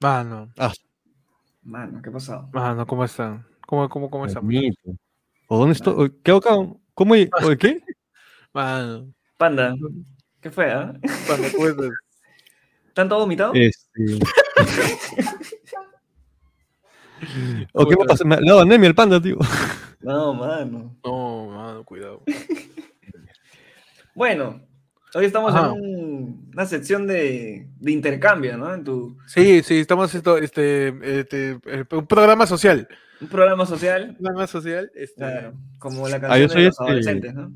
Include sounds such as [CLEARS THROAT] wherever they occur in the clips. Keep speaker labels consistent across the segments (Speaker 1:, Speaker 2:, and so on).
Speaker 1: Mano,
Speaker 2: Mano, ¿qué ha pasado?
Speaker 1: mano, ¿cómo están? ¿Cómo, cómo, cómo están?
Speaker 3: Permito. ¿O dónde estoy? ¿Qué hago acá? ¿Cómo? lleg- ¿O qué?
Speaker 1: Mano,
Speaker 2: Panda, ¿qué fue? ah? [LAUGHS]
Speaker 1: cuando tú estás-
Speaker 2: ¿Están todos vomitados?
Speaker 1: Eh.
Speaker 3: Este... ¿O qué me pasa? Me ha dado anemia el panda, tío.
Speaker 2: No, mano.
Speaker 1: [LAUGHS] No, mano, cuidado.
Speaker 2: Bueno, hoy estamos
Speaker 1: Ajá.
Speaker 2: en un- una sección de, de intercambio, ¿no? En tu
Speaker 1: Sí, sí, estamos esto, este, este, eh, un programa social.
Speaker 2: un programa social.
Speaker 1: Un programa social, este,
Speaker 2: Claro, como la
Speaker 1: Ah,
Speaker 3: yo
Speaker 2: canción
Speaker 3: soy
Speaker 2: de los
Speaker 3: este-
Speaker 2: adolescentes, ¿no?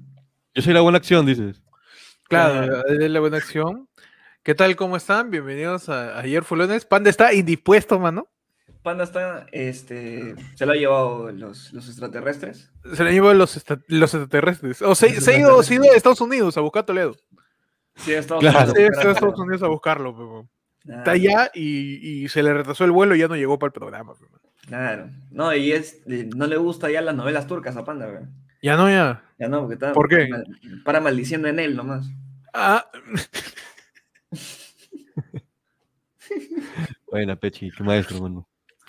Speaker 3: Yo soy la buena acción, dices.
Speaker 1: claro, es la buena acción. ¿Qué tal, cómo están? Bienvenidos a Ayer Fulones. Panda está indispuesto, mano.
Speaker 2: Panda está, este, se lo ha llevado los, los extraterrestres.
Speaker 1: Se le llevan los, esta- los extraterrestres. O se,
Speaker 2: Los
Speaker 1: se ha ido, se ha ido a Estados Unidos a buscar a [LAUGHS] Toledo.
Speaker 2: Sí, ha estado
Speaker 3: Claro.
Speaker 1: Sí, se ha ido a Estados Unidos a buscarlo, pero está allá y, y se le retrasó el vuelo y ya no llegó para el programa. pe, mano.
Speaker 2: Claro. No, y es, eh, no le gusta ya las novelas turcas a Panda, güey.
Speaker 1: Ya no, ya.
Speaker 2: Ya no, porque está
Speaker 1: ¿Por qué?
Speaker 2: mal- para maldiciendo en él nomás.
Speaker 1: Ah,
Speaker 3: Buena, Pechi, qué maestro, hermano.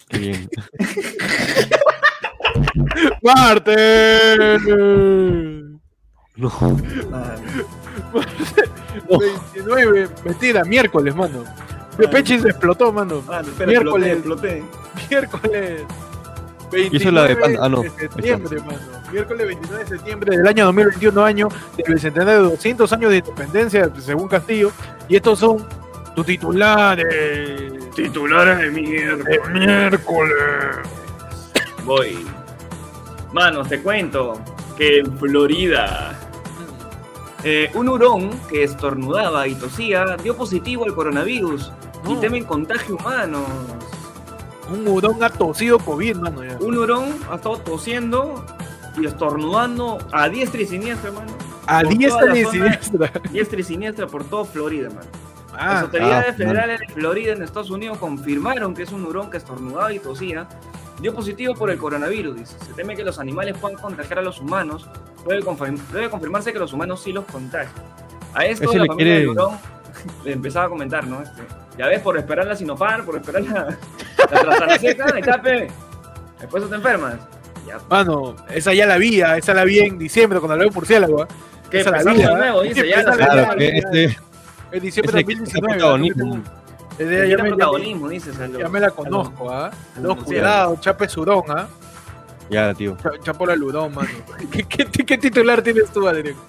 Speaker 3: Qué bien.
Speaker 1: [LAUGHS] Marte.
Speaker 3: No.
Speaker 2: Mano.
Speaker 1: 29, mentira, miércoles, mano. De Pechi se explotó, mano.
Speaker 3: Ah,
Speaker 2: Mano, ah, espera,
Speaker 1: Miércoles.
Speaker 2: exploté, exploté.
Speaker 1: Miércoles. 29
Speaker 3: Hizo la de pan- ah, no,
Speaker 1: de
Speaker 3: ahí está.
Speaker 1: septiembre, mano. Miércoles 29 de septiembre del año 2021, año del bicentenario de 200 años de independencia, según Castillo. Y estos son tus titulares.
Speaker 2: Titulares de mierda.
Speaker 1: De miércoles.
Speaker 2: Voy. Manos, te cuento que en Florida eh, un hurón que estornudaba y tosía dio positivo al coronavirus y
Speaker 1: No.
Speaker 2: temen contagio humano.
Speaker 1: Un hurón ha tosido COVID, mano. Ya.
Speaker 2: Un hurón ha estado tosiendo y estornudando a diestra y siniestra, hermano.
Speaker 1: A
Speaker 2: por
Speaker 1: diestra
Speaker 2: toda
Speaker 1: y
Speaker 2: la zona-
Speaker 1: siniestra.
Speaker 2: Diestra y siniestra por todo Florida, hermano. Las
Speaker 1: Ah,
Speaker 2: autoridades
Speaker 3: ah,
Speaker 2: federales de Florida en Estados Unidos confirmaron que es un hurón que estornudaba y tosía. Dio positivo por el coronavirus, dice. Se teme que los animales puedan contagiar a los humanos. Debe, confirm- debe confirmarse que los humanos sí los contagian. A esto
Speaker 3: Ese
Speaker 2: la
Speaker 3: le
Speaker 2: familia
Speaker 3: quiere-
Speaker 2: del hurón le empezaba a comentar, ¿no? Este, ya ves, por esperar la Sinopharm, por esperar la, la AstraZeneca, ahí está, pe. Después te enfermas. Ya,
Speaker 1: mano, Ah, esa ya la vi, ah, esa la vi en diciembre cuando hablé de Murciélago. ah.
Speaker 2: que
Speaker 1: Esa la
Speaker 2: empezamos
Speaker 1: vida,
Speaker 2: de nuevo,
Speaker 1: ¿eh?
Speaker 2: dice, ya la
Speaker 1: Empieza la
Speaker 3: Claro,
Speaker 1: vida.
Speaker 2: Sinopharm.
Speaker 3: que este es
Speaker 1: En diciembre de
Speaker 3: el que está
Speaker 1: 2019.
Speaker 3: protagonismo.
Speaker 1: ah, desde
Speaker 2: Le
Speaker 1: ya
Speaker 2: quita
Speaker 1: me- ya me-
Speaker 2: protagonismo, dices, a los-
Speaker 1: Ya me la
Speaker 2: a los-
Speaker 1: conozco, ¿ah?
Speaker 2: los
Speaker 1: No,
Speaker 2: murciélagos.
Speaker 1: cuidado, Chape Surón, ¿ah?
Speaker 3: Ya, tío.
Speaker 1: Cha- Chapola Ludón, mano. [LAUGHS] ¿Qué, qué, qué titular tienes tú, Adrián? [LAUGHS]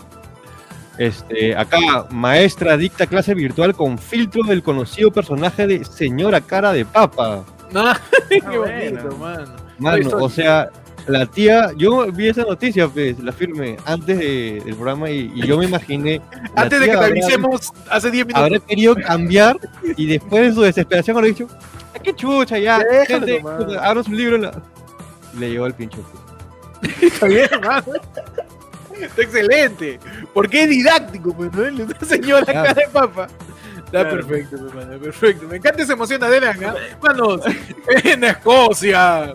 Speaker 3: Este, acá, maestra dicta clase virtual con filtro del conocido personaje de Señora Cara de Papa.
Speaker 1: No, Ah, qué
Speaker 2: bueno.
Speaker 1: bonito, mano.
Speaker 3: Mano,
Speaker 1: Estoy-
Speaker 3: o sea, la tía, yo vi esa noticia, pues, la firme, antes de- del programa y, y yo me imaginé. la
Speaker 1: Antes de
Speaker 3: tía
Speaker 1: que te
Speaker 3: habrá-
Speaker 1: avisemos, hace 10 minutos.
Speaker 3: Habrá querido cambiar y después de su desesperación habrá dicho, "Ay, qué chucha ya!
Speaker 1: Déjalo
Speaker 3: gente,
Speaker 1: nomás".
Speaker 3: puta, abran su libro. en la-". Y Le llegó el pincho.
Speaker 1: Está
Speaker 3: pues.
Speaker 1: [LAUGHS] bien, mano. Ah, Está excelente. Porque es didáctico, pues, ¿no? Le- Señora
Speaker 3: Claro.
Speaker 1: cara de papa. Está
Speaker 2: Claro.
Speaker 1: perfecto, mi hermano, perfecto. Me encanta esa emoción de Adrián, ¿ah? Manos, [LAUGHS] en Escocia.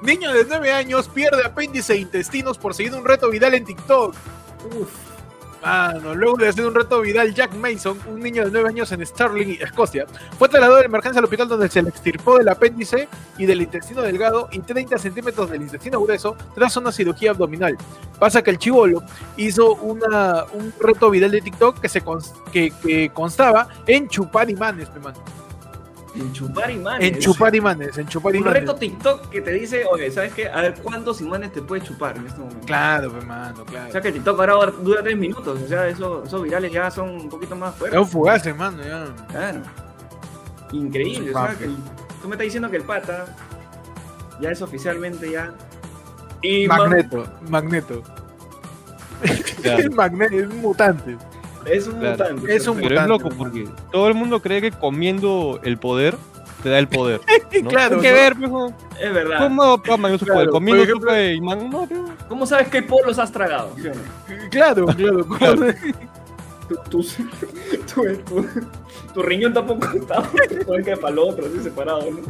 Speaker 1: Niño de 9 años pierde apéndice e intestinos por seguir un reto viral en TikTok. Uf. Mano, luego de hacer un reto viral, Jack Mason, un niño de 9 años en Stirling, Escocia, fue trasladado de emergencia al hospital donde se le extirpó del apéndice y del intestino delgado y 30 centímetros del intestino grueso tras una cirugía abdominal. Pasa que el chivolo hizo una, un reto viral de TikTok que, se cons- que, que constaba en chupar imanes, pe, mano.
Speaker 2: En chupar imanes.
Speaker 1: En chupar imanes, en chupar
Speaker 2: Un
Speaker 1: imanes.
Speaker 2: reto TikTok que te dice, oye, ¿sabes qué? A ver, ¿cuántos imanes te puedes chupar en este momento?
Speaker 1: Claro, pe, mano, claro.
Speaker 2: O sea, que el TikTok ahora dura tres minutos. O sea, eso- esos virales ya son un poquito más
Speaker 1: es un
Speaker 2: fuertes.
Speaker 1: fugaz, hermano, ya.
Speaker 2: Claro. Increíble. O sea, que el- tú me estás diciendo que el pata ya es oficialmente ya... Y
Speaker 1: Magneto, magneto.
Speaker 3: Claro.
Speaker 1: [LAUGHS] Es magneto, es un mutante.
Speaker 2: Es un
Speaker 3: Claro.
Speaker 2: mutante.
Speaker 1: Es un
Speaker 2: perfecto.
Speaker 3: Pero es loco
Speaker 1: Bastante,
Speaker 3: porque todo el mundo cree que comiendo el poder te da
Speaker 1: [LAUGHS]
Speaker 3: el poder. ¿no?
Speaker 1: Claro,
Speaker 3: Hay que
Speaker 1: ¿no?
Speaker 3: ver, mijo.
Speaker 2: Es verdad. ¿Cómo,
Speaker 3: ¿Cómo para mayor su
Speaker 1: Claro,
Speaker 3: poder?
Speaker 1: por
Speaker 3: Comiendo
Speaker 1: ejemplo-
Speaker 3: sopa de imán, no, tío.
Speaker 2: sabes qué polos has tragado? ¿Sí o no? [LAUGHS]
Speaker 1: Claro, claro.
Speaker 3: Claro.
Speaker 1: ¿Cómo,
Speaker 2: tu, tu, tu, tu riñón tampoco [LAUGHS] estaba cerca para el otro, así separado, ¿no?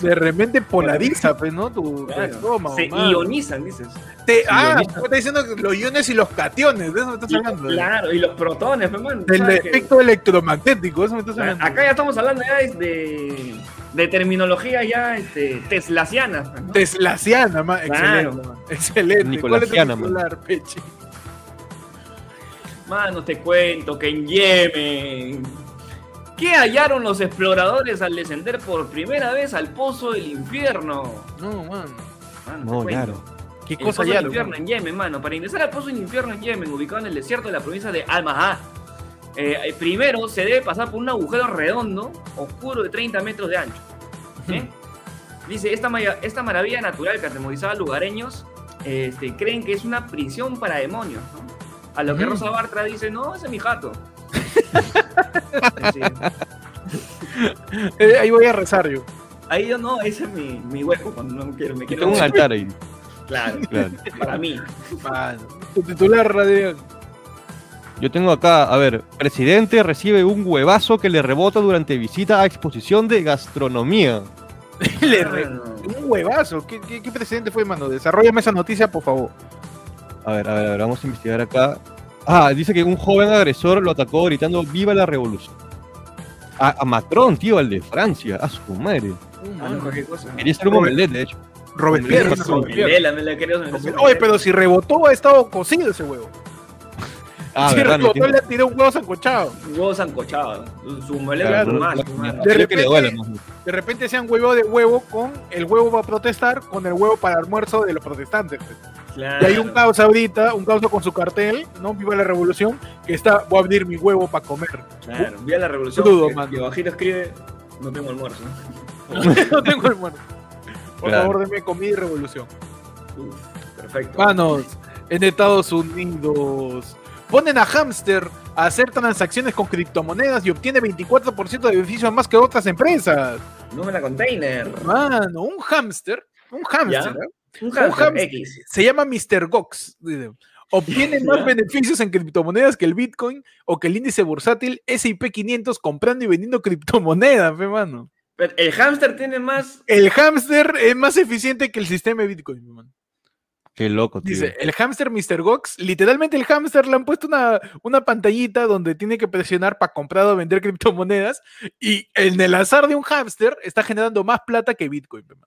Speaker 1: De repente polariza, pues, ¿no? Tu, tu
Speaker 2: Claro.
Speaker 1: estómago,
Speaker 2: Se
Speaker 1: mano.
Speaker 2: ionizan, dices.
Speaker 1: Te-
Speaker 3: se
Speaker 1: ah,
Speaker 3: ioniza.
Speaker 1: tú estás diciendo que los iones y los cationes, de eso me estás hablando.
Speaker 2: Claro, y los protones, pe, man, tú
Speaker 1: Del
Speaker 2: sabes que-
Speaker 1: efecto electromagnético, eso me estás hablando.
Speaker 2: Acá ya estamos hablando ya es de, de terminología ya este, teslaciana. pues, ¿no?
Speaker 1: Teslaciana, ma.
Speaker 2: Claro.
Speaker 1: Excelente. Excelente. ¿Cuál es tu
Speaker 3: Nicolaciana, man.
Speaker 1: titular, Pechi?
Speaker 2: Mano, te cuento que en Yemen. ¿Qué hallaron los exploradores al descender por primera vez al pozo del infierno?
Speaker 1: No, man.
Speaker 2: Mano, te
Speaker 3: No,
Speaker 2: cuento.
Speaker 3: claro.
Speaker 1: ¿Qué
Speaker 2: El
Speaker 1: cosa
Speaker 2: pozo del
Speaker 1: ya,
Speaker 2: infierno en Yemen, mano. Para ingresar al pozo del infierno en Yemen, ubicado en el desierto de la provincia de Al-Mahá, eh, primero se debe pasar por un agujero redondo, oscuro de 30 metros de ancho. ¿Eh? Dice, esta, maya- esta maravilla natural que atemorizaba a lugareños este, creen que es una prisión para demonios. ¿no? A lo que
Speaker 1: Ujú.
Speaker 2: Rosa Bartra dice, no, ese es mi jato. Sí.
Speaker 1: Eh, ahí voy a rezar yo.
Speaker 2: Ahí yo no, ese es mi, mi hueco cuando no quiero, me
Speaker 3: Yo
Speaker 2: quiero.
Speaker 3: tengo un altar ahí.
Speaker 2: Claro,
Speaker 3: claro.
Speaker 2: para mí.
Speaker 1: Mano, Tu titular, Radial.
Speaker 3: Yo tengo acá, a ver, presidente recibe un huevazo que le rebota durante visita a exposición de gastronomía.
Speaker 1: [LAUGHS] Le re-
Speaker 2: Mano.
Speaker 1: Un huevazo. ¿Qué, qué, qué presidente fue, mano? Desarrollame esa noticia, por favor.
Speaker 3: A ver, a ver, a ver, vamos a investigar acá. Ah, dice que un joven agresor lo atacó gritando ¡Viva la revolución! A, a Macron, tío, al de Francia, a su madre.
Speaker 2: Ah, no, cualquier cosa.
Speaker 3: Quería ser un
Speaker 1: Robert-
Speaker 3: omelette, de hecho.
Speaker 1: Robespierre.
Speaker 3: Robert-
Speaker 1: mano, Robespierre.
Speaker 2: Vela, me la quería
Speaker 1: Robespierre. Oye, pero si rebotó, ha estado cocido ese huevo.
Speaker 3: Ah,
Speaker 1: si
Speaker 3: verdad,
Speaker 1: rebotó,
Speaker 3: no tiene-
Speaker 1: le ha tirado un huevo sancochado.
Speaker 2: Huevo sancochado. Su- Su mole
Speaker 3: claro,
Speaker 2: con
Speaker 3: no-
Speaker 2: más.
Speaker 3: no-
Speaker 2: con más.
Speaker 3: no creo que le duela,
Speaker 1: repente-
Speaker 3: más bien.
Speaker 1: De repente se han huevado de huevo con el huevo para protestar, con el huevo para almuerzo de los protestantes. pues. Y
Speaker 2: Claro.
Speaker 1: hay un caos ahorita, un caos con su cartel, ¿no? Viva la revolución, que está, voy a abrir mi huevo para comer.
Speaker 2: Claro. Vía la revolución.
Speaker 1: Dudo,
Speaker 2: que-
Speaker 1: mano.
Speaker 2: que bajito escribe, no tengo almuerzo.
Speaker 1: [LAUGHS] no tengo el muerto. Por
Speaker 3: Claro.
Speaker 1: favor, denme comida y revolución.
Speaker 2: Uf, perfecto.
Speaker 1: Manos, en Estados Unidos ponen a Hamster a hacer transacciones con criptomonedas y obtiene 24% de beneficios más que otras empresas.
Speaker 2: No me la container.
Speaker 1: Mano, un hamster, un hamster, ¿eh?
Speaker 2: Un hamster
Speaker 1: hamster.
Speaker 2: X.
Speaker 1: se llama Mr. Gox. dice, Obtiene más beneficios en criptomonedas que el Bitcoin o que el índice bursátil S&P 500 comprando y vendiendo criptomonedas, fe mano.
Speaker 2: Pero El hamster tiene más.
Speaker 1: El hámster es más eficiente que el sistema de Bitcoin, fe, mano.
Speaker 3: Qué loco, tío.
Speaker 1: Dice, el hámster Mr. Gox, literalmente el hámster le han puesto una, una pantallita donde tiene que presionar para comprar o vender criptomonedas y en el azar de un hámster está generando más plata que Bitcoin, fe, mano.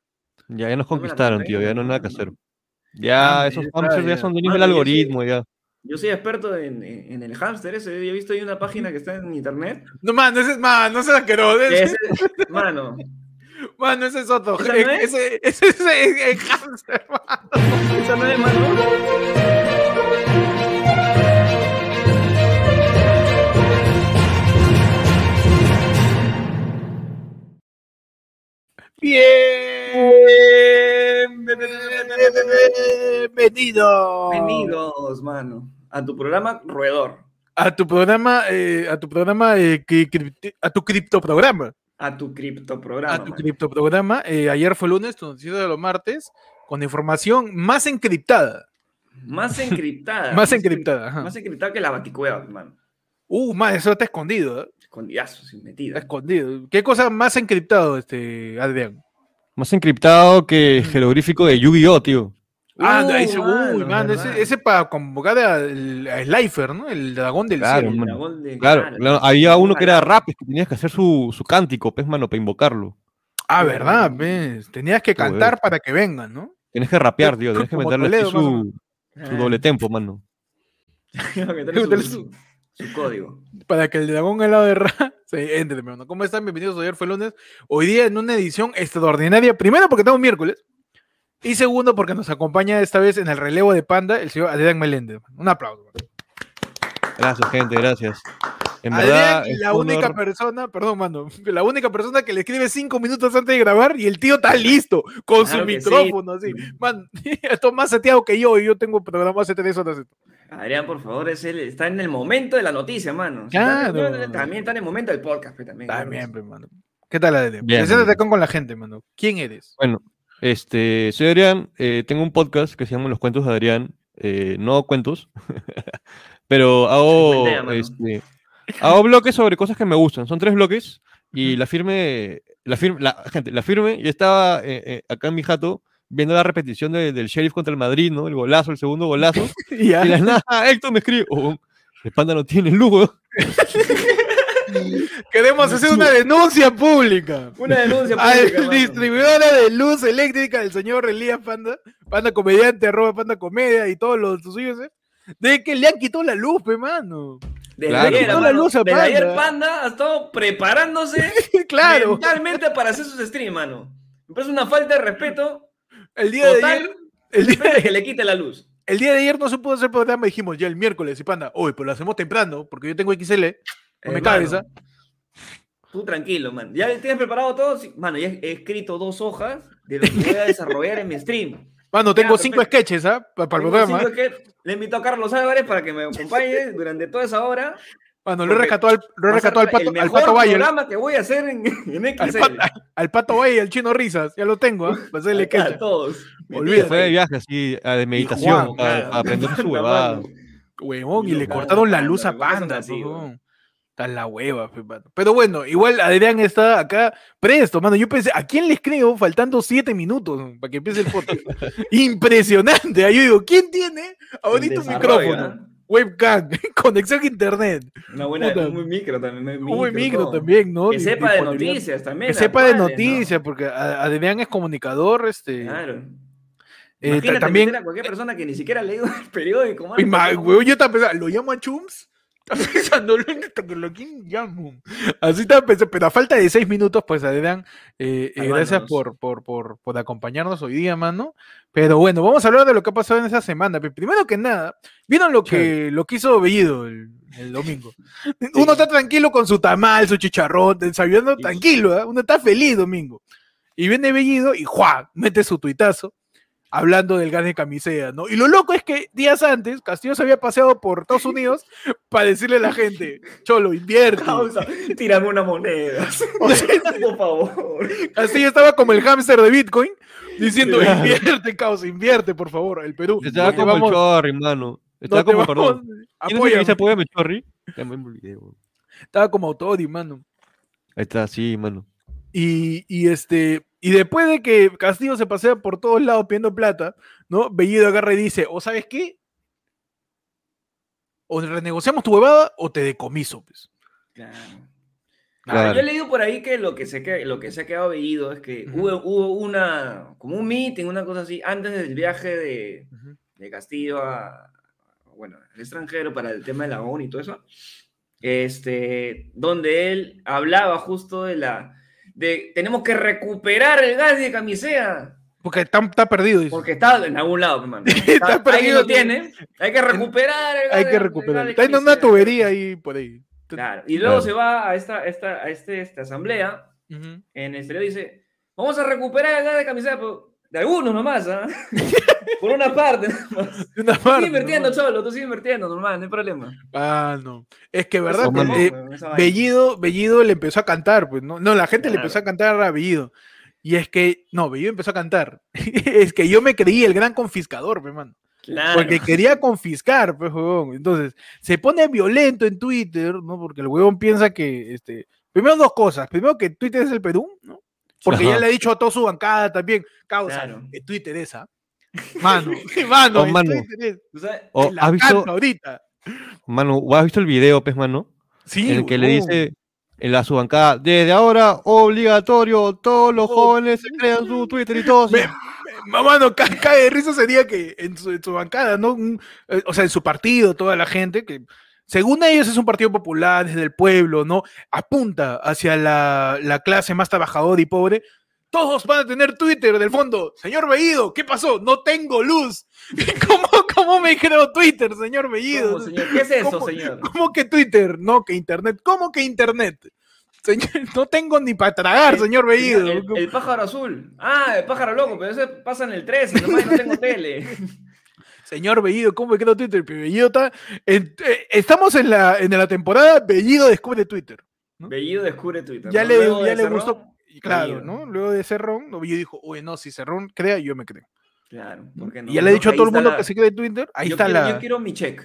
Speaker 3: Ya, ya nos
Speaker 2: No me la
Speaker 3: conquistaron,
Speaker 2: conté,
Speaker 3: tío, ya no hay nada que
Speaker 2: no.
Speaker 3: hacer. Ya,
Speaker 1: Ah,
Speaker 3: esos
Speaker 1: ya está,
Speaker 3: hamsters ya
Speaker 1: ya.
Speaker 3: son dueños del
Speaker 2: Mano, yo sí-
Speaker 3: algoritmo, ya.
Speaker 2: Yo soy experto en, en- en el hamster ese. Yo he visto ahí una página que está en internet.
Speaker 1: No, mano, ese es, mano, ese es asqueroso,
Speaker 2: que
Speaker 1: ese- [LAUGHS]
Speaker 2: es- mano,
Speaker 1: Mano, ese es otro.
Speaker 2: ¿Esa no es?
Speaker 1: Ese, ese, ese es el hámster, mano.
Speaker 2: esa no es mano.
Speaker 1: Bien. Bienvenido.
Speaker 2: Bienvenidos, mano, a tu programa Roedor.
Speaker 1: A tu programa, eh, a tu programa, eh, cri- cripti- a tu criptoprograma.
Speaker 2: A tu criptoprograma.
Speaker 1: A tu
Speaker 2: mano.
Speaker 1: criptoprograma. Eh, ayer fue lunes, tu noticiero de los martes, con información más encriptada. [LAUGHS]
Speaker 2: Más encriptada.
Speaker 1: Ah, Más encriptada. ajá.
Speaker 2: Más encriptada que la baticueva, hermano.
Speaker 1: Uh, más, eso está escondido. ¿eh?
Speaker 2: Escondidazo, sin
Speaker 1: Está
Speaker 2: metida.
Speaker 1: escondido. ¿Qué cosa más encriptado, este, Adrián?
Speaker 3: Más encriptado que
Speaker 1: [CLEARS THROAT]
Speaker 3: el jeroglífico de Yu-Gi-Oh, tío.
Speaker 1: Ah,
Speaker 2: Uh,
Speaker 1: ahí se-
Speaker 2: mano,
Speaker 1: uy, mano, ese,
Speaker 2: ¿verdad?
Speaker 1: ese para convocar al, a Slifer, ¿no? El dragón del
Speaker 3: Claro,
Speaker 1: cielo.
Speaker 3: mano.
Speaker 2: dragón de-
Speaker 3: Claro, claro, había uno que era
Speaker 2: Ojalá.
Speaker 3: rap, que tenías que hacer su, su cántico, pues, mano, para invocarlo.
Speaker 1: Ah, verdad, ves. Tenías que
Speaker 3: Joder.
Speaker 1: cantar para que vengan, ¿no?
Speaker 3: Tienes que rapear, tío, tienes que
Speaker 1: Como
Speaker 3: meterle así
Speaker 1: Toledo, Eh. más o
Speaker 3: su, su
Speaker 2: [LAUGHS]
Speaker 3: doble tempo, mano.
Speaker 2: Tengo
Speaker 1: [LAUGHS] Tengo que
Speaker 2: que tener
Speaker 1: tener
Speaker 2: su, su código.
Speaker 1: Para que el dragón al lado de Ra [LAUGHS] se entre, mi hermano. ¿Cómo están? Bienvenidos. Ayer fue lunes. Hoy día en una edición extraordinaria. Primero porque estamos miércoles. Y segundo porque nos acompaña esta vez en el relevo de Panda el señor Adrián Meléndez. Un aplauso.
Speaker 3: Gracias, gente, gracias. En verdad,
Speaker 1: Adrián,
Speaker 3: es
Speaker 1: la
Speaker 3: un
Speaker 1: única
Speaker 3: honor-
Speaker 1: persona, perdón, mano, [LAUGHS] la única persona que le escribe cinco minutos antes de grabar y el tío está listo con
Speaker 2: Claro
Speaker 1: su
Speaker 2: que sí.
Speaker 1: micrófono, así. Man, [LAUGHS] esto más seteado que yo y yo tengo programa hace tres horas.
Speaker 2: Adrián, por favor, es el- está en el momento de la noticia, mano.
Speaker 1: Claro.
Speaker 2: Está- También está en el momento del podcast, pero también.
Speaker 1: También, pues, mano. ¿Qué tal, Adrián?
Speaker 3: Bien,
Speaker 1: Preséntate
Speaker 3: bien.
Speaker 1: con, con la gente, mano. ¿Quién
Speaker 2: [LAUGHS]
Speaker 1: eres?
Speaker 3: Bueno, este, soy Adrián, eh, tengo un podcast que se llama Los Cuentos de Adrián, eh, no cuentos, [LAUGHS] pero hago
Speaker 2: idea, mano.
Speaker 3: este, Hago bloques sobre cosas que me gustan. Son tres bloques y la firme, la firme, la gente, la firme. Yo estaba eh, eh, acá en mi jato viendo la repetición de- del Sheriff contra el Madrid, ¿no? El golazo, el segundo golazo.
Speaker 1: Ya. [LAUGHS]
Speaker 3: Y de la nada, Héctor me escribe, "Oh, el panda no tiene luz, [LAUGHS] weón".
Speaker 1: Queremos hacer una denuncia pública.
Speaker 2: Pues, Una
Speaker 1: [LAUGHS]
Speaker 2: denuncia pública,
Speaker 1: Al
Speaker 2: mano.
Speaker 1: distribuidora de luz eléctrica del señor Elías Panda, Panda Comediante, arroba Panda Comedia y todos los suyos, ¿eh? de que le han quitado la luz, pe,
Speaker 2: [LAUGHS]
Speaker 1: mano.
Speaker 2: Desde
Speaker 3: Claro.
Speaker 2: ayer,
Speaker 1: Toda la
Speaker 2: hermano,
Speaker 1: luz a
Speaker 2: desde
Speaker 1: Panda.
Speaker 2: ayer Panda ha estado preparándose
Speaker 1: [LAUGHS] claro,
Speaker 2: mentalmente para hacer sus streams, mano. Me parece una falta de respeto
Speaker 1: el día de
Speaker 2: total
Speaker 1: ayer. El día
Speaker 2: de [LAUGHS]
Speaker 1: de,
Speaker 2: que le quite la luz.
Speaker 1: el día de ayer no se pudo hacer programa, dijimos ya el miércoles y panda, hoy, pues lo hacemos temprano, porque yo tengo XL, no me
Speaker 2: Hermano,
Speaker 1: cabeza.
Speaker 2: Tú tranquilo, man. ¿Ya tienes preparado todo? Sí, Mano, ya he escrito dos hojas de lo que voy a desarrollar en mi
Speaker 1: [LAUGHS]
Speaker 2: stream.
Speaker 1: Mano, tengo cinco
Speaker 2: perfecto.
Speaker 1: sketches, ¿ah? Para el
Speaker 2: Tengo
Speaker 1: programa.
Speaker 2: cinco que- Le invito a Carlos Álvarez para que me acompañe durante toda esa hora.
Speaker 1: Mano, lo he
Speaker 2: porque
Speaker 1: rescatado al, lo he
Speaker 2: Va a ser
Speaker 1: rescatado al pato,
Speaker 2: el
Speaker 1: al
Speaker 2: mejor
Speaker 1: pato Valle.
Speaker 2: programa que voy a hacer en, en
Speaker 1: Al,
Speaker 2: XL.
Speaker 1: Pata- al pato Valle y al chino Risas, ya lo tengo, ¿ah? Para hacerle
Speaker 2: Acá,
Speaker 1: sketch.
Speaker 2: todos.
Speaker 1: Olvídate.
Speaker 3: Fue de viaje así, a- de meditación,
Speaker 1: Juan,
Speaker 3: a-
Speaker 2: claro.
Speaker 1: [LAUGHS]
Speaker 3: a aprender
Speaker 2: [LAUGHS]
Speaker 3: su
Speaker 2: Panda,
Speaker 3: huevada.
Speaker 2: mano.
Speaker 1: Huevón, y
Speaker 2: Yo,
Speaker 1: le
Speaker 2: claro,
Speaker 1: cortaron la
Speaker 2: claro,
Speaker 1: luz a
Speaker 2: ¿por qué son
Speaker 1: Panda,
Speaker 2: así,
Speaker 1: pues,
Speaker 2: weón?
Speaker 1: huevón. Está la hueva, pe, mano. Pero bueno, igual Adrián está acá presto, mano. Yo pensé, ¿a quién le escribo faltando siete minutos ¿no? para que empiece el
Speaker 2: [LAUGHS]
Speaker 1: podcast? Impresionante. Ahí yo digo, ¿quién tiene ahorita un
Speaker 2: Desarrollo,
Speaker 1: micrófono?
Speaker 2: ¿ah?
Speaker 1: Webcam, [LAUGHS] conexión a internet.
Speaker 2: Una buena,
Speaker 1: Puta.
Speaker 2: un buen micro también. un buen
Speaker 1: Un micro
Speaker 2: todo.
Speaker 1: también, ¿no?
Speaker 2: Que
Speaker 1: Di-
Speaker 2: sepa de
Speaker 1: disponibilidad.
Speaker 2: noticias también.
Speaker 1: Que sepa de
Speaker 2: aparte, ¿no? Ah,
Speaker 1: noticias, porque a- Adrián es comunicador, este.
Speaker 2: Claro.
Speaker 1: eh, ta-
Speaker 2: Imagínate
Speaker 1: también.
Speaker 2: meter a cualquier persona que ni siquiera ha leído el periódico, mano.
Speaker 1: Uy, ma-
Speaker 2: [LAUGHS]
Speaker 1: weón, yo estaba pensando, ¿lo llamo a Chums? Estaba [LAUGHS] pensando, "Lo- lo- lo- ¿quién llamo? Así estaba pensando, pero a falta de seis minutos, pues Adrián, eh,
Speaker 2: Ah,
Speaker 1: eh, gracias
Speaker 2: Salvándonos.
Speaker 1: por, por, por, por acompañarnos hoy día, mano. Pero bueno, vamos a hablar de lo que ha pasado en esa semana. Pe- Primero que nada, ¿vieron lo que, lo que hizo Bellido el, el domingo?
Speaker 2: [LAUGHS]
Speaker 1: Uno está tranquilo con su tamal, su chicharrón, desayunando
Speaker 2: Sí.
Speaker 1: tranquilo, ¿ah? uno está feliz domingo. Y viene Bellido y ¡juá! mete su tuitazo hablando del gas de camisea, ¿no? Y lo loco es que días antes Castillo se había paseado por Estados
Speaker 3: [LAUGHS]
Speaker 1: Unidos para decirle a la gente, Cholo, invierte.
Speaker 2: Causa, tírame una moneda.
Speaker 1: [LAUGHS] O sea,
Speaker 2: [LAUGHS] Por favor.
Speaker 1: Castillo estaba como el hámster de Bitcoin diciendo,
Speaker 2: Claro.
Speaker 1: invierte, causa, invierte, por favor, el Perú. No
Speaker 3: Estaba
Speaker 1: te
Speaker 3: como
Speaker 1: vamos-
Speaker 3: el chorri, mano. Estaba
Speaker 1: no te
Speaker 3: como,
Speaker 1: vamos-
Speaker 3: perdón. ¿Quién es el que
Speaker 1: apóyame.
Speaker 3: dice apóyame, chorri? Ya me olvidé, weón.
Speaker 1: Estaba como Autori, mano.
Speaker 3: Ahí está, sí, mano.
Speaker 1: Y, y este, y después de que Castillo se pasea por todos lados pidiendo plata, ¿no? Bellido agarra y dice, o sabes qué, o renegociamos tu huevada o te decomiso, pues.
Speaker 2: Ah,
Speaker 3: Claro.
Speaker 2: Yo he leído por ahí que lo que se, que, lo que se ha quedado veído es que
Speaker 1: Ujú.
Speaker 2: hubo, hubo una, como un meeting, una cosa así, antes del viaje de, de Castillo a, bueno, al extranjero para el tema de la ONU y todo eso, este, donde él hablaba justo de la, de tenemos que recuperar el gas de camisea,
Speaker 1: Porque está, está perdido, dice.
Speaker 2: porque está en algún
Speaker 1: [LAUGHS]
Speaker 2: lado, hermano. Está,
Speaker 1: perdido,
Speaker 2: perdido, tiene, hay que recuperar el gas
Speaker 1: Hay
Speaker 2: de-
Speaker 1: que
Speaker 2: el gas de
Speaker 1: recuperarlo. Está en una
Speaker 2: camisea.
Speaker 1: tubería ahí por ahí.
Speaker 2: Claro, y luego
Speaker 3: Claro.
Speaker 2: se va a esta, a esta, a este, esta asamblea
Speaker 1: Ujú.
Speaker 2: en el exterior dice, vamos a recuperar el gas de camiseta, pero de algunos nomás, ¿ah? [LAUGHS] Por una parte. nomás.
Speaker 1: De una
Speaker 2: Sigue
Speaker 1: parte,
Speaker 2: invirtiendo,
Speaker 1: ¿no?
Speaker 2: Cholo, tú sigue invirtiendo, normal, no hay problema.
Speaker 1: Ah, no. Es que, ¿verdad?
Speaker 2: Eso
Speaker 3: Ojo,
Speaker 2: quemó,
Speaker 1: Eh,
Speaker 2: weón, esa vaina.
Speaker 1: Bellido, Bellido le empezó a cantar, pues, ¿no? No, la gente le
Speaker 2: Claro.
Speaker 1: empezó a cantar a Bellido. Y es que, no, Bellido empezó a cantar. [LAUGHS] es que yo me creí el gran confiscador, pe, mano.
Speaker 2: Claro.
Speaker 1: Porque quería confiscar, pues, huevón. Entonces, se pone violento en Twitter, ¿no? Porque el huevón piensa que, este, primero dos cosas. Primero que Twitter es el Perú, ¿no? Porque ya
Speaker 3: Ajá.
Speaker 1: le ha dicho a toda su bancada también, causa,
Speaker 2: Claro.
Speaker 1: eh, Twitter esa. Mano, mano,
Speaker 3: Oh,
Speaker 1: eh,
Speaker 3: mano.
Speaker 1: Twitter es-
Speaker 2: O sea,
Speaker 3: O,
Speaker 1: la
Speaker 3: Oh, ¿Has visto,
Speaker 1: canta ahorita.
Speaker 3: mano, has visto el video, pez, mano?
Speaker 1: Sí, uh.
Speaker 3: En el que le
Speaker 1: huevón.
Speaker 3: dice en la subancada, desde ahora obligatorio, todos los
Speaker 1: Oh.
Speaker 3: jóvenes se crean su Twitter y todo.
Speaker 1: Me- Mamá, no, ca- cae de risa sería que en su, en su bancada, ¿no? Un- eh, o sea, en su partido, toda la gente que, según ellos, es un partido popular, desde el pueblo, ¿no? Apunta hacia la, la clase más trabajadora y pobre. Todos van a tener Twitter del fondo. Señor Bellido, ¿qué pasó? No tengo luz. [LAUGHS] ¿Cómo, cómo me creo Twitter, señor Bellido?
Speaker 2: ¿cómo, señor? ¿Qué es eso,
Speaker 1: ¿Cómo-
Speaker 2: señor?
Speaker 1: [LAUGHS] ¿Cómo que Twitter? No, que Internet. ¿Cómo que Internet? Señor, [LAUGHS] no tengo ni para tragar,
Speaker 2: El-
Speaker 1: señor Bellido.
Speaker 2: Eh, El, el pájaro azul. Ah, el pájaro loco, pero ese pasa en el 13, nomás no
Speaker 1: [LAUGHS]
Speaker 2: tengo tele.
Speaker 1: Señor Bellido, ¿cómo me quedo Twitter? Pero Bellido está. en- eh, estamos en la, en la temporada Bellido descubre Twitter. ¿No?
Speaker 2: Bellido descubre Twitter.
Speaker 1: Ya
Speaker 2: ¿no?
Speaker 1: le,
Speaker 2: Luego
Speaker 1: ya
Speaker 2: de
Speaker 1: le
Speaker 2: Cerrón,
Speaker 1: gustó. y Claro,
Speaker 2: Bellido.
Speaker 1: ¿no? Luego de Cerrón, no, Bellido dijo, oye, no, si Cerrón crea, yo me creo.
Speaker 2: Claro, ¿por qué no?
Speaker 1: y ya le he
Speaker 2: No,
Speaker 1: dicho a
Speaker 2: ahí
Speaker 1: todo el
Speaker 2: está
Speaker 1: mundo
Speaker 2: la-
Speaker 1: que se quede en Twitter. Ahí
Speaker 2: yo
Speaker 1: está
Speaker 2: quiero-
Speaker 1: la.
Speaker 2: Yo quiero mi check.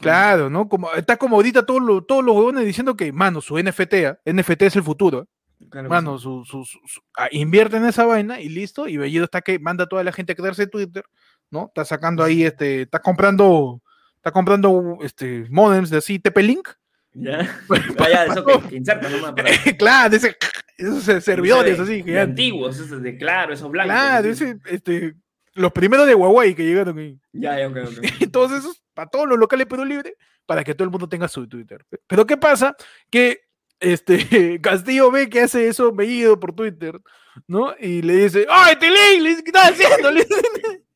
Speaker 1: Claro, ¿no? Como, está como ahorita todos los, todos los huevones diciendo que, mano, su NFT, ¿ah? NFT es el futuro. ¿ah?
Speaker 2: Claro que sí.
Speaker 1: Mano, su, su- su- su- ah, invierte en esa vaina y listo. Y Bellido está que manda a toda la gente a crearse Twitter, ¿no? Está sacando ahí, este, está comprando, está comprando, este, modems de así, TP-Link.
Speaker 2: [LAUGHS] Ya,
Speaker 1: [LAUGHS]
Speaker 2: Ah, ya, eso que, que insertan nomás para-
Speaker 1: claro, ese, esos eh, [LAUGHS] servidores
Speaker 2: de-
Speaker 1: así,
Speaker 2: de
Speaker 1: gigantes.
Speaker 2: antiguos, esos de claro, esos blancos.
Speaker 1: Claro,
Speaker 2: así.
Speaker 1: ese, este, los primeros de Huawei que llegaron ahí.
Speaker 2: Ya, ya, ok,
Speaker 1: [LAUGHS]
Speaker 2: ok.
Speaker 1: y todos esos, para todos los locales Perú Libre, para que todo el mundo tenga su Twitter. Pero ¿qué pasa? Que este [LAUGHS] Castillo ve que hace eso Bellido por Twitter, ¿no? Y le dice, ¡ay, Tilín! Le dice, ¿Qué estás haciendo? Le dice. [LAUGHS]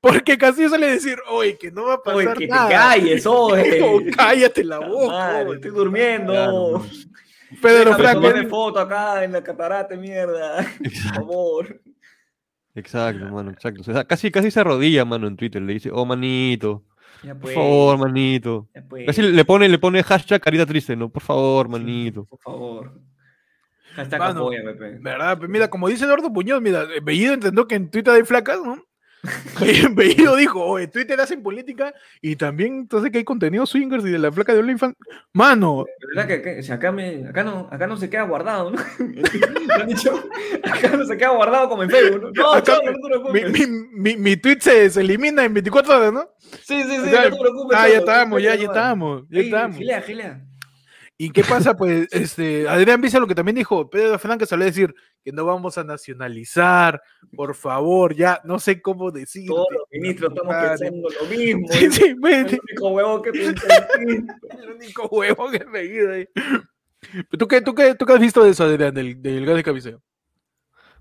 Speaker 1: Porque Castillo suele decir, oye, que no va a pasar
Speaker 2: Oye, que te
Speaker 1: nada. [LAUGHS]
Speaker 2: calles, oye.
Speaker 1: O, cállate la
Speaker 2: Puta
Speaker 1: boca.
Speaker 2: madre,
Speaker 1: oye".
Speaker 2: estoy durmiendo.
Speaker 3: Claro,
Speaker 1: Pedro
Speaker 2: Déjame
Speaker 1: Franco.
Speaker 2: tomarme foto acá en la catarata, mierda. [LAUGHS] Por favor.
Speaker 3: [LAUGHS] Exacto, mano, exacto. O sea, casi, casi se arrodilla, mano, en Twitter. Le dice, oh, manito,
Speaker 2: Ya
Speaker 3: por
Speaker 2: pues.
Speaker 3: favor, manito.
Speaker 2: ya pues,
Speaker 3: Casi le pone, le pone hashtag carita triste, ¿no? Por favor, manito.
Speaker 2: Por favor. Hashtag
Speaker 1: Mano,
Speaker 2: apóyame, pe.
Speaker 1: ¿Verdad? Pues mira, como dice Eduardo Puñoz, mira, eh, Bellido entendió que en Twitter hay flacas, ¿no? [LAUGHS] Y Bellido dijo, oye, Twitter hacen política y también entonces que hay contenido swingers y de la flaca de OnlyFans. Mano,
Speaker 2: La verdad que, que- o sea, acá, me, acá, no, acá no se queda
Speaker 1: [LAUGHS]
Speaker 2: guardado, ¿no? Me han dicho, [LAUGHS] acá no se queda guardado como en Facebook, ¿no? No,
Speaker 1: Acá
Speaker 2: cholo, no te
Speaker 1: mi,
Speaker 2: preocupes.
Speaker 1: mi, mi- mi tweet se, se elimina en 24 horas, ¿no?
Speaker 2: Sí, sí, sí,
Speaker 1: o sea,
Speaker 2: pues, no te preocupes.
Speaker 1: Ah,
Speaker 2: cholo,
Speaker 1: ya estábamos, ya, ya
Speaker 2: cholo, cholo.
Speaker 1: estábamos, ya
Speaker 2: Sí,
Speaker 1: estábamos.
Speaker 2: Gilea, gilea.
Speaker 1: ¿Y qué pasa? Pues, este, Adrián Visa lo que también dijo, Pedro Fernández salió a decir que no vamos a nacionalizar, por favor, ya, no sé cómo decir.
Speaker 2: Todos los ministros estamos pensando lo mismo.
Speaker 1: [LAUGHS] Sí, sí,
Speaker 2: Es
Speaker 1: vete.
Speaker 2: el único huevo que piensa distinto.
Speaker 1: [LAUGHS] El único huevo que me guía ahí. ¿Pero ¿Tú qué, tú, qué, ¿Tú qué has visto de eso, Adrián, del, del gas de cabeceo?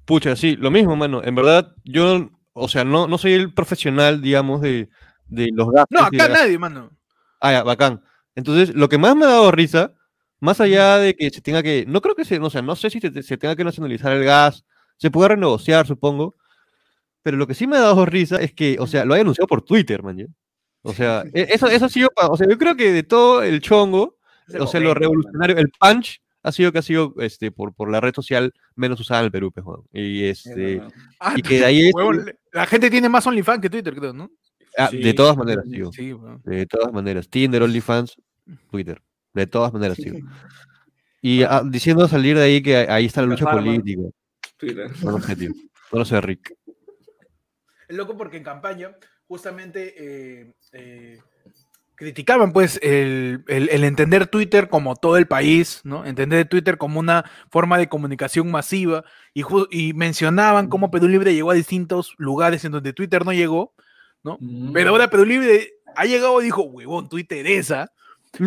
Speaker 3: Pucha, sí, lo mismo, mano. En verdad, yo, o sea, no, no soy el profesional, digamos, de, de los gastos.
Speaker 1: No,
Speaker 3: y
Speaker 1: acá
Speaker 3: de-
Speaker 1: nadie, mano.
Speaker 3: Ah, ya, bacán. Entonces, lo que más me ha dado risa, más allá de que se tenga que, no creo que se, no, sé, no sé si se, se tenga que nacionalizar el gas, se puede renegociar, supongo, pero lo que sí me ha dado risa es que, o sea, lo haya anunciado por Twitter, man. ¿ya? O
Speaker 2: [LAUGHS]
Speaker 3: sea, e- eso, eso ha sido, pa- o sea, yo creo que de todo el chongo,
Speaker 2: Es el
Speaker 3: o sea, lo
Speaker 2: momento,
Speaker 3: revolucionario, el punch ha sido que ha sido este, por, por la red social menos usada en el Perú, pues, huevón. Y
Speaker 2: mano.
Speaker 3: este,
Speaker 2: Es verdad.
Speaker 1: Ah,
Speaker 3: y que de ahí es-
Speaker 1: huevón, la gente tiene más OnlyFans que Twitter, creo, ¿no?
Speaker 3: ah,
Speaker 2: Sí,
Speaker 3: de todas maneras, digo,
Speaker 1: Sí, huevón.
Speaker 3: de todas maneras, Tinder, OnlyFans, Twitter, de todas maneras, digo. Y ah, diciendo salir de ahí que a- ahí está la
Speaker 2: La
Speaker 3: lucha
Speaker 2: farma.
Speaker 3: política.
Speaker 2: Twitter.
Speaker 3: No lo sé, tío. No lo sé, Rick.
Speaker 1: [LAUGHS] Es loco porque en campaña, justamente, eh, eh, criticaban, pues, el, el- el entender Twitter como todo el país, ¿no? Entender Twitter como una forma de comunicación masiva y, ju- y mencionaban cómo Perú Libre llegó a distintos lugares en donde Twitter no llegó,
Speaker 2: Mm.
Speaker 1: Pero ahora Perú Libre ha llegado y dijo, huevón, Twitter esa.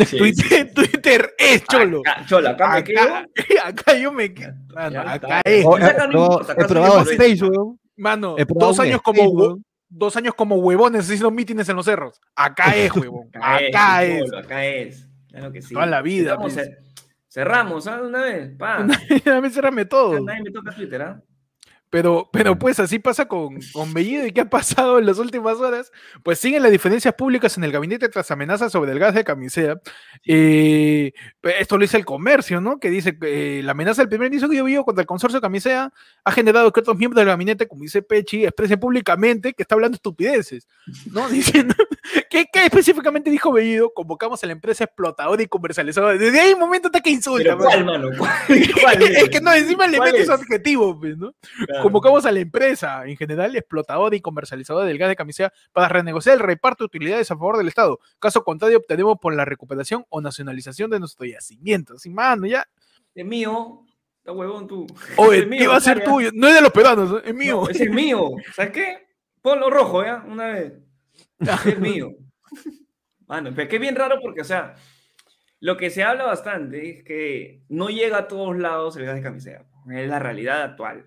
Speaker 2: Sí,
Speaker 1: Twitter, Twitter es cholo.
Speaker 2: Acá, cholo, acá me quedo.
Speaker 1: Acá, [LAUGHS] acá yo me quedo. Mano,
Speaker 2: Ya
Speaker 1: acá
Speaker 2: está.
Speaker 1: es.
Speaker 2: Oh,
Speaker 3: he,
Speaker 2: Acá no
Speaker 3: probado-
Speaker 2: importa, acá
Speaker 3: eh, he probado
Speaker 2: seguimos
Speaker 3: Space,
Speaker 2: ahí.
Speaker 3: weón.
Speaker 1: Mano,
Speaker 3: He probado
Speaker 1: dos
Speaker 3: un
Speaker 1: años como
Speaker 3: Space,
Speaker 1: hue-
Speaker 3: weón.
Speaker 1: dos años como huevones haciendo mítines en los cerros. Acá es,
Speaker 2: [LAUGHS]
Speaker 1: huevón. Acá
Speaker 2: es,
Speaker 1: es.
Speaker 2: cholo, acá es. Claro que sí.
Speaker 1: Toda la vida,
Speaker 2: Estamos
Speaker 1: pues.
Speaker 2: cer- Cerramos, ¿sabes? Una vez,
Speaker 1: [LAUGHS]
Speaker 2: pa.
Speaker 1: [LAUGHS] A mí cerrame todo.
Speaker 2: Nadie me toca Twitter, ¿ah?
Speaker 1: Pero, pero pues así pasa con, con Bellido y qué ha pasado en las últimas horas. Pues siguen las diferencias públicas en el gabinete tras amenazas sobre el gas de camisea. Eh, pe- esto lo dice el comercio, ¿no? Que dice que eh, la amenaza del primer ministro que yo vivo contra el consorcio camisea ha generado que otros miembros del gabinete, como dice Pechi, expresen públicamente que está hablando estupideces,
Speaker 2: [LAUGHS]
Speaker 1: ¿no? Diciendo, [LAUGHS] ¿qué, qué específicamente dijo Bellido? Convocamos a la empresa explotadora y comercializadora. Desde ahí un momento hasta que insulta.
Speaker 2: Pero
Speaker 1: mano.
Speaker 2: ¿cuál, mano?
Speaker 1: [LAUGHS]
Speaker 2: ¿Cuál? ¿Cuál?
Speaker 1: es que no, encima le
Speaker 2: ¿Cuál
Speaker 1: metes
Speaker 2: es?
Speaker 1: objetivo, pues, ¿no?
Speaker 2: Claro.
Speaker 1: Convocamos a la empresa, en general, explotadora y comercializadora del gas de camisea, para renegociar el reparto de utilidades a favor del Estado. Caso contrario, optaremos por la recuperación o nacionalización de nuestro yacimiento. Así, mano, ya.
Speaker 2: Es mío. Está huevón tú.
Speaker 1: Oye,
Speaker 2: [LAUGHS] Es mío,
Speaker 1: ¿qué va a ser
Speaker 2: carga.
Speaker 1: tuyo? No es de los peruanos, ¿no? es mío.
Speaker 2: No, ese es mío. ¿Sabes qué? Ponlo rojo, ¿ya? Una vez.
Speaker 1: Ah.
Speaker 2: Ese es mío. Mano, pero es que es bien raro porque, o sea, lo que se habla bastante es que no llega a todos lados el gas de camisea. Es la realidad actual.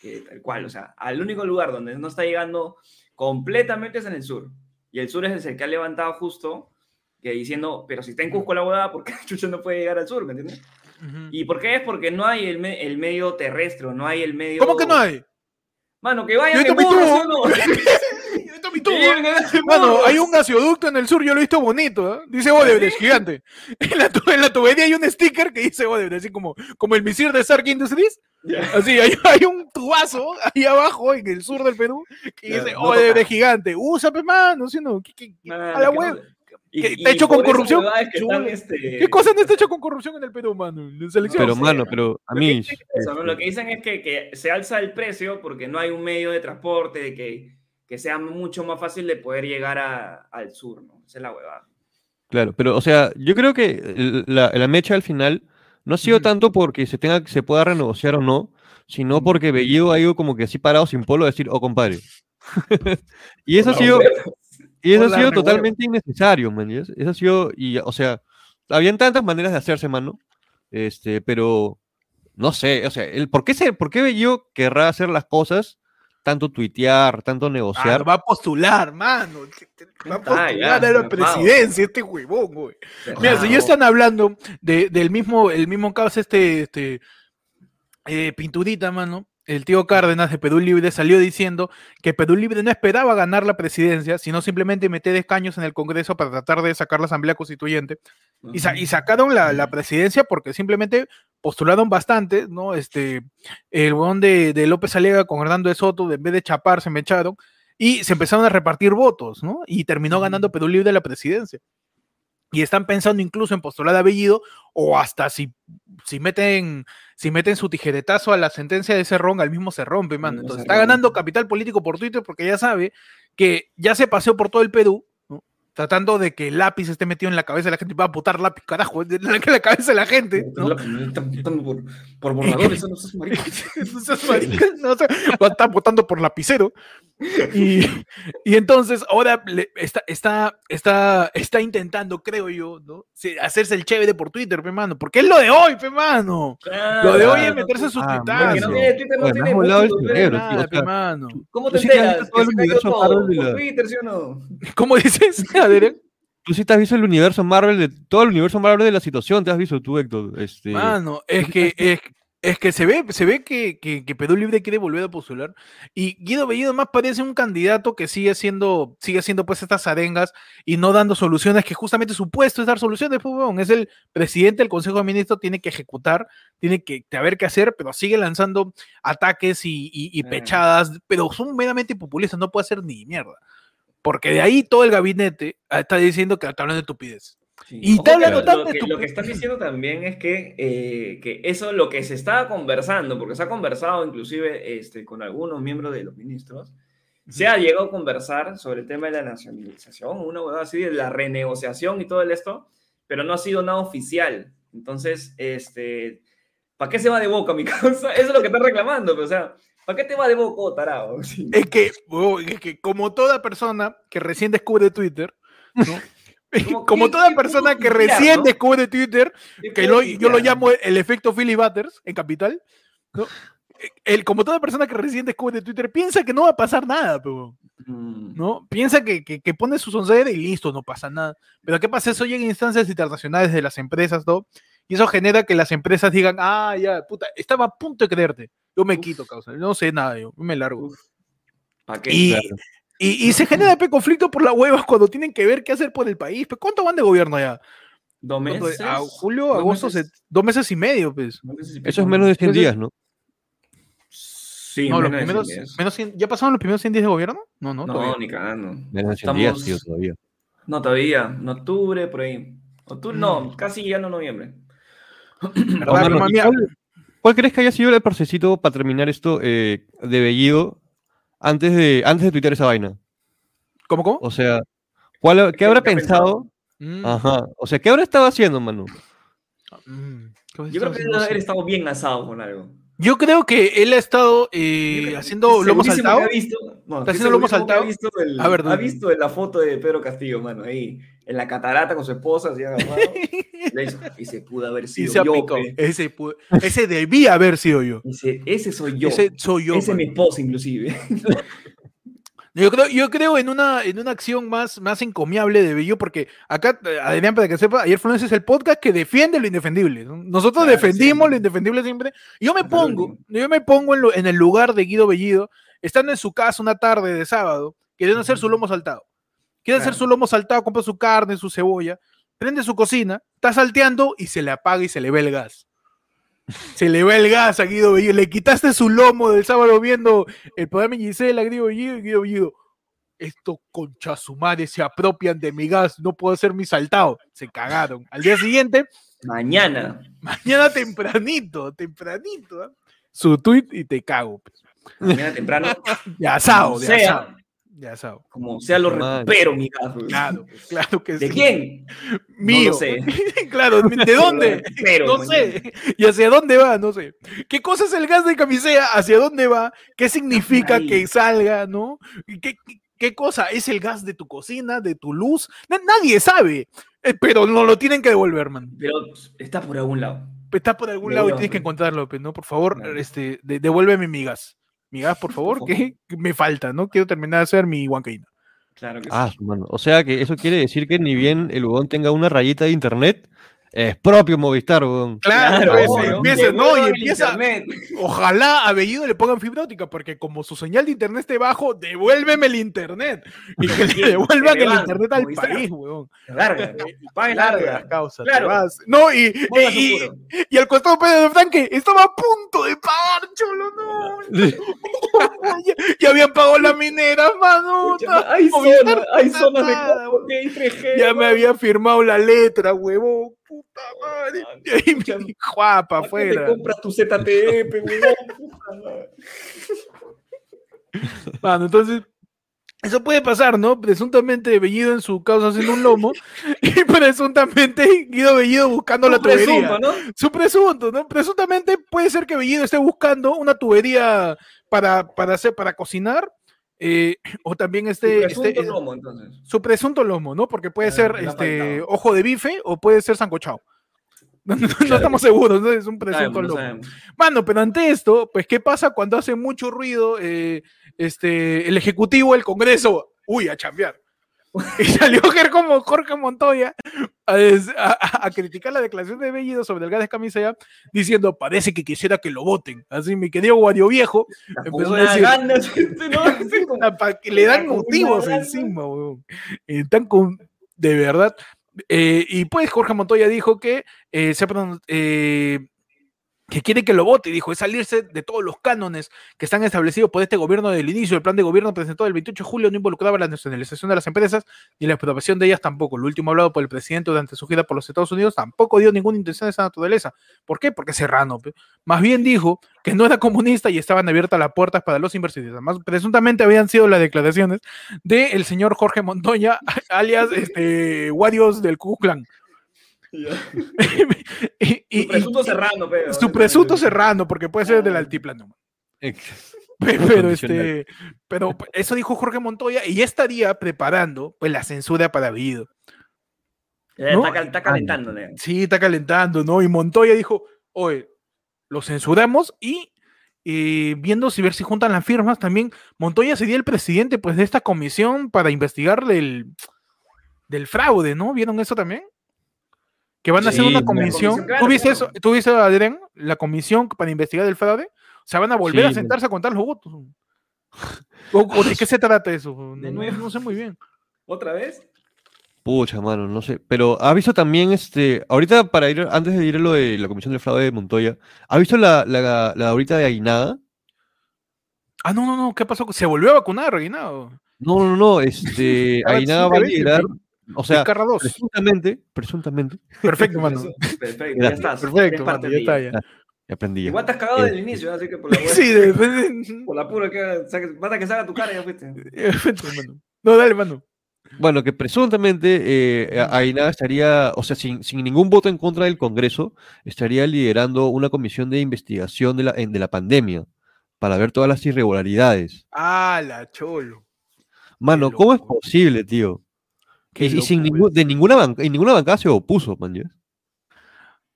Speaker 2: que tal cual, o sea, al único lugar donde no está llegando completamente es en el sur. Y el sur es el que ha levantado justo, que diciendo, pero si está en Cusco la huevada, ¿por qué [LAUGHS] Chucho no puede llegar al sur? ¿Me entiendes?
Speaker 1: Ujú.
Speaker 2: ¿Y por qué es? Porque no hay el, me- el medio terrestre, no hay el medio...
Speaker 1: ¿Cómo que no hay?
Speaker 2: Mano, que vayan
Speaker 1: Yo
Speaker 2: en
Speaker 1: tomé
Speaker 2: burro,
Speaker 1: tubo.
Speaker 2: ¿sí o no? ¿eh?
Speaker 1: Yo también
Speaker 2: Que [LAUGHS]
Speaker 1: tuve,
Speaker 2: lleguen en ese
Speaker 1: Mano,
Speaker 2: burro.
Speaker 1: hay un gasoducto en el sur, yo lo he visto bonito. ¿eh? Dice Odebrecht, [LAUGHS] gigante. En la, tu- en la tubería hay un sticker que dice Odebrecht, así como, como el misil de Sark Industries. Así, hay, hay un tubazo ahí abajo, en el sur del Perú, que
Speaker 2: Ya,
Speaker 1: dice,
Speaker 2: no
Speaker 1: oye,
Speaker 2: tocar".
Speaker 1: de gigante, usa, pe, mano, ¿sí o no? ¿Qué- qué- qué?
Speaker 2: Mano,
Speaker 1: a la
Speaker 2: ¿qué
Speaker 1: web.
Speaker 2: onda? Y-
Speaker 1: ¿Qué-
Speaker 2: y
Speaker 1: está hecho con
Speaker 2: por esas
Speaker 1: corrupción?
Speaker 2: huevadas que están,
Speaker 1: Chula.
Speaker 2: este,
Speaker 1: ¿Qué cosa no está hecha con corrupción en el Perú, mano? La selección.
Speaker 3: Pero,
Speaker 2: sé,
Speaker 3: mano,
Speaker 2: mano.
Speaker 3: pero a
Speaker 2: Lo
Speaker 3: mí.
Speaker 2: que dicen es eso, ¿no? Lo que dicen es que, que se alza el precio porque no hay un medio de transporte, de que, que sea mucho más fácil de poder llegar a- al sur, ¿no? Esa es la huevada.
Speaker 3: Claro, pero o sea, yo creo que el- la, la mecha al final no ha sido
Speaker 1: Ujú.
Speaker 3: tanto porque se tenga se pueda renegociar o no, sino
Speaker 1: Ujú.
Speaker 3: porque Bellido ha ido como que así parado sin polo a decir, oh compadre. [LAUGHS] y eso ha
Speaker 2: Por [LAUGHS]
Speaker 3: sido,
Speaker 2: la hueva.
Speaker 3: y eso
Speaker 1: por
Speaker 3: ha
Speaker 1: la
Speaker 3: sido
Speaker 1: revuelta.
Speaker 3: totalmente innecesario, man. ¿ya? Eso ha sido, y o sea, habían tantas maneras de hacerse, mano. Este, pero no sé, o sea, el por qué se, por qué Bellido querrá hacer las cosas, tanto tuitear,
Speaker 1: Ah,
Speaker 3: tanto negociar.
Speaker 1: Mano, va a postular, mano. Va a
Speaker 2: Ah, ya,
Speaker 1: postular a la
Speaker 2: pero,
Speaker 1: presidencia este huevón, güey. Mira, si
Speaker 2: Claro.
Speaker 1: ya están hablando de- del mismo, el mismo caso, este, este eh, pinturita, mano. El tío Cárdenas de Perú Libre salió diciendo que Perú Libre no esperaba ganar la presidencia, sino simplemente meter escaños en el Congreso para tratar de sacar la Asamblea Constituyente. Y, sa- y sacaron la, la presidencia porque simplemente postularon bastante, ¿no? Este, el huevón de, de López Alega con Hernando de Soto, en vez de chapar, se me echaron y se empezaron a repartir votos, ¿no? Y terminó ganando Perú Libre la presidencia. Y están pensando incluso en postular a Bellido o hasta si, si, meten, si meten su tijeretazo a la sentencia de Cerrón, al mismo Cerrón, pe, mano.
Speaker 2: mismo
Speaker 1: Entonces está
Speaker 2: Cerrón.
Speaker 1: ganando capital político por Twitter porque ya sabe que ya se paseó por todo el Perú, ¿no? tratando de que el lápiz esté metido en la cabeza de la gente. Va a putar lápiz, carajo, en la, en la cabeza de la gente. ¿no? [LAUGHS]
Speaker 2: Están votando por, por borradores, son esos maricas.
Speaker 1: No seas marica, no sé, va a estar votando por lapicero. Y, y entonces ahora le- está, está, está, está intentando, creo yo, ¿no? Se- hacerse el chévere por Twitter, pe mano. Porque es lo de hoy, pe mano. [LAUGHS] Lo de hoy es meterse en su
Speaker 3: Ah,
Speaker 1: tuitazo.
Speaker 2: Que no tiene Twitter, no
Speaker 3: Bueno,
Speaker 2: tiene
Speaker 3: has volado el
Speaker 2: mundo,
Speaker 1: No tiene
Speaker 3: cerebro, tío,
Speaker 1: nada,
Speaker 3: o
Speaker 1: pe
Speaker 3: sea,
Speaker 1: mano.
Speaker 2: ¿Cómo
Speaker 3: Tú
Speaker 2: te
Speaker 3: sí te has
Speaker 2: enteras?
Speaker 3: visto todo
Speaker 2: Que
Speaker 3: el
Speaker 2: se cayó
Speaker 3: universo
Speaker 2: todo
Speaker 3: Marvel de
Speaker 2: por
Speaker 3: la-
Speaker 2: Twitter, ¿sí o no?
Speaker 1: ¿Cómo dices? [LAUGHS] A ver,
Speaker 3: Tú sí te has visto el universo Marvel, de todo el universo Marvel de la situación, te has visto tú, Héctor. Este,
Speaker 1: Mano, Este, es que, es, es que se ve, se ve que, que, que Perú Libre quiere volver a postular. Y Guido Bellido más parece un candidato que sigue siendo, sigue haciendo pues estas arengas y no dando soluciones, que justamente su puesto es dar soluciones, pues, weón. Es el presidente del Consejo de Ministros, tiene que ejecutar, tiene que saber qué hacer, pero sigue lanzando ataques y, y- y
Speaker 2: Ah.
Speaker 1: pechadas, pero son meramente populistas, no puede hacer ni mierda. Porque de ahí todo el gabinete ah, está diciendo que está hablando de estupidez. Y
Speaker 2: Ojo
Speaker 1: está
Speaker 2: que
Speaker 1: hablando
Speaker 2: lo-
Speaker 1: tan
Speaker 2: lo,
Speaker 1: de
Speaker 2: que,
Speaker 1: tu-
Speaker 2: lo que estás diciendo también es que, eh, que eso, lo que se estaba conversando, porque se ha conversado inclusive este, con algunos miembros de los ministros, se ha llegado a conversar sobre el tema de la nacionalización, una huevada así, de la renegociación y todo el esto, pero no ha sido nada oficial. Entonces, este, ¿para qué se va de boca, mi [LAUGHS] causa? Eso es lo que están reclamando, pero, o sea, ¿para qué te va de boca, tarado? [LAUGHS] Sí.
Speaker 1: Es que, huevón, es que como toda persona que recién descubre Twitter, ¿no?
Speaker 2: [LAUGHS] Como,
Speaker 1: como
Speaker 2: ¿qué-
Speaker 1: toda
Speaker 2: qué
Speaker 1: persona
Speaker 2: puedo
Speaker 1: que
Speaker 2: tuitear,
Speaker 1: recién
Speaker 2: no?
Speaker 1: descubre Twitter,
Speaker 2: ¿Qué
Speaker 1: que lo-
Speaker 2: puedo
Speaker 1: yo lo
Speaker 2: tuitear?
Speaker 1: llamo el efecto Philly Butters en Capital, ¿no? E, El, como toda persona que recién descubre Twitter, piensa que no va a pasar nada, pero,
Speaker 2: Mm.
Speaker 1: ¿no? Piensa que, que, que pone sus onceras y listo, no pasa nada. Pero ¿qué pasa? Eso llega a instancias internacionales de las empresas, ¿no? Y eso genera que las empresas digan, ah, ya, puta, estaba a punto de creerte. Yo me
Speaker 2: Uf.
Speaker 1: quito, causa. Yo no sé nada, yo me largo.
Speaker 2: ¿Para qué?
Speaker 1: Y,
Speaker 3: Claro.
Speaker 1: y, y se genera pe, conflicto por la hueva cuando tienen que ver qué hacer por el país. Pe. ¿Cuánto van de gobierno ya?
Speaker 2: ¿Dos
Speaker 1: ¿Cuánto de-
Speaker 2: meses?
Speaker 1: a ah, julio,
Speaker 2: ¿Dos
Speaker 1: agosto,
Speaker 2: meses?
Speaker 1: se- dos meses y medio, pues.
Speaker 2: No sé si
Speaker 3: Eso es
Speaker 2: pico.
Speaker 3: menos de 100
Speaker 1: Entonces-
Speaker 3: días, ¿no?
Speaker 2: Sí,
Speaker 1: no, los
Speaker 2: menos de
Speaker 1: primeros,
Speaker 2: 100 días.
Speaker 1: menos cien- ¿Ya pasaron los primeros 100 días de gobierno? No, no,
Speaker 2: No,
Speaker 1: todavía.
Speaker 2: ni cagando.
Speaker 3: Menos de 100 días, tío,
Speaker 2: Estamos-
Speaker 3: todavía.
Speaker 2: No, todavía. En octubre, por ahí. Octubre,
Speaker 1: Mm.
Speaker 2: no, casi llegando a noviembre.
Speaker 1: ¿Verdad,
Speaker 3: Omar,
Speaker 1: Roma
Speaker 3: ¿y
Speaker 1: mía?
Speaker 3: ¿cuál, cuál crees que haya sido el procesito para terminar esto eh, de Bellido antes de, antes de tuitear esa vaina?
Speaker 1: ¿Cómo, cómo?
Speaker 3: O sea, ¿cuál, ¿qué habrá
Speaker 2: ¿Qué ha
Speaker 3: pensado?
Speaker 1: Mm,
Speaker 3: Ajá. O sea, ¿qué habrá estado haciendo,
Speaker 1: mm,
Speaker 3: Manu?
Speaker 1: ¿qué
Speaker 2: Yo
Speaker 1: estaba
Speaker 2: creo que
Speaker 1: haciendo?
Speaker 2: debe haber estado bien asado con algo.
Speaker 1: Yo creo que él ha estado eh,
Speaker 2: Yo creo-
Speaker 1: haciendo lomo
Speaker 2: segurísimo
Speaker 1: saltado.
Speaker 2: que Ha visto, no,
Speaker 1: ¿Está
Speaker 2: estoy
Speaker 1: haciendo lomo
Speaker 2: segurísimo que
Speaker 1: saltado?
Speaker 2: Ha visto, el-
Speaker 1: A ver, dime.
Speaker 2: ha visto la foto de Pedro Castillo, mano, ahí. En la catarata con su esposa, así
Speaker 1: [LAUGHS]
Speaker 2: agarrado. Le hizo- y se pudo haber
Speaker 1: Y
Speaker 2: sido
Speaker 1: se ha
Speaker 2: yo.
Speaker 1: picado.
Speaker 2: pe.
Speaker 1: Ese, pu- ese debía haber sido yo.
Speaker 2: Dice, ese soy yo.
Speaker 1: Ese soy yo.
Speaker 2: ese es
Speaker 1: mano.
Speaker 2: mi esposa, inclusive.
Speaker 1: [LAUGHS] Yo creo, yo creo en una, en una acción más, más encomiable de Bello, porque acá, eh, Adrián, para que sepa, ayer Florencia es el podcast que defiende lo indefendible. ¿no? Nosotros
Speaker 2: Claro,
Speaker 1: defendimos
Speaker 2: siempre.
Speaker 1: lo indefendible siempre. Y yo me
Speaker 2: Hasta el
Speaker 1: pongo,
Speaker 2: último.
Speaker 1: yo me pongo en, lo- en el lugar de Guido Bellido, estando en su casa una tarde de sábado, queriendo hacer su lomo saltado. Quiere hacer
Speaker 2: Claro.
Speaker 1: su lomo saltado, compra su carne, su cebolla, prende su cocina, está salteando y se le apaga y se le ve el gas. Se le va el gas a Guido Bellido. Le quitaste su lomo del sábado viendo el programa de Gisela, Guido Bellido y Guido Bellido. Estos conchasumares se apropian de mi gas, no puedo hacer mi saltado. Se cagaron. Al día siguiente, [LAUGHS]
Speaker 2: Mañana.
Speaker 1: mañana tempranito, tempranito, ¿ah? su tweet y te cago. pues.
Speaker 2: Mañana
Speaker 1: [LAUGHS]
Speaker 2: temprano.
Speaker 1: De asado, de
Speaker 2: sea,
Speaker 1: asado. De asado.
Speaker 2: Como sea, lo
Speaker 3: Madre.
Speaker 2: recupero, mi gato. [LAUGHS]
Speaker 1: Claro, claro que
Speaker 2: ¿De
Speaker 1: sí.
Speaker 2: quién?
Speaker 1: Mío.
Speaker 2: No lo sé.
Speaker 1: [LAUGHS] claro, ¿de dónde?
Speaker 2: Pero
Speaker 1: no sé. ¿Y hacia dónde va? No sé. ¿Qué cosa es el gas de camisea? ¿Hacia dónde va? ¿Qué significa
Speaker 2: Ahí.
Speaker 1: que salga? ¿No? ¿Y ¿Qué, qué, qué cosa es el gas de tu cocina, de tu luz? Na- nadie sabe. Eh, pero no lo tienen que devolver, man.
Speaker 2: [LAUGHS] Pero está por algún lado.
Speaker 1: Está por algún
Speaker 2: De
Speaker 1: lado y
Speaker 2: verdad,
Speaker 1: tienes que
Speaker 2: man.
Speaker 1: encontrarlo, pues, ¿no? Por favor,
Speaker 2: Claro.
Speaker 1: este, de- devuélveme mi gas. Mi gas,
Speaker 2: [LAUGHS]
Speaker 1: por favor,
Speaker 2: favor.
Speaker 1: que que me falta, ¿no? Quiero terminar de hacer mi huancaína.
Speaker 2: Claro que
Speaker 3: Ah, su mano. O sea que eso quiere decir que ni bien el huevón tenga una rayita de internet, es propio Movistar, [LAUGHS] huevón.
Speaker 1: Claro,
Speaker 3: pues,
Speaker 1: ese,
Speaker 3: obvio.
Speaker 1: empieza, no, y
Speaker 2: Devuelvan
Speaker 1: empieza,
Speaker 2: internet.
Speaker 1: Ojalá a Bellido le pongan fibra óptica, porque como su señal de internet esté bajo, devuélveme el internet. Y que
Speaker 2: [LAUGHS] Sí,
Speaker 1: le devuelvan
Speaker 2: que le
Speaker 1: el
Speaker 2: van,
Speaker 1: internet al
Speaker 2: como dice.
Speaker 1: país, weón. [LAUGHS]
Speaker 2: Larga. Pague larga.
Speaker 1: causa,
Speaker 2: Claro.
Speaker 1: te vas. No, y,
Speaker 2: Ponga su
Speaker 1: y,
Speaker 2: juro.
Speaker 1: y al costado Pedro de Franque estaba a punto de pagar, cholo, no. ya, ya habían pagado la minera, mano. no.
Speaker 2: Hay
Speaker 1: Movistar
Speaker 2: zonas, hay
Speaker 1: no
Speaker 2: zonas de
Speaker 1: nada,
Speaker 2: campo que hay 3G.
Speaker 1: Ya me había firmado la letra, huevón. Puta
Speaker 2: Ah,
Speaker 1: madre. [LAUGHS] Y ahí me
Speaker 2: Escúchame.
Speaker 1: guapa
Speaker 2: ¿Para qué te
Speaker 1: afuera.
Speaker 2: compras tu ZTE,
Speaker 1: [LAUGHS]
Speaker 2: huevón?
Speaker 1: Mano, entonces, eso puede pasar, ¿no? Presuntamente Bellido en su causa haciendo un lomo [LAUGHS] y presuntamente Guido Bellido buscando la
Speaker 2: Un
Speaker 1: tubería.
Speaker 2: presunto, ¿no?
Speaker 1: Su presunto, ¿no? Presuntamente puede ser que Bellido esté buscando una tubería para, para, hacer, para cocinar eh, o también esté...
Speaker 2: Un
Speaker 1: esté-
Speaker 2: presunto Ah,
Speaker 1: eh,
Speaker 2: romo, entonces.
Speaker 1: su presunto lomo, ¿no? Porque puede ser
Speaker 2: Claro, que le ha
Speaker 1: este,
Speaker 2: faltado.
Speaker 1: ojo de bife o puede ser sancochado. [LAUGHS] No, no- no
Speaker 2: Claro. pues,
Speaker 1: estamos seguros, ¿no? Es un presunto
Speaker 2: Sabemos, no
Speaker 1: lomo.
Speaker 2: sabemos.
Speaker 1: Mano, pero ante esto, pues, ¿qué pasa cuando hace mucho ruido eh, este, el Ejecutivo, el Congreso? Uy, a chambear. [LAUGHS] Y salió Ger como Jorge Montoya a, des- a- a- a criticar la declaración de Bellido sobre el gas de camisea, diciendo, parece que quisiera que lo voten. Así, mi querido Guario Viejo,
Speaker 2: Está con
Speaker 1: empezó a
Speaker 2: unas
Speaker 1: decir-
Speaker 2: ganas, [LAUGHS]
Speaker 1: [LAUGHS]
Speaker 2: este, ¿no? Así como-
Speaker 1: la pa- que le dan
Speaker 2: Está con
Speaker 1: motivos
Speaker 2: una gana.
Speaker 1: encima, weón. Están con, de verdad. Eh, y pues Jorge Montoya dijo que eh, se ha pronun- eh, que quiere que lo vote, dijo, es salirse de todos los cánones que están establecidos por este gobierno del inicio. El plan de gobierno presentado el 28 de julio no involucraba la nacionalización de las empresas ni la expropiación de ellas tampoco. Lo último hablado por el presidente durante su gira por los Estados Unidos tampoco dio ninguna intención de esa naturaleza. ¿Por qué? Porque es serrano. pe. Más bien dijo que no era comunista y estaban abiertas las puertas para los inversionistas. Más presuntamente habían sido las declaraciones del señor Jorge Montoya, [LAUGHS] alias este, Guarios del Ku Klux Klan. [LAUGHS] Y- y-
Speaker 2: Su presunto Ah.
Speaker 1: y-
Speaker 2: serrano, pero.
Speaker 1: su presunto serrano, porque puede ser del altiplano. Pe- Pero, este, pero eso dijo Jorge Montoya y ya estaría preparando pues, la censura para Bellido.
Speaker 2: Eh,
Speaker 1: ¿no? Ah.
Speaker 2: Está, cal- está calentándole.
Speaker 1: Sí, está calentando, ¿no? Y Montoya dijo, oye, lo censuramos y eh, viendo si ver si juntan las firmas también, Montoya sería el presidente pues de esta comisión para investigar del, del fraude, ¿no? ¿Vieron eso también? Que van a hacer
Speaker 3: Sí,
Speaker 1: una
Speaker 3: la
Speaker 1: comisión.
Speaker 2: comisión, claro,
Speaker 1: ¿Tú viste,
Speaker 2: claro.
Speaker 1: eso, ¿tú viste, Adrián? La comisión para investigar el fraude. O sea, van a volver a
Speaker 3: Sí,
Speaker 1: sentarse a contar los
Speaker 3: [LAUGHS]
Speaker 1: votos. ¿O, o de qué se trata eso? No,
Speaker 2: De
Speaker 1: no-
Speaker 2: nuevo.
Speaker 1: no sé muy bien.
Speaker 2: ¿Otra vez?
Speaker 3: Pucha, mano, no sé. Pero ha visto también, este, ahorita para ir, antes de ir a lo de la Comisión del Fraude de Montoya, ¿ha visto la, la, la ahorita de Aguinada?
Speaker 1: Ah, no, no, no, ¿qué pasó? Se volvió a vacunar, Ah, Reginado.
Speaker 3: No, no, no, este,
Speaker 1: Cada
Speaker 3: Aguinada va
Speaker 1: cinco
Speaker 3: [LAUGHS] a
Speaker 1: veces,
Speaker 3: liderar, o sea,
Speaker 1: Vizcarra dos.
Speaker 3: [LAUGHS] presuntamente, presuntamente,
Speaker 1: Perfecto, mano.
Speaker 2: Perfecto, ya estás.
Speaker 1: Perfecto,
Speaker 2: Eres
Speaker 1: mano,
Speaker 2: parte
Speaker 1: ya
Speaker 2: de
Speaker 1: está
Speaker 2: ella.
Speaker 1: ya.
Speaker 3: ya aprendí. ya.
Speaker 2: Igual te has cagado desde el
Speaker 3: Este.
Speaker 2: inicio, así que por la buena-
Speaker 1: [LAUGHS] Sí, de repente.
Speaker 2: Por la pura que saques- basta que salga tu cara, ya fuiste.
Speaker 1: de repente, mano. No, dale, mano.
Speaker 3: Bueno, que presuntamente eh, a- Ainada estaría, o sea, sin, sin ningún voto en contra del Congreso, estaría liderando una comisión de investigación de la, en- de la pandemia para ver todas las irregularidades.
Speaker 1: Ah, la cholo.
Speaker 3: Mano, ¿cómo es
Speaker 1: loco.
Speaker 3: posible, tío?
Speaker 1: Qué
Speaker 3: y, y sin
Speaker 1: locura.
Speaker 3: ningún, de ninguna banca, y ninguna bancada se opuso, man. ¿ya?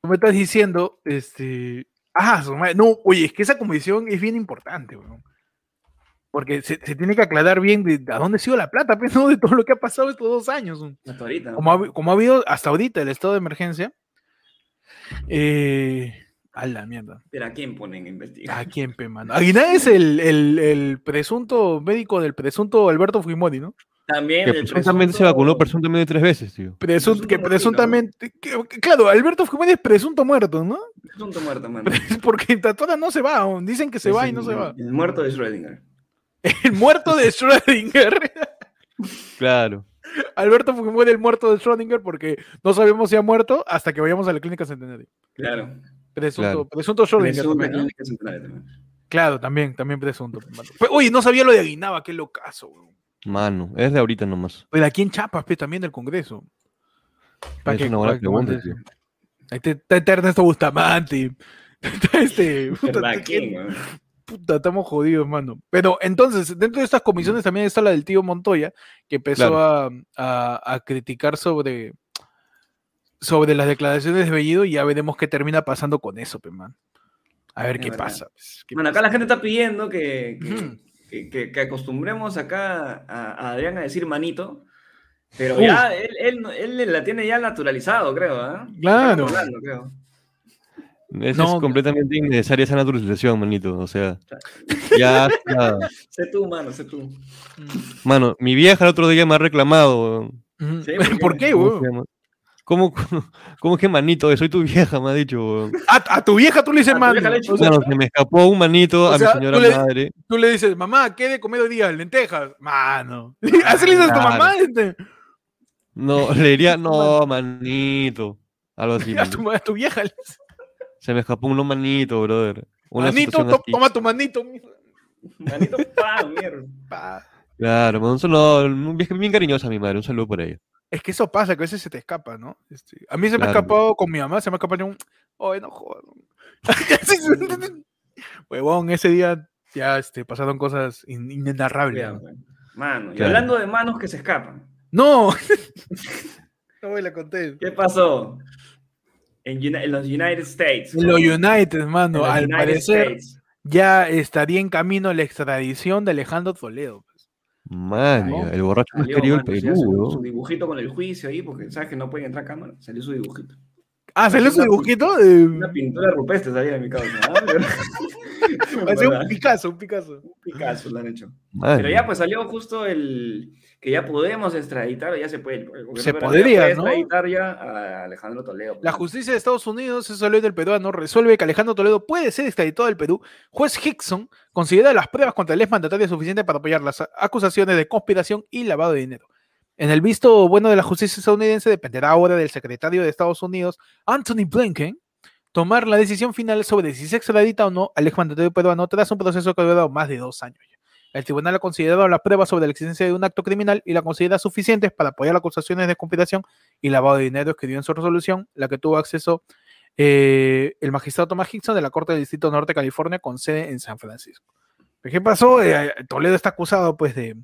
Speaker 1: Tú me estás diciendo, este. Ah, su madre. No, oye, es que esa comisión es bien importante, weón. Porque se, se tiene que aclarar bien de a dónde ha sido la plata, pues, ¿no? De todo lo que ha pasado estos dos años. weón.
Speaker 2: Hasta ahorita.
Speaker 1: Como ha, habi- como ha habido hasta ahorita el estado de emergencia. Eh. A la mierda.
Speaker 2: Pero a quién ponen a investigar.
Speaker 1: ¿A Ah, quién, pe, mano? Aguilar es el, el- el presunto médico del presunto Alberto Fujimori, ¿no?
Speaker 4: También
Speaker 3: que
Speaker 4: el
Speaker 3: presuntamente se
Speaker 4: presunto-
Speaker 3: vacunó presuntamente tres veces, tío.
Speaker 1: Presun-
Speaker 2: Presunto
Speaker 1: que
Speaker 2: muerto,
Speaker 1: presuntamente. que- que- claro, Alberto Jiménez presunto muerto, ¿no? [LAUGHS]
Speaker 2: Presunto muerto, mano.
Speaker 1: Porque Tatuana no se va, aún. dicen que [LAUGHS] se va y no se va.
Speaker 2: El muerto de Schrödinger.
Speaker 1: El muerto de Schrödinger. [LAUGHS]
Speaker 3: Claro.
Speaker 1: Alberto Fujimori, el muerto de Schrödinger, porque no sabemos si ha muerto hasta que vayamos a la clínica centenario.
Speaker 2: Claro.
Speaker 1: Presunto,
Speaker 3: Claro.
Speaker 1: presunto Schrödinger.
Speaker 2: Presunto
Speaker 1: también, ¿no?
Speaker 2: clínica central también.
Speaker 1: Claro, también, también presunto. hermano. Pero, Oye, no sabía lo de Aguinaba, qué locazo, weón.
Speaker 3: Mano, es de ahorita nomás.
Speaker 1: Pero aquí en Chiapas, pues, también del Congreso. Pa'
Speaker 3: Es
Speaker 1: que-
Speaker 3: una buena
Speaker 1: pa' que
Speaker 3: pregunta,
Speaker 1: mandes-
Speaker 3: tío.
Speaker 1: Ahí te- está, está Ernesto Bustamante. [LAUGHS] Está este. puta,
Speaker 2: ¿Verdad?
Speaker 1: está-
Speaker 2: ¿Quién, weón?
Speaker 1: puta, estamos jodidos, mano. Pero entonces, dentro de estas
Speaker 2: Mm.
Speaker 1: comisiones también está la del tío Montoya, que empezó a, a- a criticar sobre, sobre las declaraciones de Bellido y ya veremos qué termina pasando con eso, pe, man. A ver
Speaker 2: Es
Speaker 1: qué
Speaker 2: verdad.
Speaker 1: pasa. pues, qué mm,
Speaker 2: Bueno, acá
Speaker 1: pasa.
Speaker 2: la gente está pidiendo que, que-
Speaker 1: Ujú.
Speaker 2: que- que- que acostumbremos acá a, a Adrián a decir manito, pero
Speaker 1: Uf.
Speaker 2: ya él, él, no- él la tiene ya naturalizado, creo. ¿ah?
Speaker 1: Claro.
Speaker 2: Está controlando, creo.
Speaker 3: Es,
Speaker 1: No.
Speaker 3: es completamente innecesaria esa naturalización, manito. O sea, ya. ya.
Speaker 2: Sé tú, mano, sé tú.
Speaker 1: Mm,
Speaker 3: Mano, mi vieja el otro día me ha reclamado. weón.
Speaker 1: mm.
Speaker 2: Sí,
Speaker 1: ¿Por
Speaker 2: porque-
Speaker 1: qué,
Speaker 3: ¿Cómo se
Speaker 1: weón?
Speaker 3: llama? ¿Cómo, cómo, cómo es que manito? Soy tu vieja, me ha dicho. weón.
Speaker 1: A, a tu vieja tú le dices,
Speaker 2: A tu
Speaker 1: mano.
Speaker 2: vieja Ah, le echo-
Speaker 1: O sea,
Speaker 3: Mano, se me escapó un manito
Speaker 1: o
Speaker 3: a
Speaker 1: sea,
Speaker 3: mi señora
Speaker 1: tú le-
Speaker 3: madre.
Speaker 1: tú le dices, mamá, ¿qué he de comer hoy día? Lentejas. Mano. [LAUGHS] Así le dices a tu
Speaker 3: Claro.
Speaker 1: mamá. este,
Speaker 3: No, [LAUGHS] le diría, no,
Speaker 1: [LAUGHS]
Speaker 3: manito. Algo así.
Speaker 1: a,
Speaker 3: mano.
Speaker 1: tu, a tu vieja. le dices,
Speaker 3: Se me escapó un manito, brother. Una
Speaker 1: manito,
Speaker 3: situación
Speaker 1: to-
Speaker 3: así.
Speaker 1: toma tu manito.
Speaker 2: Manito, pa, mierda.
Speaker 1: [LAUGHS] Pa.
Speaker 3: Claro, man, un saludo, un vieja bien cariñosa mi madre, un saludo por ella.
Speaker 1: Es que eso pasa, que a veces se te escapa, ¿no? Este, a mí se me ha
Speaker 3: Claro.
Speaker 1: escapado con mi mamá, se me ha escapado un. ¡Oye, no jodas! [LAUGHS] Huevón, ese día ya este, pasaron cosas in- inenarrables.
Speaker 2: Cuidado,
Speaker 1: ¿no?
Speaker 2: weón. pues. Mano, y
Speaker 3: Claro.
Speaker 2: hablando de manos que se escapan,
Speaker 1: ¡No!
Speaker 2: [LAUGHS]
Speaker 1: no me la conté.
Speaker 2: ¿qué pasó? En, Uni- en los United States.
Speaker 1: En los
Speaker 2: weón.
Speaker 1: United,
Speaker 2: En
Speaker 1: mano,
Speaker 2: los
Speaker 1: al
Speaker 2: United
Speaker 1: parecer
Speaker 2: States.
Speaker 1: ya estaría en camino la extradición de Alejandro Toledo. pues.
Speaker 3: Man,
Speaker 2: Salió,
Speaker 3: el borracho más
Speaker 2: Salió,
Speaker 3: querido del
Speaker 2: mano,
Speaker 3: Perú,
Speaker 2: salió su, su
Speaker 3: weón.
Speaker 2: dibujito con el juicio ahí, porque sabes que no pueden entrar cámara. Salió su dibujito.
Speaker 1: Ah, ¿salió su
Speaker 2: Una-
Speaker 1: dibujito? Eh,
Speaker 2: Una pintura rupestre salía de mi causa. [LAUGHS] ¿ah? Pero-
Speaker 1: parecía un
Speaker 2: ¿Verdad?
Speaker 1: Picasso, un Picasso.
Speaker 2: Picasso lo han hecho.
Speaker 3: Man,
Speaker 2: Pero ya pues salió justo el que ya podemos extraditar, ya se puede. el gobierno
Speaker 1: Se
Speaker 2: peruano
Speaker 1: podría,
Speaker 2: puede
Speaker 1: ¿no?
Speaker 2: extraditar ya a Alejandro Toledo. pues.
Speaker 1: La justicia de Estados Unidos, eso ley del peruano, resuelve que Alejandro Toledo puede ser extraditado del Perú. Juez Hickson considera las pruebas contra el exmandatario suficientes para apoyar las a- acusaciones de conspiración y lavado de dinero. En el visto bueno de la justicia estadounidense dependerá ahora del secretario de Estados Unidos, Anthony Blinken, tomar la decisión final sobre si se extradita o no al exmandatario peruano tras un proceso que ha durado más de dos años. ya. El tribunal ha considerado las pruebas sobre la existencia de un acto criminal y la considera suficientes para apoyar las acusaciones de conspiración y lavado de dinero escribió en su resolución, la que tuvo acceso eh, el magistrado Thomas Hickson de la Corte del Distrito Norte de California con sede en San Francisco. Pero, ¿Qué pasó? Eh, Toledo está acusado pues de,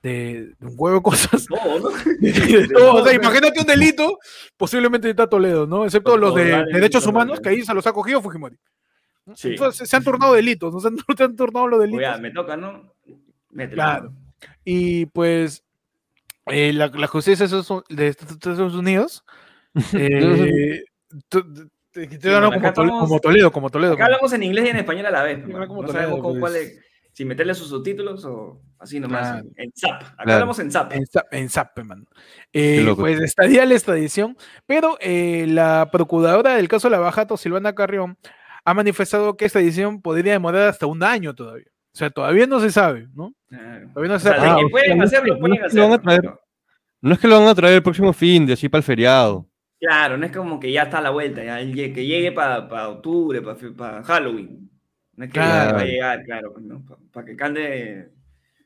Speaker 1: de- de un huevo de cosas. [LAUGHS]
Speaker 2: [LAUGHS] Todo, ¿no?
Speaker 1: De todo. O sea, imagínate un delito, posiblemente está Toledo, ¿no? Excepto
Speaker 2: Por
Speaker 1: los de
Speaker 2: favor,
Speaker 1: derechos
Speaker 2: dale,
Speaker 1: humanos,
Speaker 2: dale.
Speaker 1: que ahí se los ha cogido Fujimori.
Speaker 2: Sí.
Speaker 1: Entonces se han tornado delitos, ¿no? Se han, [LAUGHS] se han tornado los
Speaker 2: Oye,
Speaker 1: delitos.
Speaker 2: ah, me toca, ¿no? Mételo.
Speaker 1: Claro. Y pues eh, la, la justicia de Estados- de Estados Unidos. eh, tú- tú- te- te
Speaker 2: bueno,
Speaker 1: hablo
Speaker 2: acá
Speaker 1: como, Tol-
Speaker 2: estamos-
Speaker 1: como Toledo, como Toledo.
Speaker 2: Acá
Speaker 1: mano.
Speaker 2: hablamos en inglés y en español a la vez.
Speaker 1: Mira
Speaker 2: hermano.
Speaker 1: cómo
Speaker 2: No
Speaker 1: Toledo,
Speaker 2: sabemos con
Speaker 1: pues.
Speaker 2: cuál es- si meterle sus subtítulos o así nomás.
Speaker 1: Claro.
Speaker 2: En zap. Acá
Speaker 3: Claro.
Speaker 2: hablamos en zap.
Speaker 1: En Sa- En Zape, man. Eh,
Speaker 3: loco.
Speaker 1: pues estaría la extradición, pero eh, la procuradora del caso Lavajato, Silvana Carrión, ha manifestado que esta edición podría demorar hasta un año todavía. O sea, todavía no se sabe, ¿no?
Speaker 2: Claro.
Speaker 1: Todavía no
Speaker 2: O
Speaker 1: se
Speaker 2: sea,
Speaker 1: sabe.
Speaker 2: de
Speaker 3: Ah,
Speaker 2: que
Speaker 3: o sea,
Speaker 2: pueden
Speaker 3: no es que-
Speaker 2: hacerlo,
Speaker 3: no
Speaker 2: pueden
Speaker 3: es que lo van a traer.
Speaker 2: hacerlo.
Speaker 3: No es que lo van a traer el próximo fin de así para el feriado.
Speaker 2: Claro, no es como que ya está a la vuelta, ya el que que llegue para octubre, para Halloween. No es que
Speaker 1: Claro.
Speaker 2: ya va a llegar, claro, pues, para que cante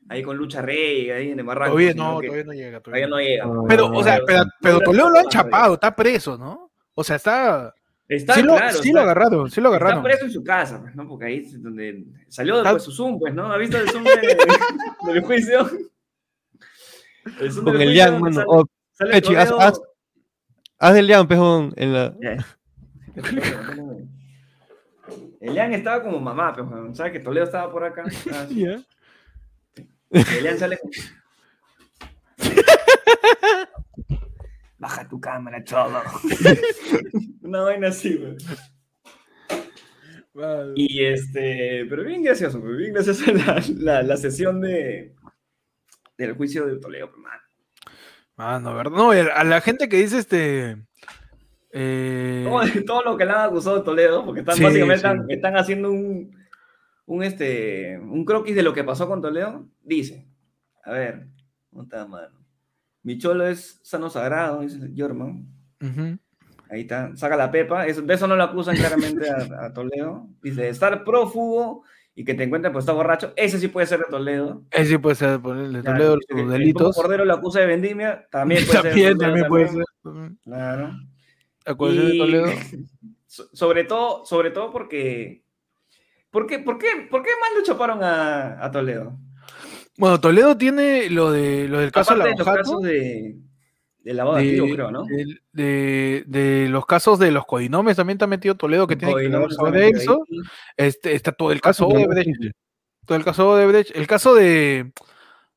Speaker 2: ahí con Lucha Rey, ahí en el barranco.
Speaker 1: Todavía
Speaker 2: sino
Speaker 1: no,
Speaker 2: que
Speaker 1: todavía no llega. todavía
Speaker 2: todavía
Speaker 1: no.
Speaker 2: no llega.
Speaker 1: Pero, o sea,
Speaker 2: Pero, o
Speaker 1: pero,
Speaker 2: sea,
Speaker 1: pero
Speaker 2: dura
Speaker 1: Toledo lo han
Speaker 2: todavía.
Speaker 1: chapado, está preso, ¿no? O sea, está.
Speaker 2: Está
Speaker 1: sí lo,
Speaker 2: claro,
Speaker 1: sí
Speaker 2: está-
Speaker 1: lo agarraron, sí lo agarraron.
Speaker 2: Está preso en su casa, pues, ¿no? Porque ahí es donde salió
Speaker 1: Está-
Speaker 2: después su Zoom, pues, ¿no? ¿Ha visto el Zoom de- del juicio? El Zoom
Speaker 3: Con
Speaker 2: del
Speaker 3: el
Speaker 2: juicio
Speaker 3: Lian,
Speaker 2: donde
Speaker 3: mano.
Speaker 2: sale-
Speaker 3: O,
Speaker 2: sale
Speaker 3: Pechi, haz-
Speaker 2: Toledo-
Speaker 3: haz- haz del Lian, pejón. En la...
Speaker 2: Ya. Elian estaba como mamá, pues, pero weón, ¿sabes que Toledo estaba por acá?
Speaker 3: [LAUGHS]
Speaker 2: Ah, sí.
Speaker 1: Ya.
Speaker 2: Elian sale como... Baja tu
Speaker 3: [LAUGHS]
Speaker 2: cámara, cholo. Una vaina así, weón. Y este, pero bien [LAUGHS] gracioso, pues, bien graciosa la, la, la sesión de del juicio de Toledo, pues, mano.
Speaker 1: Mano, ¿verdad? Ah, No, a la gente que dice este. eh,
Speaker 2: Todo, [LAUGHS] todo lo que le han acusado a Toledo, porque están,
Speaker 1: Sí,
Speaker 2: básicamente
Speaker 1: sí.
Speaker 2: están, están haciendo un, un, este, un croquis de lo que pasó con Toledo, dice, a ver, ¿dónde está, mano? Mi cholo es sano sagrado, dice Jorman.
Speaker 1: ujú.
Speaker 2: Ahí está, saca la pepa. Eso, de eso no lo acusan claramente a, a Toledo. Dice, estar prófugo y que te encuentren pues está borracho. Ese sí puede ser de Toledo.
Speaker 1: Ese puede ser ponerle
Speaker 2: Claro,
Speaker 1: Toledo
Speaker 2: dice que
Speaker 1: sus
Speaker 2: el
Speaker 1: delitos.
Speaker 2: Topo Cordero lo acusa de vendimia. También puede ser.
Speaker 1: También,
Speaker 2: de Toledo
Speaker 1: también puede ser.
Speaker 2: Claro.
Speaker 1: Acusación de
Speaker 2: Y-
Speaker 1: Toledo.
Speaker 2: [LAUGHS] So- sobre todo, sobre todo porque. ¿Por qué, por qué, por qué más lo chaparon a, a Toledo?
Speaker 1: Bueno, Toledo tiene lo, de, lo del caso
Speaker 2: Aparte de los
Speaker 1: Lavajato,
Speaker 2: casos de, de lavado de
Speaker 1: de-
Speaker 2: activos, creo, ¿no?
Speaker 1: del- de, de los casos de los codinomes también está metido Toledo que tiene que
Speaker 2: Coinor,
Speaker 1: ver sobre
Speaker 2: solamente
Speaker 1: eso.
Speaker 2: ahí. Ah,
Speaker 1: Este, está todo el caso Odebrecht. Todo el caso Odebrecht. El caso de.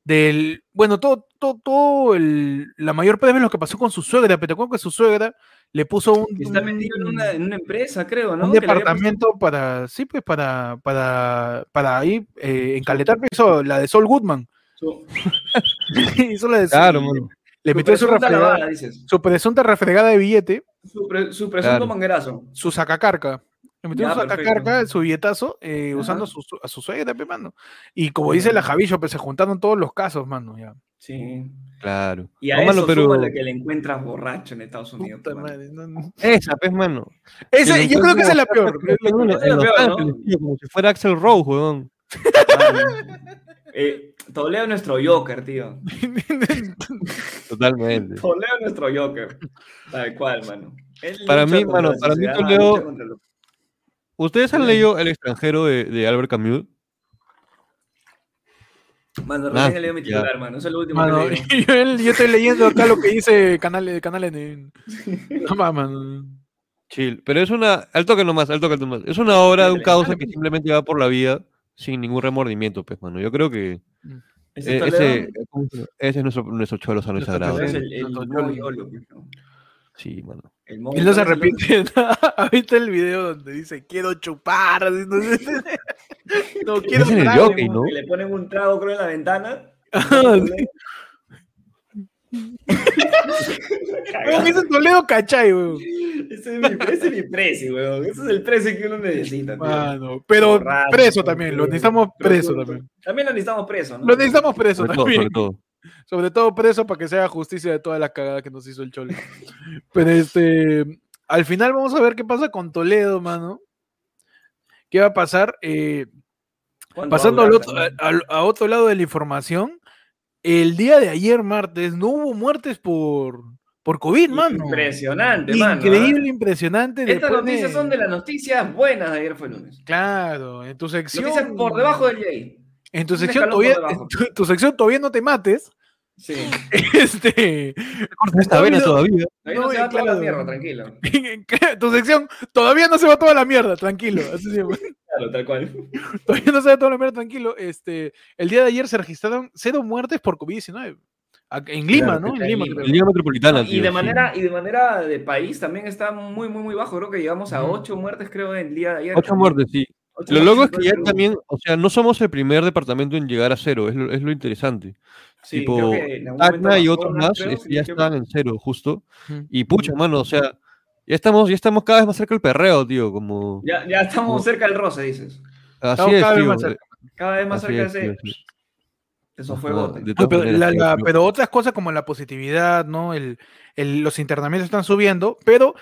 Speaker 1: Del, bueno, todo, todo, todo el, la mayor parte es lo que pasó con su suegra, pero te acuerdas que su suegra le puso un,
Speaker 2: Está
Speaker 1: un-
Speaker 2: metido en una, en una empresa, creo, ¿no?
Speaker 1: un
Speaker 2: Que le había
Speaker 1: departamento para, sí, pues para, para, para ahí eh, encaletar, pues, eso, la de Sol Goodman. [LAUGHS]
Speaker 2: puesto su-
Speaker 1: hizo la de Sol-
Speaker 3: Claro, mano.
Speaker 1: Le
Speaker 2: su
Speaker 1: metió su
Speaker 2: presunta
Speaker 1: refregada,
Speaker 2: lavada, dices.
Speaker 1: su presunta refregada de billete,
Speaker 2: Su, pre- su presunto
Speaker 3: Claro.
Speaker 2: manguerazo.
Speaker 1: su sacacarca. Le metió
Speaker 2: Ya,
Speaker 1: su
Speaker 2: perfecto.
Speaker 1: sacacarca, su billetazo, eh,
Speaker 2: Ajá.
Speaker 1: usando su, su- a su suegra, pe, mano. Y como dice la Javillo, pues se juntaron todos los casos, mano, ya.
Speaker 2: Sí.
Speaker 3: Claro.
Speaker 2: Y a
Speaker 3: No, mano,
Speaker 2: eso
Speaker 3: pero-
Speaker 2: súmale que le encuentras borracho en Estados Unidos.
Speaker 1: Puta
Speaker 2: mano.
Speaker 1: madre, no, no.
Speaker 3: Esa, pues, mano.
Speaker 1: Esa-
Speaker 3: Que
Speaker 1: yo
Speaker 3: lo
Speaker 1: creo que esa es la
Speaker 3: encuentran
Speaker 1: peor.
Speaker 3: en Los
Speaker 2: Esa es la peor, ¿no?
Speaker 3: Ángeles, tío, como si fuera Axel Rose, weón.
Speaker 2: Mano. Ah, Eh, Toledo es nuestro Joker, tío.
Speaker 1: [LAUGHS]
Speaker 3: Totalmente.
Speaker 2: Toledo es nuestro Joker. Tal cual, mano. Él
Speaker 3: Para
Speaker 2: lucha
Speaker 3: mí,
Speaker 2: contra
Speaker 3: mano,
Speaker 2: la
Speaker 3: para mí
Speaker 2: sociedad,
Speaker 3: Toledo-
Speaker 2: lucha contra lo-
Speaker 3: ¿Ustedes han
Speaker 2: Sí.
Speaker 3: leído El extranjero de, de Albert Camus?
Speaker 2: Mano, recién
Speaker 3: Ah,
Speaker 2: he leído mi
Speaker 3: ya.
Speaker 2: titular, mano. Eso es lo último
Speaker 1: Mano, eh,
Speaker 2: que leí.
Speaker 1: yo, yo estoy leyendo acá lo que dice Canal, canal N. No mames. mano.
Speaker 3: Chill. Pero es una. Al toque nomás, al toque nomás. Es una obra de un
Speaker 2: Dale,
Speaker 3: causa
Speaker 2: dale,
Speaker 3: que
Speaker 2: pues.
Speaker 3: simplemente va por la vida sin ningún remordimiento, pues, mano. Yo creo que.
Speaker 2: Ese
Speaker 3: eh,
Speaker 2: Toledo,
Speaker 3: ese, ¿cómo se llama? ese es nuestro, nuestro cholo sano y
Speaker 1: Nuestro
Speaker 3: sagrado.
Speaker 2: Toledo es el, el,
Speaker 1: Nuestro
Speaker 2: modo
Speaker 1: Yolo.
Speaker 2: Yolo, pues, ¿no?
Speaker 3: Sí, mano.
Speaker 2: El modo
Speaker 1: Él no se
Speaker 2: Yolo es el otro.
Speaker 1: arrepiente de nada. [LAUGHS] ¿Viste el video donde dice quiero chupar? Así, No, [LAUGHS] sé. No, quiero
Speaker 3: es en el
Speaker 1: trago. [LAUGHS]
Speaker 3: jockey, ¿no?
Speaker 2: Que le ponen un trago, creo, en la ventana.
Speaker 1: Weón, ese Toledo cachai, weón.
Speaker 2: Ese es mi, ese es mi precio, weón. Ese es el precio que uno necesita. tío.
Speaker 1: Mano, Ah, pero
Speaker 2: Borracho,
Speaker 1: preso también, lo
Speaker 2: tío.
Speaker 1: necesitamos preso también.
Speaker 2: También lo necesitamos preso, ¿no?
Speaker 1: Lo necesitamos preso
Speaker 3: Sobre todo,
Speaker 1: también.
Speaker 3: sobre todo.
Speaker 1: Sobre todo preso para que se haga justicia de todas las cagadas que nos hizo el Cholo. Pero este, al final vamos a ver qué pasa con Toledo, mano. ¿Qué va a pasar? Eh,
Speaker 2: ¿Cuánto va a
Speaker 1: pasando al
Speaker 2: durar
Speaker 1: otro,
Speaker 2: también?
Speaker 1: al- a otro lado de la información, el día de ayer, martes, no hubo muertes por, por COVID, eh, mano.
Speaker 2: Impresionante, mano. ¿eh?
Speaker 1: Increíble, impresionante.
Speaker 2: Estas
Speaker 1: después
Speaker 2: noticias son de las noticias buenas de ayer fue lunes.
Speaker 1: Claro, en tu sección.
Speaker 2: Noticias por debajo del Jay.
Speaker 1: En tu
Speaker 2: un
Speaker 1: sección,
Speaker 2: escalón
Speaker 1: todavía,
Speaker 2: por
Speaker 1: en
Speaker 2: debajo.
Speaker 1: [LAUGHS] tu, tu sección todavía no te mates. [LAUGHS]
Speaker 2: Sí.
Speaker 1: Este,
Speaker 3: No está
Speaker 1: ha
Speaker 3: buena
Speaker 1: habido-
Speaker 3: todavía.
Speaker 2: Ahí no,
Speaker 1: No,
Speaker 2: se
Speaker 1: eh,
Speaker 2: va toda la
Speaker 1: claro.
Speaker 2: mierda, tranquilo.
Speaker 1: [LAUGHS] tu sección todavía no se va toda la mierda, tranquilo. Así se
Speaker 3: [LAUGHS]
Speaker 1: llama.
Speaker 2: Claro, tal cual.
Speaker 1: todavía no se va toda la mierda, tranquilo. Este, el día de ayer se registraron cero muertes por COVID-19. Ac- En Lima,
Speaker 3: Claro,
Speaker 1: ¿no? En
Speaker 2: en
Speaker 1: Lima.
Speaker 2: Lima.
Speaker 1: creo.
Speaker 3: Liga Metropolitana, tío.
Speaker 2: Y de
Speaker 3: sí.
Speaker 2: manera, y de manera de país también está muy, muy, muy bajo. Creo que llegamos a ocho muertes, creo, en el día de ayer.
Speaker 3: Ocho muertes, sí.
Speaker 2: Ocho
Speaker 3: Lo
Speaker 2: muertes
Speaker 3: loco
Speaker 2: en
Speaker 3: es
Speaker 2: todo
Speaker 3: que
Speaker 2: el
Speaker 3: ya
Speaker 2: Perú.
Speaker 3: también, o sea, no somos el primer departamento en llegar a cero, es lo, es lo interesante.
Speaker 2: Sí,
Speaker 3: tipo,
Speaker 2: creo que en algún momento
Speaker 3: Tacna y
Speaker 2: bajó
Speaker 3: otros
Speaker 2: unas,
Speaker 3: más
Speaker 2: creo,
Speaker 3: este,
Speaker 2: si
Speaker 3: ya
Speaker 2: no me
Speaker 3: están en cero, justo.
Speaker 1: Ujú.
Speaker 3: Y pucha, mano, o sea, ya estamos, ya estamos cada vez más cerca del perreo, tío. Como...
Speaker 2: equivoco. Ya, ya estamos
Speaker 3: Como-
Speaker 2: cerca del roce, dices.
Speaker 3: Así
Speaker 1: Estamos
Speaker 3: es,
Speaker 1: cada vez
Speaker 3: tío.
Speaker 1: más cerca.
Speaker 2: Cada vez más
Speaker 3: así
Speaker 2: cerca
Speaker 3: es,
Speaker 2: de ese.
Speaker 3: tío, así
Speaker 2: Eso
Speaker 3: No
Speaker 2: fue
Speaker 3: jodas,
Speaker 2: bote.
Speaker 3: de
Speaker 1: No,
Speaker 3: todas
Speaker 1: pero,
Speaker 3: maneras,
Speaker 1: la-
Speaker 3: tío,
Speaker 1: la-
Speaker 3: pero-
Speaker 1: pero otras cosas como la positividad, ¿no? El, el- los internamientos están subiendo, pero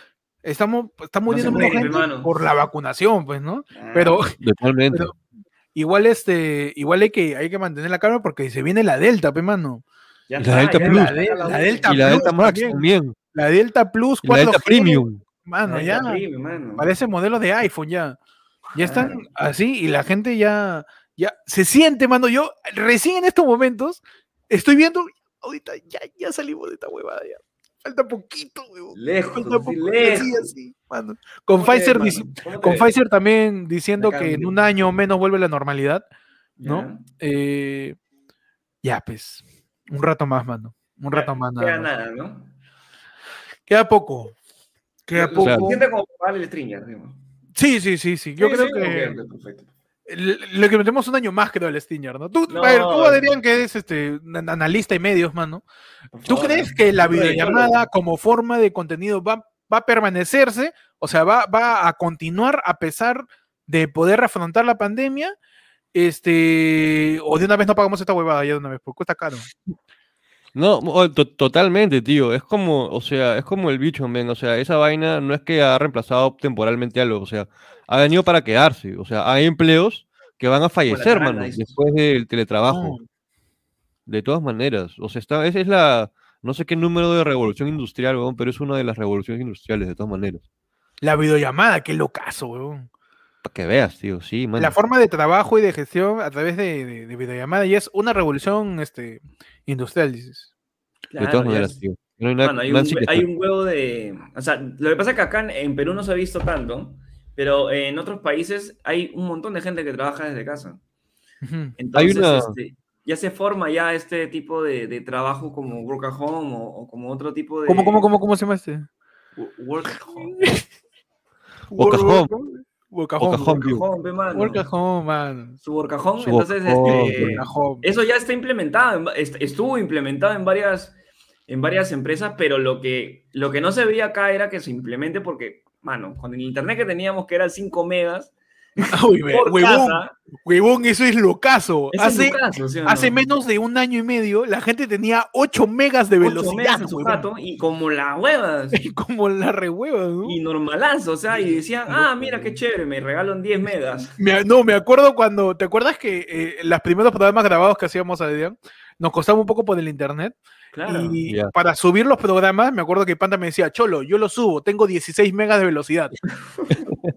Speaker 1: estamos, está muriendo
Speaker 2: se
Speaker 1: menos
Speaker 2: puede,
Speaker 1: gente
Speaker 2: hermano.
Speaker 1: por la vacunación, pues, ¿no?
Speaker 2: Ah,
Speaker 3: Ah.
Speaker 1: Pero [LAUGHS]
Speaker 3: Totalmente.
Speaker 1: pero- igual este, igual hay que, hay que mantener la calma porque se viene la Delta, pues, mano.
Speaker 2: Ya
Speaker 3: la
Speaker 2: está,
Speaker 3: Delta
Speaker 2: ya
Speaker 3: Plus.
Speaker 2: la Delta,
Speaker 1: La Delta
Speaker 3: y la Delta
Speaker 1: Plus
Speaker 3: Max
Speaker 1: también.
Speaker 3: también.
Speaker 1: La Delta Plus
Speaker 3: y la
Speaker 1: 4G,
Speaker 3: Delta Premium.
Speaker 1: Mano,
Speaker 2: Delta
Speaker 1: ya.
Speaker 2: Prime, mano.
Speaker 1: Parece modelo de iPhone ya. Ya están
Speaker 2: Claro.
Speaker 1: así y la gente ya, ya se siente, mano. Yo recién en estos momentos estoy viendo, ahorita ya, ya salimos de esta huevada ya. Falta poquito, huevón.
Speaker 2: Lejos,
Speaker 1: Falta
Speaker 2: sí,
Speaker 1: poco.
Speaker 2: lejos.
Speaker 1: Así, así, mano. Con
Speaker 2: ¿Cómo te
Speaker 1: Pfizer,
Speaker 2: ves,
Speaker 1: dici-
Speaker 2: mano? ¿Cómo te
Speaker 1: con
Speaker 2: ves?
Speaker 1: Pfizer también diciendo
Speaker 2: Me
Speaker 1: que en
Speaker 2: cambio.
Speaker 1: un año menos vuelve la normalidad.
Speaker 2: Ya.
Speaker 1: ¿no? Eh, ya, pues, un rato más, mano. Un
Speaker 2: Ya,
Speaker 1: rato más, nada
Speaker 2: Queda
Speaker 1: más.
Speaker 2: nada, ¿no?
Speaker 1: Queda poco. Queda
Speaker 2: Lo- lo
Speaker 1: poco.
Speaker 2: suficiente como para el stringer, digamos.
Speaker 1: Sí, sí, sí, sí. Yo
Speaker 2: Sí,
Speaker 1: creo
Speaker 2: sí,
Speaker 1: que
Speaker 2: ok, ok, perfecto.
Speaker 1: Le que metemos un año más, creo, al Stinger, ¿no? Tú,
Speaker 2: No.
Speaker 1: a ver, tú, Adrián, que es este, an- analista y medios, mano. ¿Tú
Speaker 2: favor.
Speaker 1: crees que la
Speaker 2: Yo lo digo,
Speaker 1: videollamada como forma de contenido va, va a permanecerse? O sea, va, va a continuar a pesar de poder afrontar la pandemia. Este, o de una vez no pagamos esta huevada ya de una vez, porque cuesta caro.
Speaker 3: No, o- to- totalmente, tío. Es como, o sea, es como el bicho, men. O sea, esa vaina no es que ha reemplazado temporalmente algo. O sea, ha venido para quedarse. O sea, hay empleos que van a fallecer,
Speaker 2: rana,
Speaker 3: mano,
Speaker 2: dices. Ah.
Speaker 3: después del
Speaker 1: No.
Speaker 3: teletrabajo. De todas maneras. O sea, está, esa es la, no sé qué número de revolución industrial, weón, pero es una de las revoluciones industriales, de todas maneras.
Speaker 1: La videollamada, qué locazo, weón.
Speaker 3: Para que veas, tío. Sí, mano.
Speaker 1: La forma de trabajo y de gestión a través de, de- de videollamada y es una revolución este, industrial, dices.
Speaker 3: De
Speaker 2: Claro,
Speaker 3: todas
Speaker 2: ya
Speaker 3: maneras,
Speaker 2: sé.
Speaker 3: tío. No hay nada-
Speaker 2: Mano, hay,
Speaker 3: nada
Speaker 2: un,
Speaker 3: así que
Speaker 2: hay
Speaker 3: está.
Speaker 2: un huevo de. O sea, lo que pasa es que acá en, en Perú no se ha visto tanto, pero en otros países hay un montón de gente que trabaja desde casa.
Speaker 1: Ujú.
Speaker 2: Entonces,
Speaker 3: una-
Speaker 2: este, ya se forma ya este tipo de, de trabajo como work at home o, o como otro tipo de.
Speaker 1: ¿Cómo, cómo, cómo, cómo se llama este?
Speaker 2: wo- Work at home.
Speaker 3: Workahome.
Speaker 1: Workahome.
Speaker 3: Workahome.
Speaker 1: Workahome,
Speaker 2: Work at home, pe, mano.
Speaker 1: Workahome, man.
Speaker 2: Su work at home,
Speaker 3: Su
Speaker 2: entonces
Speaker 3: work at home,
Speaker 2: este,
Speaker 1: Eh,
Speaker 3: work
Speaker 1: Workahome.
Speaker 2: eso ya está implementado, en va- est- estuvo implementado en varias, en varias empresas, pero lo que, lo que no se veía acá era que se implemente porque, mano, con el internet que teníamos que era el 5 megas
Speaker 1: Ah, Uy, ve-
Speaker 2: por
Speaker 1: huevón,
Speaker 2: casa,
Speaker 1: huevón, eso es locazo.
Speaker 2: ese es
Speaker 1: hace,
Speaker 2: tu caso, ¿sí o no?
Speaker 1: hace menos de un año y medio, la gente tenía 8 megas de
Speaker 2: Ocho
Speaker 1: velocidad.
Speaker 2: megas en su
Speaker 1: huevón.
Speaker 2: jato y como la huevas
Speaker 1: Y [LAUGHS] como la rehueva, ¿no?
Speaker 2: y normalazo, o sea, y
Speaker 1: [LAUGHS]
Speaker 2: decían, ah, mira qué chévere, me regalan 10 megas.
Speaker 1: Me a- no, me acuerdo cuando, ¿te acuerdas que eh, los primeros programas grabados que hacíamos Adrián, nos costaba un poco por el internet?
Speaker 2: Claro.
Speaker 1: Y
Speaker 3: Ya.
Speaker 1: para subir los programas, me acuerdo que Panda me decía, Cholo, yo lo subo, tengo 16 megas de
Speaker 3: [LAUGHS]
Speaker 1: velocidad.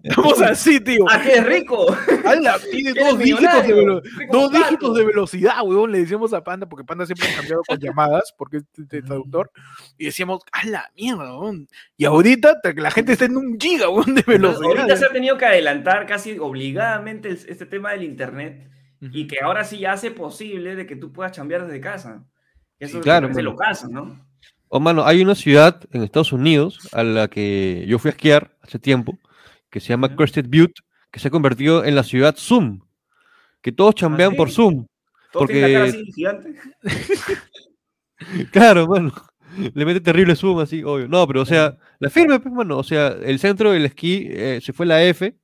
Speaker 1: Estamos así, tío.
Speaker 2: ¡Ah, qué
Speaker 1: [LAUGHS]
Speaker 2: rico!
Speaker 1: Ala, tiene [LAUGHS]
Speaker 2: [LAUGHS] Eres
Speaker 1: dos dígitos, de, velo-
Speaker 2: millonario, rico
Speaker 1: dos
Speaker 2: pato.
Speaker 1: dígitos de velocidad, weón. Le decíamos a Panda, porque Panda siempre ha cambiado con llamadas, porque es t- t- traductor. Y decíamos, a la mierda, weón. Y ahorita te- la gente está en un giga, weón, de
Speaker 2: Ahorita se
Speaker 1: velocidad.
Speaker 2: ha tenido que adelantar casi obligadamente el- este tema del internet y que ahora sí hace posible de que tú puedas chambear desde casa. Eso
Speaker 3: claro,
Speaker 2: se
Speaker 3: mano.
Speaker 2: lo casan, ¿no?
Speaker 3: Oh, mano, hay una ciudad en Estados Unidos a la que yo fui a esquiar hace tiempo, que se llama
Speaker 2: Ya.
Speaker 3: Crested Butte, que se ha convertido en la ciudad Zoom, que todos chambean por
Speaker 2: sí?
Speaker 3: Zoom. [LAUGHS]
Speaker 2: Todo tiene la cara
Speaker 3: Porque-
Speaker 2: así gigante.
Speaker 3: Claro, mano. Le mete terrible Zoom así, obvio. No, pero o sea, la firme, pues, mano. O sea, el centro del esquí eh, se fue la F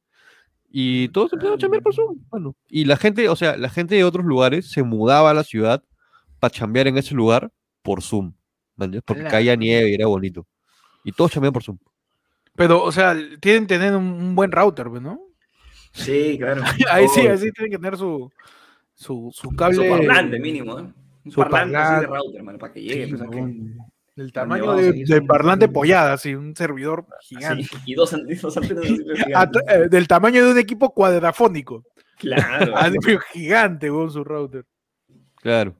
Speaker 3: y todos empezaron a chambear por Zoom, mano. Y la gente, o sea, la gente de otros lugares se mudaba a la ciudad para chambear en ese lugar por Zoom, ¿me entiendes? Porque
Speaker 1: Claro.
Speaker 3: caía nieve y era bonito. Y todos chambean por Zoom.
Speaker 1: Pero, o sea, tienen que tener un, un buen router, pues, ¿no?
Speaker 2: Sí, [LAUGHS] claro.
Speaker 1: [LAUGHS] Ahí sí,
Speaker 2: Obvio.
Speaker 1: así tienen que tener su, su, su
Speaker 2: Su
Speaker 1: cable.
Speaker 2: parlante mínimo, ¿eh? Un
Speaker 1: Su
Speaker 2: parlante así de
Speaker 1: parlante.
Speaker 2: router, mano, para que llegue.
Speaker 1: Sí,
Speaker 2: pues, a que-
Speaker 1: weón. Del
Speaker 2: va,
Speaker 1: tamaño
Speaker 2: o
Speaker 1: de,
Speaker 2: sea, y eso
Speaker 1: de
Speaker 2: no-
Speaker 1: parlante pollada, así, un servidor
Speaker 2: así,
Speaker 1: gigante.
Speaker 2: y dos, ant- dos
Speaker 1: [LAUGHS]
Speaker 2: antenas así,
Speaker 1: A-
Speaker 2: pero gigantes.
Speaker 1: eh, del tamaño de un equipo cuadrafónico.
Speaker 2: Claro.
Speaker 1: [LAUGHS] Así, pero gigante, weón, su router.
Speaker 3: Claro.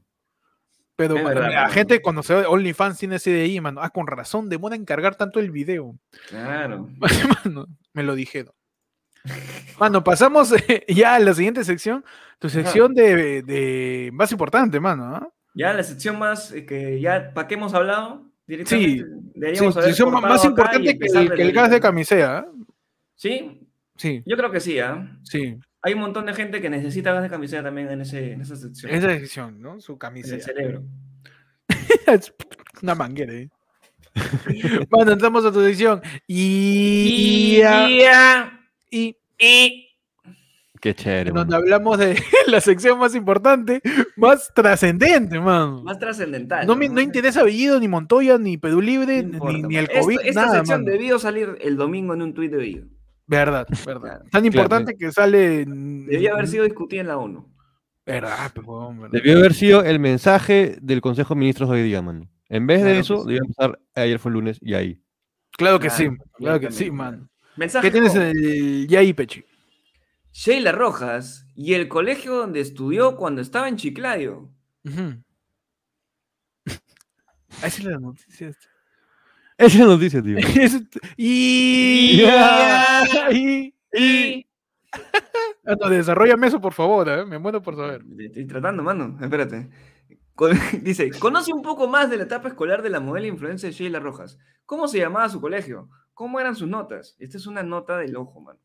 Speaker 1: Pero
Speaker 2: Es
Speaker 1: mano,
Speaker 2: verdad,
Speaker 1: la
Speaker 2: mano.
Speaker 1: gente cuando se ve OnlyFans tiene CDI, mano. Ah, con razón, demora en cargar tanto el video. [LAUGHS]
Speaker 2: claro.
Speaker 1: Mano, me lo dijeron. Mano, pasamos eh, ya a la siguiente sección. Tu sección de, de más importante, mano. ¿ah?
Speaker 2: Ya la sección más eh, que ya, ¿para qué hemos hablado? Directamente,
Speaker 1: Sí,
Speaker 2: deberíamos haber
Speaker 1: sección ma-
Speaker 2: cortado
Speaker 1: más
Speaker 2: acá y
Speaker 1: importante que
Speaker 2: empezar
Speaker 1: el, que el
Speaker 2: desde
Speaker 1: gas de
Speaker 2: ahorita.
Speaker 1: camisea. ¿ah?
Speaker 2: Sí,
Speaker 1: Sí,
Speaker 2: yo creo que sí, ¿ah?
Speaker 1: sí.
Speaker 2: Hay un montón de gente que necesita gas de camiseta también en, ese, en esa sección.
Speaker 1: Esa decisión, ¿no? Su
Speaker 2: en el
Speaker 1: [LAUGHS] camisea.
Speaker 2: cerebro.
Speaker 1: Una manguera, ¿eh? [LAUGHS] Bueno, entramos a tu sección. Y, ah, y, y
Speaker 2: y-
Speaker 3: Qué chévere. mano.
Speaker 1: donde hablamos de [LAUGHS] la sección más importante, más trascendente, mano.
Speaker 2: Más trascendental.
Speaker 1: No me no interesa Bellido, ni Montoya, ni Perú Libre,
Speaker 2: No
Speaker 1: ni,
Speaker 2: importa,
Speaker 1: ni
Speaker 2: mano.
Speaker 1: el COVID,
Speaker 2: Esta, esta
Speaker 1: nada,
Speaker 2: sección
Speaker 1: mano.
Speaker 2: debió salir el domingo en un tuit de Bellido.
Speaker 1: Verdad, verdad.
Speaker 2: Claro.
Speaker 1: Tan importante que sale...
Speaker 2: Debía haber sido discutida en la ONU.
Speaker 1: Verdad, pues, huevón, verdad.
Speaker 3: Debió haber sido el mensaje del Consejo de Ministros de hoy día, mano. En vez de
Speaker 1: Claro que
Speaker 3: eso,
Speaker 1: sí.
Speaker 3: debió empezar ayer fue lunes y ahí. [LAUGHS]
Speaker 1: Claro que
Speaker 2: Claro,
Speaker 1: sí, mano, claro que sí,
Speaker 2: completamente.
Speaker 1: man.
Speaker 2: Mensaje.
Speaker 1: ¿Qué tienes en
Speaker 2: como,
Speaker 1: el Yay Pechi?
Speaker 2: Sheila Rojas y el colegio donde estudió cuando estaba en Chiclayo.
Speaker 1: [LAUGHS] Ujú. Esa es la noticia. [LAUGHS]
Speaker 3: Esa es la noticia, tío.
Speaker 1: Es- y...
Speaker 3: Ya.
Speaker 1: [LAUGHS] y-
Speaker 2: Y.
Speaker 1: [LAUGHS] Ah, no, desarrollame eso, por favor, ¿eh? me muero por saber.
Speaker 2: Estoy tratando, mano. Espérate. Con- [LAUGHS] Dice, conoce un poco más de la etapa escolar de la modelo influencia de Sheila Rojas. ¿Cómo se llamaba su colegio? ¿Cómo eran sus notas? Esta es una nota del ojo, mano.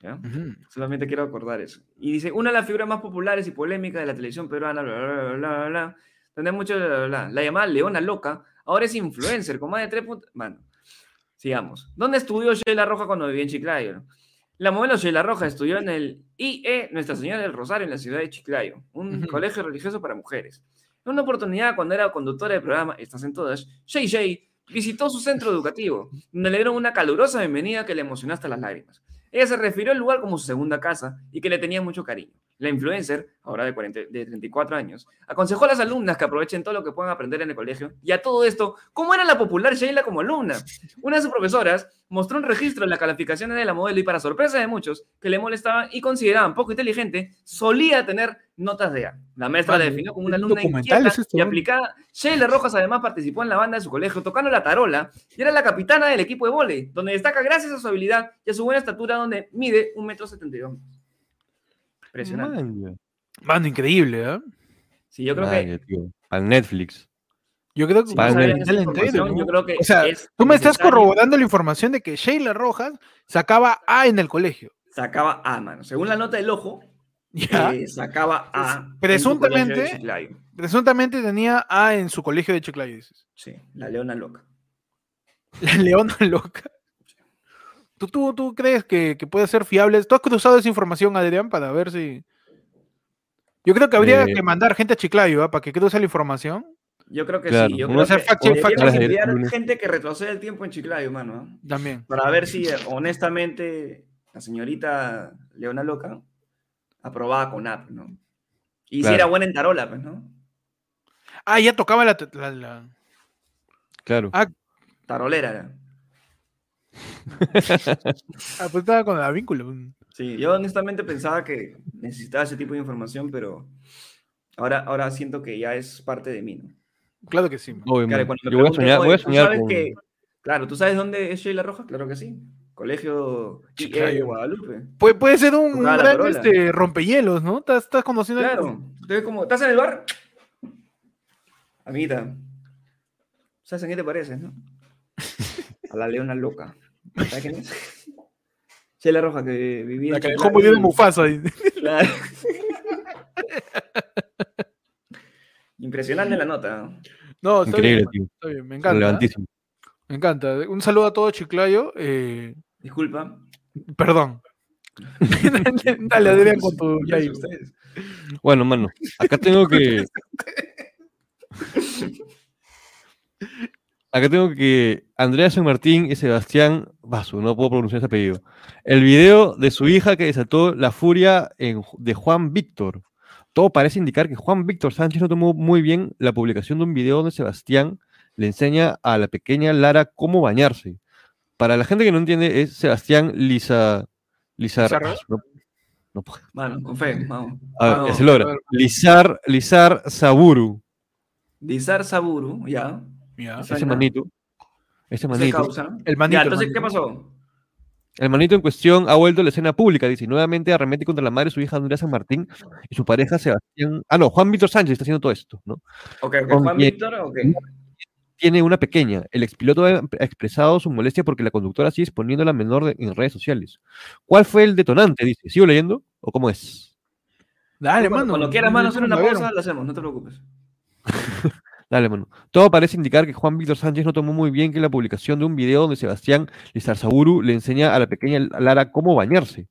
Speaker 2: ¿ya?
Speaker 1: Ujú.
Speaker 2: Solamente quiero acordar eso. Y dice, una de las figuras más populares y polémicas de la televisión peruana, bla, bla, bla, bla, bla, bla. Donde hay mucho, bla, bla, bla. La llamada Leona Loca, ahora es influencer con más de tres puntos. Mano, sigamos. ¿Dónde estudió Sheila Roja cuando vivía en Chiclayo? La modelo Sheila Roja estudió en el IE Nuestra Señora del Rosario en la ciudad de Chiclayo, un
Speaker 1: Ujú.
Speaker 2: colegio religioso para mujeres. En una oportunidad, cuando era conductora del programa Estás en Todas, JJ visitó su centro educativo, donde le dieron una calurosa bienvenida que le emocionó hasta las lágrimas. Ella se refirió al lugar como su segunda casa y que le tenía mucho cariño. La influencer, ahora de, 40 de 34 años, aconsejó a las alumnas que aprovechen todo lo que puedan aprender en el colegio. Y a todo esto, ¿cómo era la popular Sheila como alumna? Una de sus profesoras mostró un registro de las calificaciones de la modelo y para sorpresa de muchos que le molestaban y consideraban poco inteligente, solía tener notas de A. La maestra
Speaker 1: Vale,
Speaker 2: la definió como
Speaker 1: es
Speaker 2: una
Speaker 1: un
Speaker 2: alumna
Speaker 1: documental,
Speaker 2: inquieta
Speaker 1: es esto, ¿eh?
Speaker 2: y
Speaker 1: ¿no?
Speaker 2: aplicada. Sheila Rojas además participó en la banda de su colegio tocando la tarola y era la capitana del equipo de vóley, donde destaca gracias a su habilidad y a su buena estatura donde mide 1,72 m. Impresionante.
Speaker 3: Manja,
Speaker 1: Mano, increíble, ¿eh?
Speaker 2: Sí, yo creo que
Speaker 3: manja, tío. Al Netflix.
Speaker 1: Yo creo que
Speaker 2: si
Speaker 3: Para
Speaker 2: no
Speaker 3: el
Speaker 2: sabían esa
Speaker 1: documental entero,
Speaker 2: información,
Speaker 1: ¿no?
Speaker 2: yo creo que
Speaker 1: O sea,
Speaker 2: es
Speaker 1: Tú me estás
Speaker 2: necesario.
Speaker 1: corroborando la información de que Sheila Rojas sacaba A en el colegio. [LAUGHS]
Speaker 2: Sacaba A, mano. Según la nota del ojo,
Speaker 1: ¿ya?
Speaker 2: eh, sacaba A. en su
Speaker 1: Ah. Presuntamente-
Speaker 2: colegio de Chiclayo.
Speaker 1: Presuntamente tenía A en su colegio de Chiclayo, dices.
Speaker 2: Sí, la leona loca.
Speaker 1: [LAUGHS] La leona loca. ¿Tú, tú, tú crees que, que puede ser fiable? ¿Tú has cruzado esa información, Adrián, para ver si...? Yo creo que habría
Speaker 3: Eh.
Speaker 1: que mandar gente a Chiclayo, ¿ah? Para que cruce la información.
Speaker 2: Yo creo que
Speaker 3: Claro,
Speaker 2: sí. Yo
Speaker 3: vamos
Speaker 2: creo
Speaker 3: a hacer
Speaker 2: que
Speaker 3: fact-check,
Speaker 2: deberíamos
Speaker 3: fact-check.
Speaker 2: enviar
Speaker 3: Lunes.
Speaker 2: gente que retrocede el tiempo en Chiclayo, mano. ¿ah?
Speaker 1: También.
Speaker 2: Para ver si, eh, honestamente, la señorita leona loca aprobaba con A, pues, ¿no? Y si
Speaker 3: Claro.
Speaker 2: era buena en tarola, pues, ¿no?
Speaker 1: Ah, ya tocaba la... t- la- ah, la-
Speaker 3: Claro.
Speaker 1: Ah,
Speaker 2: Tarolera era.
Speaker 1: Ah, pues estaba con la vínculo.
Speaker 2: Sí, yo honestamente pensaba que necesitaba ese tipo de información, pero ahora, ahora siento que ya es parte de mí, ¿no?
Speaker 1: Claro que sí. man.
Speaker 3: Obvio,
Speaker 2: Claro,
Speaker 3: man.
Speaker 2: cuando me
Speaker 3: Yo voy a
Speaker 2: pregunten,
Speaker 3: soñar,
Speaker 2: "Oye,
Speaker 3: voy a
Speaker 2: ¿tú
Speaker 3: soñar
Speaker 2: sabes
Speaker 3: con-
Speaker 2: que- Claro, ¿tú sabes dónde es Sheila Rojas? Claro que sí. Colegio IE de
Speaker 1: Chiclayo.
Speaker 2: Guadalupe.
Speaker 1: Puede, puede ser un, un
Speaker 2: Tocaba la
Speaker 1: gran
Speaker 2: tarola.
Speaker 1: este, rompehielos, ¿no? Estás, estás conociendo... el-
Speaker 2: Claro. Entonces, como, ¿estás en el bar? Amiguita, ¿sabes en qué te pareces, no? A la leona loca. ¿Sabes quién es? Sheila Roja, que vivía.
Speaker 1: La
Speaker 2: en
Speaker 1: que dejó
Speaker 2: Chiclayo
Speaker 1: morir
Speaker 2: y-
Speaker 1: en Mufasa. ahí. [LAUGHS]
Speaker 2: Claro. [LAUGHS] Impresionante la nota. ¿no?
Speaker 1: No, está
Speaker 3: Increíble,
Speaker 1: bien,
Speaker 3: tío.
Speaker 1: está bien, me encanta.
Speaker 3: Relevantísimo.
Speaker 1: Me encanta. Un saludo a todo Chiclayo. eh,
Speaker 2: Disculpa.
Speaker 1: perdón. [LAUGHS] Dale, Adrián, con tu
Speaker 2: Ya sé
Speaker 1: live.
Speaker 2: ustedes.
Speaker 3: Bueno, mano, acá tengo que. Acá tengo que. Andrea San Martín y Sebastián Basu, no puedo pronunciar ese apellido. El video de su hija que desató la furia en Ju- de Juan Víctor. Todo parece indicar que Juan Víctor Sánchez no tomó muy bien la publicación de un video donde Sebastián le enseña a la pequeña Lara cómo bañarse. Para la gente que no entiende, es Sebastián Lisa. Lisa
Speaker 1: Lizarra.
Speaker 3: no, no puedo.
Speaker 2: Mano, con fe, vamos.
Speaker 3: A ver,
Speaker 2: Ah,
Speaker 3: ya
Speaker 2: no,
Speaker 3: se logra.
Speaker 1: a ver.
Speaker 3: Lizar, Lizar Saburu.
Speaker 2: Dizar Saburu, ya.
Speaker 1: Ya.
Speaker 2: Ese
Speaker 3: Ese
Speaker 2: man.
Speaker 3: manito. Ese
Speaker 2: Se
Speaker 3: manito.
Speaker 2: causa.
Speaker 1: El manito.
Speaker 2: Ya,
Speaker 1: el
Speaker 2: entonces, ¿qué
Speaker 1: manito.
Speaker 2: pasó?
Speaker 3: El manito en cuestión ha vuelto a la escena pública. Dice, nuevamente arremete contra la madre de su hija Andrea San Martín y su pareja Sebastián. Ah, no, Juan Víctor Sánchez está haciendo todo esto, ¿no?
Speaker 2: Ok, ok,
Speaker 3: Con
Speaker 2: Juan
Speaker 3: quien-
Speaker 2: Víctor, ok.
Speaker 3: Tiene una pequeña. El expiloto ha ha expresado su molestia porque la conductora sigue exponiendo a la menor de- en redes sociales. ¿Cuál fue el detonante? Dice, ¿sigo leyendo? ¿O cómo es?
Speaker 1: Dale,
Speaker 2: Cuando-
Speaker 1: mano.
Speaker 2: Cuando quieras, mano, hacer una
Speaker 1: A ver,
Speaker 2: pausa, lo hacemos, no te preocupes.
Speaker 3: Dale, mano. Todo parece indicar que Juan Víctor Sánchez no tomó muy bien que la publicación de un video donde Sebastián Lizarzaburu le enseña a la pequeña Lara cómo bañarse.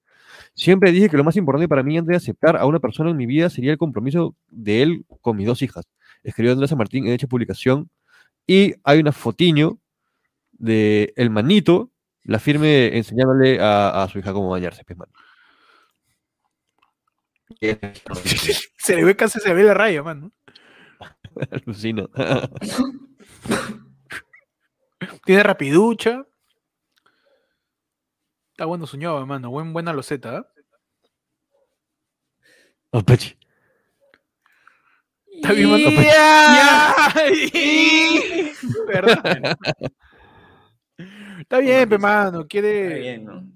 Speaker 3: Siempre dije que lo más importante para mí antes de aceptar a una persona en mi vida sería el compromiso de él con mis dos hijas. Escribió Andrés San Martín en dicha publicación. Y hay una fotiño de el manito, la firme enseñándole a, a su hija cómo bañarse, pues, mano. [LAUGHS]
Speaker 1: Se le ve casi, se le ve la raya, mano.
Speaker 3: Alucino.
Speaker 1: Tiene rapiducha. Está bueno su ñoba, mano. Buen, buena loseta, ¿ah?
Speaker 3: Oh, Pachi.
Speaker 1: Está bien, mano. Ya. [LAUGHS] Perdón. Está bien, pe, mano.
Speaker 2: Está
Speaker 1: Quiere.
Speaker 2: bien, ¿no?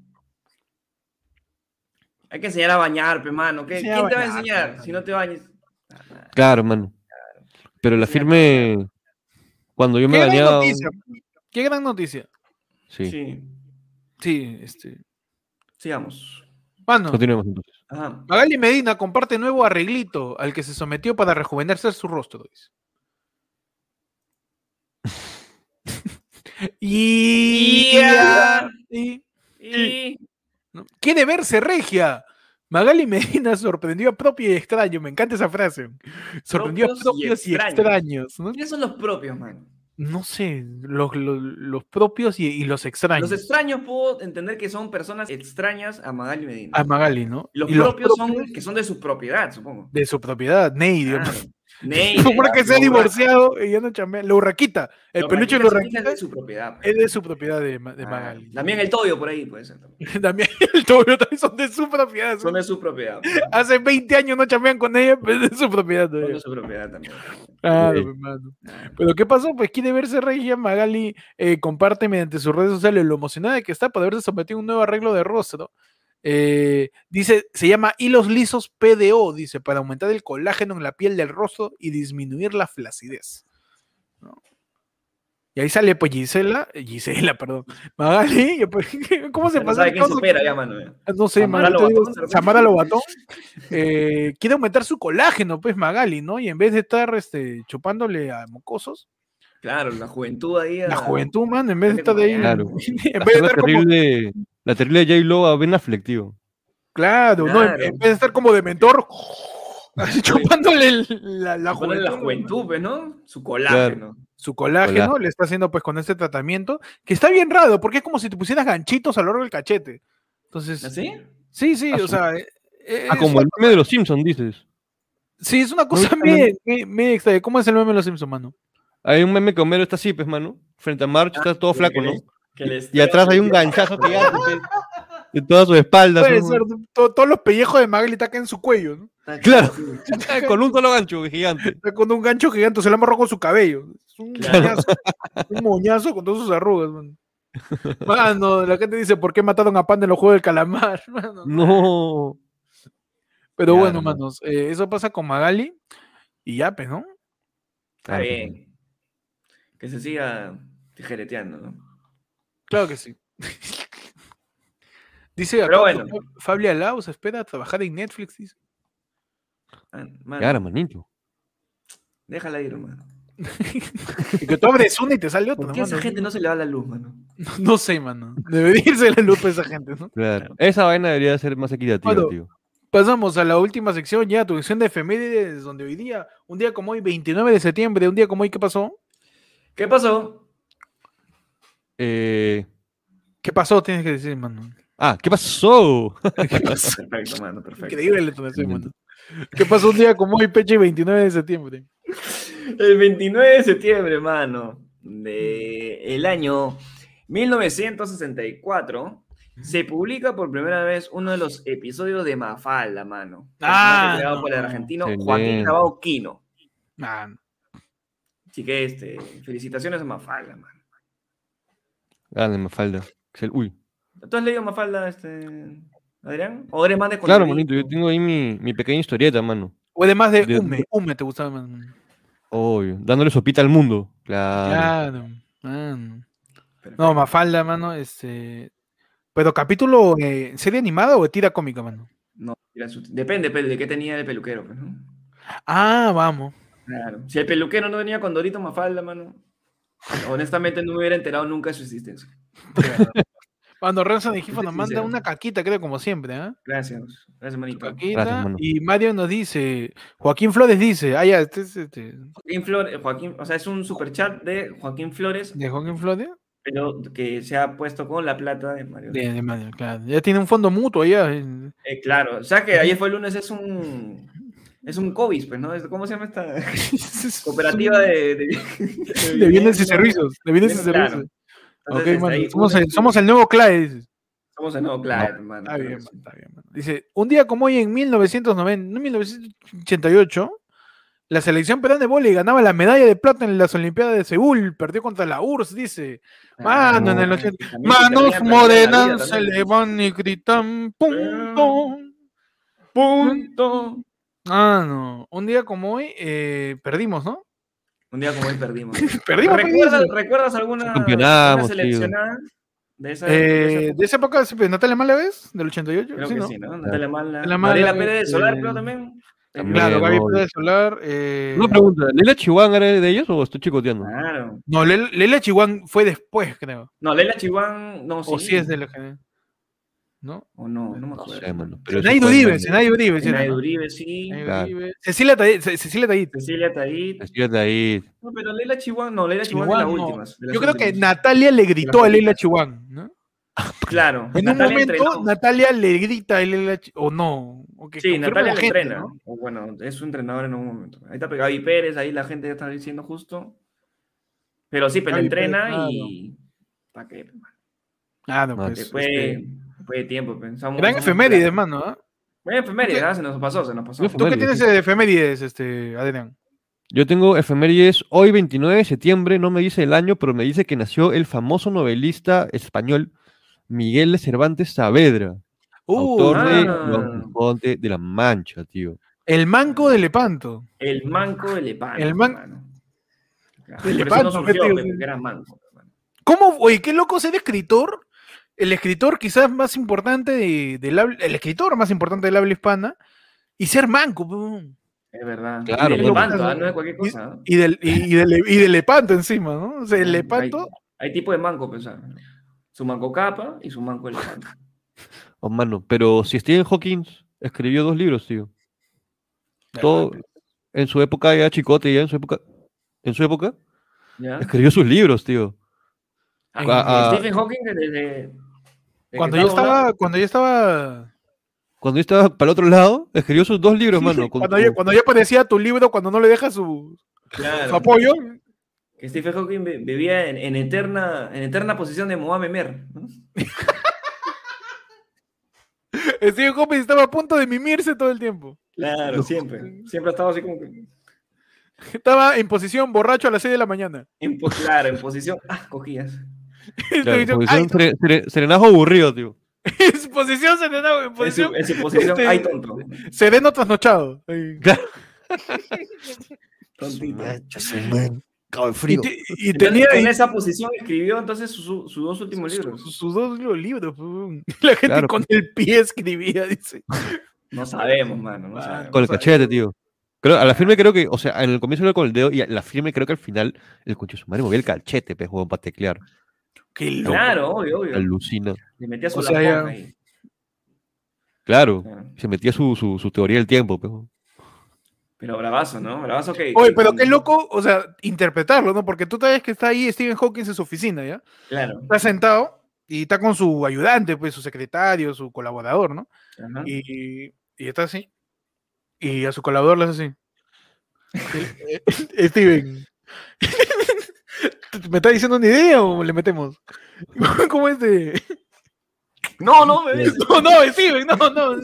Speaker 2: Hay que enseñar a bañar, pe, mano. ¿Qué-
Speaker 1: Enseñar a
Speaker 2: ¿Quién te va a
Speaker 1: bañar,
Speaker 2: enseñar
Speaker 1: pe,
Speaker 2: si no te bañes?
Speaker 3: Claro, mano. Pero la
Speaker 2: Sí, acá.
Speaker 3: firme. Cuando yo me
Speaker 1: Qué gran
Speaker 3: bañaba.
Speaker 1: noticia. mano. Qué gran noticia.
Speaker 3: Sí.
Speaker 2: Sí,
Speaker 1: Sí, este.
Speaker 2: sigamos.
Speaker 1: Mano,
Speaker 3: Continuemos entonces.
Speaker 2: Ajá.
Speaker 1: Magali Medina comparte nuevo arreglito al que se sometió para rejuvenecer su rostro,
Speaker 3: [LAUGHS]
Speaker 1: dice. y...
Speaker 2: Ya.
Speaker 1: y-
Speaker 2: Y
Speaker 1: ¿no? Quiere verse regia. Magali Medina [LAUGHS] sorprendió a propio y extraño. Me encanta esa frase. Sorprendió a
Speaker 2: Propios y
Speaker 1: propios y
Speaker 2: extraños.
Speaker 1: extraños. ¿no?
Speaker 2: ¿quiénes son los propios, man?
Speaker 1: No sé, los, los- los propios y, y los extraños.
Speaker 2: Los extraños puedo entender que son personas extrañas a Magali Medina.
Speaker 1: a Magali, ¿no?
Speaker 2: Los
Speaker 1: Ah, Y
Speaker 2: propios son Ah, que son de su propiedad, supongo.
Speaker 1: de su propiedad, Ney, Dios mío.
Speaker 2: Claro. Ney,
Speaker 1: Por que [LAUGHS] se ha
Speaker 2: Urraca.
Speaker 1: divorciado y ya no chambea. La urraquita, el
Speaker 2: Los
Speaker 1: peluche de la
Speaker 2: Raquitas son hijas
Speaker 1: urraquita
Speaker 2: de su propiedad. pues.
Speaker 1: es de su propiedad de, Ma- de
Speaker 2: Ah,
Speaker 1: Magali. [LAUGHS]
Speaker 2: También el Toyo por ahí puede ser. también.
Speaker 1: También el Tobio también son de su propiedad.
Speaker 2: Son de su propiedad.
Speaker 1: Hace 20 años no chambean con ella, pero es de su propiedad.
Speaker 2: Son
Speaker 1: todavía.
Speaker 2: de su propiedad también.
Speaker 1: Claro,
Speaker 3: Ok.
Speaker 1: Ah, mi mano. Pero ¿qué pasó? Pues quiere verse regia, Magali eh, comparte mediante sus redes sociales lo emocionada que está para haberse sometido a un nuevo arreglo de rostro. Eh, dice, se llama hilos lisos PDO, dice, para aumentar el colágeno en la piel del rostro y disminuir la flacidez. ¿no? Y ahí sale pues Gisela, eh, Gisela, [LAUGHS] perdón, Magali, y, pues, [LAUGHS] ¿cómo se
Speaker 2: No
Speaker 1: pasa?
Speaker 2: sabe quién supera ya, mano. ya.
Speaker 1: Ah, No sé,
Speaker 2: Samara
Speaker 1: Magali, te digo,
Speaker 2: Lobatón, de repente.
Speaker 1: Samara Lobatón eh, quiere aumentar su colágeno, pues Magali, ¿no? Y en vez de estar este, chupándole a mocosos,
Speaker 2: Claro, la juventud ahí.
Speaker 1: la
Speaker 2: a-
Speaker 1: juventud, mano, en vez de
Speaker 2: gente
Speaker 1: estar ahí.
Speaker 3: Claro.
Speaker 1: [LAUGHS] En vez de
Speaker 3: Hacer la
Speaker 1: estar como.
Speaker 3: terrible, la terrible J-Lo a Ben Affleck, tío.
Speaker 1: Claro, ¿no? En- En,
Speaker 2: Claro.
Speaker 1: vez de estar como de mentor, [LAUGHS] así chupándole el- la, la
Speaker 2: Bueno,
Speaker 1: juventud.
Speaker 2: la juventud, pues, ¿no? Su colágeno.
Speaker 1: Su colágeno
Speaker 3: Colágeno.
Speaker 1: le está haciendo, pues, con este tratamiento, que está bien raro, porque es como si te pusieras ganchitos a lo largo del cachete. Entonces.
Speaker 2: ¿Así?
Speaker 1: Sí, sí,
Speaker 3: Ah,
Speaker 1: o
Speaker 3: su-
Speaker 1: sea. eh, eh,
Speaker 3: Ah,
Speaker 1: es
Speaker 3: como el meme de los Simpsons, dices.
Speaker 1: Sí, es una cosa
Speaker 3: también-
Speaker 1: media, media- media extraña. ¿Cómo es el meme de los Simpsons, mano?
Speaker 3: Hay un meme que Homero está así, pues, mano. Frente a March está
Speaker 1: Ah,
Speaker 3: todo flaco, ¿no?
Speaker 2: Que les-
Speaker 3: Y atrás hay
Speaker 1: [LAUGHS]
Speaker 3: un ganchazo que hace, pues, de toda su espalda.
Speaker 1: Puede
Speaker 3: ¿no?
Speaker 1: ser, to- todos los pellejos de Magali están acá en su cuello, ¿no?
Speaker 2: [LAUGHS] Está chido,
Speaker 3: Claro.
Speaker 2: sí.
Speaker 3: Con un solo gancho
Speaker 1: [LAUGHS]
Speaker 3: gigante.
Speaker 1: Está Con un gancho gigante, se lo amarró con su cabello. Es un
Speaker 2: Claro.
Speaker 1: moñazo, un moñazo con todas sus arrugas, mano.
Speaker 2: [LAUGHS]
Speaker 1: Mano, la gente dice, ¿por qué mataron a Panda en los Juegos del Calamar? [LAUGHS] Mano,
Speaker 3: No.
Speaker 1: Pero
Speaker 3: Ya,
Speaker 1: bueno,
Speaker 3: no.
Speaker 1: manos, eh, eso pasa con Magali y ya, pues, ¿no?
Speaker 2: Está
Speaker 3: pues,
Speaker 2: bien. Que se siga tijereteando, ¿no?
Speaker 1: Claro que sí. [LAUGHS] dice
Speaker 2: Pero
Speaker 1: acá,
Speaker 2: bueno.
Speaker 1: Fa- Fabio Alau se espera a trabajar en Netflix. dice.
Speaker 2: Ah, mano,
Speaker 3: Claro, manito.
Speaker 2: Déjala ir, hermano.
Speaker 1: Y que tú abres una y te sale otra,
Speaker 2: ¿Por qué a esa
Speaker 1: mano.
Speaker 2: gente no se le va la luz, mano?
Speaker 1: No sé, mano. Debería irse la lupa a esa gente, ¿no?
Speaker 3: Claro. Esa vaina debería ser más equitativa,
Speaker 1: Bueno,
Speaker 3: tío.
Speaker 1: Pasamos a la última sección, ya tu sección de efemérides, donde hoy día, un día como hoy, 29 de septiembre, un día como hoy, ¿qué pasó?
Speaker 3: [LAUGHS]
Speaker 2: ¿Qué pasó?
Speaker 3: Eh,
Speaker 1: ¿Qué pasó? Tienes que decir, mano.
Speaker 3: Ah, ¿qué pasó? [LAUGHS]
Speaker 2: Perfecto, mano, perfecto.
Speaker 1: Increíble la entonación, mano. ¿Qué pasó un día como hoy, Peche, 29 de septiembre?
Speaker 2: El 29 de septiembre, mano, de el año 1964, se publica por primera vez uno de los episodios de Mafalda, mano.
Speaker 1: Ah,
Speaker 2: personaje creado
Speaker 1: no.
Speaker 2: por el argentino Joaquín
Speaker 3: Excelente.
Speaker 2: Tabao Quino.
Speaker 1: Ah,
Speaker 2: Así que, este, felicitaciones a Mafalda, mano.
Speaker 3: Grande, Mafalda. Excel- Uy.
Speaker 2: ¿Tú has leído Mafalda, este, Adrián? ¿O eres más de
Speaker 3: Claro, manito.
Speaker 2: contenido?
Speaker 3: Yo tengo ahí mi, mi pequeña historieta, mano.
Speaker 1: o además de
Speaker 3: De-
Speaker 1: Ume, Ume te gustaba más. mano.
Speaker 3: Obvio. Dándole sopita al mundo. Claro.
Speaker 1: Claro, mano.
Speaker 2: Ah, Perfecto.
Speaker 1: No, Mafalda, mano, este... Pero capítulo, eh, ¿serie animada o de tira cómica, mano?
Speaker 2: No, era su- depende pe, de qué tenía el peluquero, pues, ¿no?
Speaker 1: Ah, vamos.
Speaker 2: Claro. Si el peluquero no venía con Dorito Mafalda, mano, honestamente no me hubiera enterado nunca de
Speaker 1: [LAUGHS]
Speaker 2: su existencia.
Speaker 1: Cuando Ransom y Gifa
Speaker 2: Soy
Speaker 1: nos manda
Speaker 2: sincero.
Speaker 1: una caquita, creo, como siempre, ¿ah?
Speaker 2: Gracias, gracias, manito.
Speaker 1: Paquita,
Speaker 3: Gracias, mano.
Speaker 1: y Mario nos dice, Joaquín Flores dice, ah, ya, este es este,
Speaker 2: Joaquín Flores, Joaquín, o sea, es un superchat de Joaquín Flores,
Speaker 1: de Joaquín Flores,
Speaker 2: pero que se ha puesto con la plata de Mario.
Speaker 1: de, de Mario, claro. Ya tiene un fondo mutuo allá.
Speaker 2: [LAUGHS]
Speaker 1: eh.
Speaker 2: Eh, claro, o sea que ayer fue el lunes, es un. Es un COVID, pues, ¿no? Es- ¿Cómo se
Speaker 1: [LAUGHS]
Speaker 2: llama esta? Cooperativa de. De, de
Speaker 1: de bienes y servicios, de bienes y
Speaker 2: Bien, claro.
Speaker 1: servicios.
Speaker 2: [LAUGHS] Entonces,
Speaker 1: Ok,
Speaker 2: este,
Speaker 1: mano,
Speaker 2: ahí
Speaker 1: somos,
Speaker 2: lunes-
Speaker 1: el, somos el nuevo Clae, dice.
Speaker 2: Somos el nuevo Claro, hermano.
Speaker 1: Está
Speaker 2: claro
Speaker 1: bien,
Speaker 2: que
Speaker 1: man,
Speaker 2: sí.
Speaker 1: está bien, man. Dice, un día como hoy en 1990, no, 1988, la selección peruana de vóley ganaba la medalla de plata en las Olimpiadas de Seúl, perdió contra la URSS, dice. Mano, en el
Speaker 2: no,
Speaker 1: 80.
Speaker 2: también
Speaker 1: Manos
Speaker 2: se termina perdiendo la vida
Speaker 1: morenas se
Speaker 2: también.
Speaker 1: le van y gritan punto.
Speaker 2: Pum. Punto.
Speaker 1: Ah, no. Un día como hoy eh, perdimos, ¿no?
Speaker 2: Un día como hoy [LAUGHS] perdimos.
Speaker 1: [LAUGHS] Perdimos.
Speaker 2: ¿Recuerdas, ¿recuerdas alguna,
Speaker 3: Campeonamos,
Speaker 2: alguna seleccionada? De esa, de
Speaker 1: Eh,
Speaker 2: esa-
Speaker 1: de esa época, sí, pues, Natalia Malaves, del 88.
Speaker 2: creo
Speaker 1: sí,
Speaker 2: que
Speaker 1: ¿no?
Speaker 2: sí, ¿no? Dale mal la-
Speaker 1: Dale mal
Speaker 2: Mariela
Speaker 1: Ah. la-
Speaker 2: Pérez de Solar,
Speaker 1: eh,
Speaker 2: creo también.
Speaker 3: también.
Speaker 1: Claro,
Speaker 3: Bien,
Speaker 1: Gaby
Speaker 3: obvio.
Speaker 1: Pérez Solar. eh,
Speaker 3: Una pregunta, ¿Leila Chihuahua era de ellos o estoy chicoteando?
Speaker 2: Claro.
Speaker 1: No, Lela Lela Chihuán fue después, creo.
Speaker 2: No, Leila Chihuán, no, sí.
Speaker 1: O sí es de la que. ¿No?
Speaker 2: O no, no me
Speaker 3: No
Speaker 2: acuerdo.
Speaker 3: sé, mano. pero
Speaker 1: Zenaida
Speaker 3: eso fue
Speaker 1: Uribe,
Speaker 3: en-
Speaker 1: Zenaida Uribe. sí,
Speaker 2: Zenaida
Speaker 1: ¿no?
Speaker 2: Uribe, sí.
Speaker 1: Zenaida
Speaker 3: Claro.
Speaker 1: Uribe. Cecilia Tayit. Ce- Cecilia Tayit.
Speaker 2: Cecilia Taíd.
Speaker 3: Decías de ahí.
Speaker 2: No, pero Leila Chihuán, no, Leila Chihuán es de
Speaker 1: Chihuán,
Speaker 2: las
Speaker 1: no.
Speaker 2: últimas. de las
Speaker 1: Yo creo que
Speaker 2: últimas.
Speaker 1: Natalia le gritó a
Speaker 2: últimas.
Speaker 1: Lela Chihuán, ¿no?
Speaker 2: Claro.
Speaker 1: En un
Speaker 2: Natalia
Speaker 1: momento,
Speaker 2: entrenó.
Speaker 1: Natalia le grita a Lela Chi- o no. o que
Speaker 2: Sí,
Speaker 1: confirma
Speaker 2: Natalia
Speaker 1: la
Speaker 2: le
Speaker 1: gente,
Speaker 2: entrena.
Speaker 1: ¿no?
Speaker 2: O bueno, es su entrenador en un momento. Ahí está pegado. Y Pérez, ahí la gente ya está diciendo justo. Pero sí, pero
Speaker 1: Gaby
Speaker 2: entrena
Speaker 1: Pérez,
Speaker 2: y. ¿Para qué? pe, man?
Speaker 1: Ah, no,
Speaker 3: Ah,
Speaker 1: pues.
Speaker 2: Después,
Speaker 1: este,
Speaker 2: después de tiempo pues. pensamos.
Speaker 1: Gran efeméride, hermano. ¿ah?
Speaker 2: Efeméride, ah, se nos pasó, se nos pasó.
Speaker 3: Yo-
Speaker 1: ¿Tú qué
Speaker 3: Efeméride,
Speaker 1: tienes
Speaker 3: sí.
Speaker 1: de efemérides, este, Adrián?
Speaker 3: Yo tengo efemérides hoy 29 de septiembre, no me dice el año, pero me dice que nació el famoso novelista español Miguel de Cervantes Saavedra,
Speaker 1: Uh,
Speaker 3: autor de
Speaker 2: ah.
Speaker 3: Don Quijote de la Mancha, tío.
Speaker 1: El manco de Lepanto.
Speaker 2: El manco de Lepanto.
Speaker 1: El man-
Speaker 2: hermano. Claro,
Speaker 1: de
Speaker 2: por eso
Speaker 1: Lepanto,
Speaker 2: no surgió,
Speaker 1: ¿qué te-
Speaker 2: pe, porque era manco. hermano.
Speaker 1: ¿Cómo, oye, qué loco ser escritor? El escritor quizás más importante de- del habla, el escritor más importante del habla hispana y ser manco. pe, weón.
Speaker 2: Es verdad.
Speaker 3: Claro,
Speaker 2: Y de
Speaker 3: bueno.
Speaker 2: Lepanto, ah, no es cualquier cosa. ah.
Speaker 1: Y del, y, y del- y de Lepanto encima, ¿no? O sea, el
Speaker 2: Hay-
Speaker 1: Lepanto.
Speaker 2: Hay, tipo de manco, pensar. Su manco capa y su manco de Lepanto.
Speaker 3: Oh, mano, pero si Stephen Hawking escribió dos libros, tío. Todo en su época ya chicote, ya en su época en su época
Speaker 1: Ah.
Speaker 2: ¿Ya?
Speaker 3: escribió sus libros, tío.
Speaker 2: Ah,
Speaker 3: Ah, ah.
Speaker 2: Stephen Hawking desde. desde que
Speaker 1: Cuando yo
Speaker 2: volando.
Speaker 1: estaba, cuando yo estaba.
Speaker 3: Cuando yo estaba para el otro lado, escribió sus dos libros, mano. con
Speaker 1: Cuando,
Speaker 3: su-
Speaker 1: yo- cuando ya aparecía tu libro, cuando no le dejas su,
Speaker 2: Claro.
Speaker 1: su apoyo. [LAUGHS]
Speaker 2: Que Stephen Hawking vi- vivía en, en eterna, en eterna posición de Mohamed Mer. ¿no?
Speaker 1: Stephen Hawking estaba a punto de mimirse todo el tiempo. [LAUGHS]
Speaker 2: Claro, siempre. Siempre ha estado así como que.
Speaker 1: Estaba en posición borracho a las 6 de la mañana. [LAUGHS]
Speaker 2: En, po- claro, en posición. Ah, cogías. [LAUGHS]
Speaker 3: claro,
Speaker 1: Posición-
Speaker 3: porque son sere- sere- serenazo aburrido, tío.
Speaker 1: ay, en posición sereno, en
Speaker 2: En su,
Speaker 1: posición
Speaker 2: en
Speaker 1: [LAUGHS]
Speaker 2: su posición.
Speaker 1: Pues Este-
Speaker 2: Ay, tonto.
Speaker 1: sereno trasnochado. Ay.
Speaker 2: Tontito.
Speaker 1: Y, te- y
Speaker 2: Entonces,
Speaker 1: tenía
Speaker 2: en
Speaker 1: ahí
Speaker 2: esa posición escribió entonces sus su, sus dos últimos
Speaker 1: su-
Speaker 2: libros.
Speaker 1: sus dos los libros. pues, weón. [LAUGHS] La gente
Speaker 3: Claro,
Speaker 1: con el pie escribía, dice.
Speaker 2: No sabemos, mano. No
Speaker 1: Ah,
Speaker 2: sabemos.
Speaker 3: Con el
Speaker 1: sea,
Speaker 3: cachete, tío. Creo, a la firme creo que, o sea, en el comienzo era con el dedo y a la firme creo que al final el concho de su madre movía el cachete, pues, para teclear.
Speaker 1: Qué loco.
Speaker 2: Claro, obvio, obvio.
Speaker 3: Alucina.
Speaker 2: Le metía su
Speaker 1: O sea, ya-
Speaker 2: lapón ahí.
Speaker 3: Claro.
Speaker 2: claro.
Speaker 3: Se metía su, su, su teoría del tiempo, pues.
Speaker 2: Pero bravazo, ¿no? Bravazo que.
Speaker 1: Oye,
Speaker 2: que-
Speaker 1: pero qué loco, o sea, interpretarlo, ¿no? Porque tú sabes que está ahí Stephen Hawking en su oficina, ¿ya?
Speaker 2: Claro.
Speaker 1: Está sentado y está con su ayudante, pues, su secretario, su colaborador, ¿no?
Speaker 2: Ajá.
Speaker 1: Y, y está así. Y a su colaborador le hace así. Eh, [LAUGHS] Steven. [LAUGHS] ¿Me está diciendo una idea o le metemos? [LAUGHS] ¿Cómo es de.?
Speaker 2: No, no, me
Speaker 1: No, no, Steven, no, no.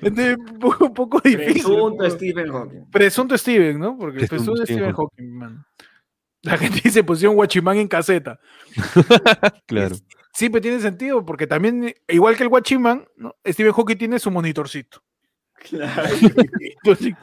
Speaker 1: Este, un poco, un poco difícil.
Speaker 2: Presunto
Speaker 1: ¿no?
Speaker 2: Stephen Hawking.
Speaker 1: Presunto Steven, ¿no? Porque
Speaker 3: Presunto
Speaker 1: presunto
Speaker 3: Stephen
Speaker 1: Steven Hawking, man. La gente dice pusieron Guachimán en caseta.
Speaker 3: Claro.
Speaker 1: Sí, pero tiene sentido, porque también, igual que el Guachimán, ¿no? Stephen Hawking tiene su monitorcito. [LAUGHS]
Speaker 2: Claro.
Speaker 1: Entonces,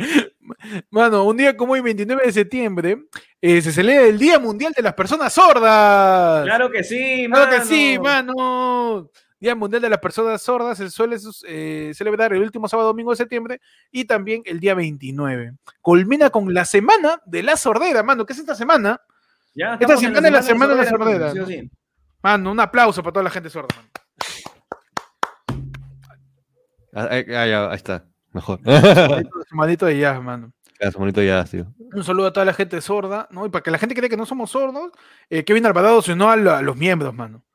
Speaker 1: Mano, un día como hoy, 29 de septiembre, eh, se celebra el Día Mundial de las Personas Sordas.
Speaker 2: [LAUGHS] Claro que sí,
Speaker 1: Claro
Speaker 2: mano.
Speaker 1: que sí, mano. Día Mundial de las Personas Sordas se suele sus- eh, celebrar el último sábado domingo de septiembre y también el día 29. Culmina con la Semana de la Sordera, mano. ¿Qué es esta semana?
Speaker 2: Ya,
Speaker 1: Esta
Speaker 2: estamos en
Speaker 1: semana es la semana de la
Speaker 2: sordera,
Speaker 1: sordera,
Speaker 2: sí o sí.
Speaker 1: Mano, un aplauso para toda la gente sorda. mano.
Speaker 3: Ah, ah, ah, ya, ahí está. Mejor.
Speaker 1: Su manito de jazz, mano.
Speaker 3: Gracias, bonito ya, tío.
Speaker 1: Un saludo a toda la gente sorda, ¿no? Y para que la gente cree que no somos sordos, eh, Kevin Alvarado sino a, la- a los miembros, mano.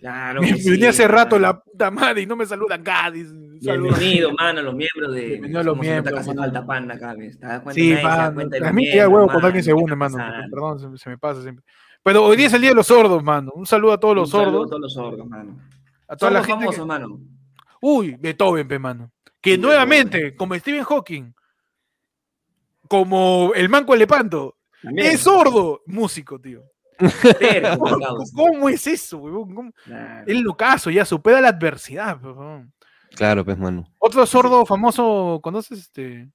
Speaker 2: Claro.
Speaker 1: Me
Speaker 2: que sí,
Speaker 1: vine hace rato
Speaker 2: mano.
Speaker 1: la puta madre y no me saludan acá. dice, saludos.
Speaker 2: Bienvenido, mano, los miembros de.
Speaker 1: Bienvenido a los
Speaker 2: Somos una
Speaker 1: miembros,
Speaker 2: casa
Speaker 1: mano.
Speaker 2: alta pan acá, ¿ves? ¿Te das cuenta?
Speaker 1: Sí,
Speaker 2: Nadie se da
Speaker 1: mano.
Speaker 2: cuenta de
Speaker 1: A
Speaker 2: los
Speaker 1: mí me da
Speaker 2: miembros,
Speaker 1: huevo cuando alguien se
Speaker 2: ¿qué
Speaker 1: une,
Speaker 2: está
Speaker 1: mano.
Speaker 2: pasando?
Speaker 1: Perdón, se, se me pasa siempre. Pero hoy día es el Día de los Sordos, mano. Un saludo a todos los
Speaker 2: Un saludo
Speaker 1: sordos,
Speaker 2: A todos los sordos, mano.
Speaker 1: a toda
Speaker 2: Todos
Speaker 1: la
Speaker 2: los
Speaker 1: gente.
Speaker 2: famosos,
Speaker 1: que-
Speaker 2: mano.
Speaker 1: Uy, Beethoven, pe, mano. Que
Speaker 2: Beethoven.
Speaker 1: nuevamente, como Stephen Hawking, como el manco Lepanto,
Speaker 2: También.
Speaker 1: es sordo, músico, tío. [LAUGHS]
Speaker 2: Terco,
Speaker 1: ¿Cómo,
Speaker 2: causa.
Speaker 1: cómo es eso, weón? ¿Cómo?
Speaker 2: Claro.
Speaker 1: Es lo caso, ya supera la adversidad, pe, weón.
Speaker 3: Claro, pues, mano.
Speaker 1: Otro sordo famoso, ¿conoces este?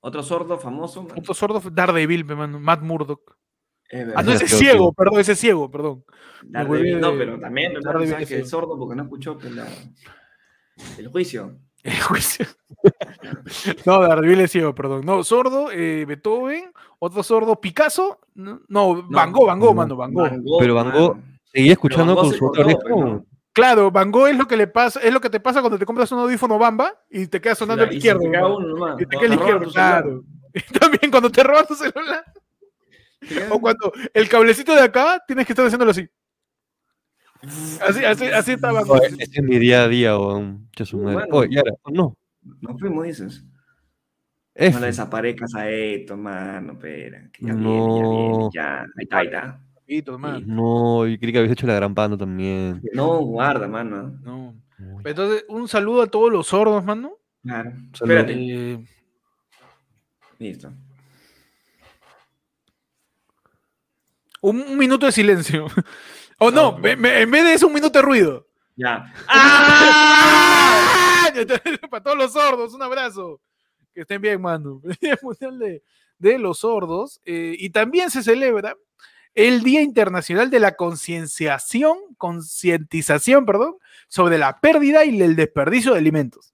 Speaker 2: Otro sordo famoso, mano.
Speaker 1: Otro sordo fue Daredevil, pe, mano. Matt Murdock.
Speaker 2: Eh,
Speaker 1: [LAUGHS] Ah, no, ese es
Speaker 3: Gracias,
Speaker 1: ciego,
Speaker 3: tío.
Speaker 1: perdón, ese es ciego, perdón. [LAUGHS]
Speaker 2: Dar
Speaker 1: Me
Speaker 2: de-
Speaker 1: volví de-
Speaker 2: no, pero también
Speaker 1: dar
Speaker 2: claro,
Speaker 1: de
Speaker 2: sabes que
Speaker 1: vicio.
Speaker 2: es sordo porque no escuchó pues, la- el juicio.
Speaker 1: El juicio. [LAUGHS] no, Daredevil es ciego, perdón. No, sordo, eh, Beethoven, otro sordo, Picasso. No, no, Van Gogh, Van Gogh,
Speaker 3: No,
Speaker 1: mano, Van Gogh.
Speaker 3: Pero Van Gogh-
Speaker 2: mano.
Speaker 3: Seguía escuchando
Speaker 2: Pero Van
Speaker 3: con
Speaker 2: Gogh
Speaker 3: su
Speaker 2: se
Speaker 3: otra
Speaker 2: cortó,
Speaker 3: oreja.
Speaker 2: pues, ¿no?
Speaker 1: Claro, Van Gogh es lo que le pasa, es lo que te pasa cuando te compras un audífono Bamba y te queda sonando
Speaker 2: Claro,
Speaker 1: el
Speaker 2: y se
Speaker 1: izquierdo.
Speaker 2: te caga
Speaker 1: ¿no?
Speaker 2: uno nomás.
Speaker 1: Y te queda
Speaker 2: Cuando
Speaker 1: el
Speaker 2: te
Speaker 1: izquierdo,
Speaker 2: roban tu celular,
Speaker 1: claro. Y [LAUGHS] también cuando te roban tu celular.
Speaker 2: te queda-
Speaker 1: O cuando el cablecito de acá tienes que estar haciéndolo así. Así, así, así está Van Gogh.
Speaker 3: Oye, e-, Ese es mi día a día, weón. Che su
Speaker 2: Uh,
Speaker 3: madre.
Speaker 2: bueno.
Speaker 3: Oye, y ahora, no.
Speaker 2: No fuimos, dices.
Speaker 3: F.
Speaker 2: No le desaparezcas a esto, mano, espera. que ya
Speaker 3: No.
Speaker 2: viene, ya viene, ya. Ahí está, ahí está.
Speaker 1: Papito, man.
Speaker 3: No, yo creí que habías hecho la gran panda también.
Speaker 2: No, guarda, mano. ¿eh?
Speaker 1: No.
Speaker 3: Uy.
Speaker 1: Entonces, un saludo a todos los sordos, mano.
Speaker 2: Claro. Espérate.
Speaker 1: Eh,
Speaker 2: Listo.
Speaker 1: Un, un minuto de silencio. [LAUGHS] O no,
Speaker 2: No.
Speaker 1: me- me- en vez de eso, un minuto de ruido.
Speaker 2: Ya.
Speaker 1: [LAUGHS] ¡Ah! Para todos los sordos, un abrazo. Que estén bien, mano. [LAUGHS] El Día Mundial de, de los Sordos. eh, y también se celebra el Día Internacional de la Concienciación, concientización, perdón, sobre la pérdida y el desperdicio de alimentos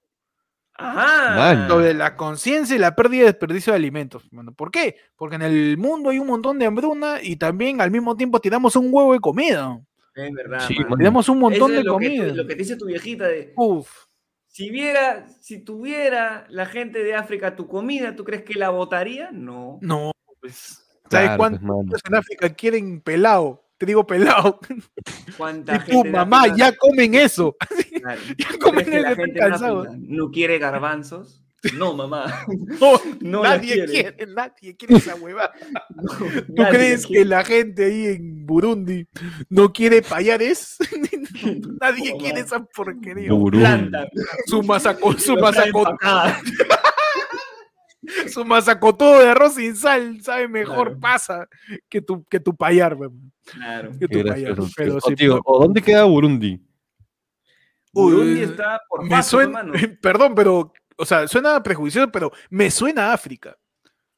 Speaker 2: Ajá.
Speaker 3: Mano.
Speaker 1: lo de la conciencia y la pérdida y desperdicio de alimentos. Bueno, ¿Por qué? Porque en el mundo hay un montón de hambruna y también al mismo tiempo tiramos un huevo de comida.
Speaker 2: Es verdad.
Speaker 3: Sí,
Speaker 2: mano.
Speaker 3: mano.
Speaker 1: Tiramos un montón
Speaker 2: Eso es
Speaker 1: de
Speaker 2: lo que-
Speaker 1: comida.
Speaker 2: lo que te dice tu viejita de.
Speaker 1: Uf.
Speaker 2: Si viera, si tuviera la gente de África tu comida, ¿tú crees que la votaría? No.
Speaker 1: No, pues. ¿Sabes
Speaker 3: Claro,
Speaker 1: cuántos
Speaker 3: pues, mano.
Speaker 1: en África quieren pelado? Te digo pelado.
Speaker 2: ¿Cuánta
Speaker 1: Y [LAUGHS] tu
Speaker 2: de
Speaker 1: mamá
Speaker 2: África-
Speaker 1: ya comen eso.
Speaker 2: [LAUGHS]
Speaker 1: [LAUGHS]
Speaker 2: Claro. ¿Tú
Speaker 1: Ya
Speaker 2: crees
Speaker 1: comen
Speaker 2: que
Speaker 1: eso.
Speaker 2: la
Speaker 1: Están
Speaker 2: gente en
Speaker 1: cansados.
Speaker 2: África no quiere
Speaker 1: [LAUGHS]
Speaker 2: garbanzos? No, mamá. [LAUGHS]
Speaker 1: No,
Speaker 2: No la
Speaker 1: nadie
Speaker 2: quiere.
Speaker 1: quiere, nadie quiere esa huevada.
Speaker 2: No,
Speaker 1: ¿Tú
Speaker 2: nadie
Speaker 1: crees que
Speaker 2: quiere.
Speaker 1: la gente ahí en Burundi no quiere payares? [LAUGHS] nadie
Speaker 2: No,
Speaker 1: quiere
Speaker 2: mano.
Speaker 1: esa porquería.
Speaker 3: Burundi.
Speaker 2: planta?
Speaker 1: Su masaco, su
Speaker 2: Lo traen
Speaker 1: masaco, [LAUGHS]
Speaker 2: pa' acá.
Speaker 1: su masacotudo de arroz sin sal sabe mejor
Speaker 2: Claro.
Speaker 1: pasa que tu que tu payar, weón,
Speaker 2: Claro.
Speaker 1: que
Speaker 3: Qué
Speaker 1: tu payar.
Speaker 3: gracioso, tío.
Speaker 1: Pero
Speaker 3: Oh,
Speaker 1: sí,
Speaker 3: tío, ¿o ¿Dónde queda Burundi?
Speaker 1: Uy,
Speaker 2: Burundi está por
Speaker 1: me
Speaker 2: paso,
Speaker 1: suena,
Speaker 2: hermano.
Speaker 1: perdón, pero o sea, suena prejuicioso, pero me suena a África.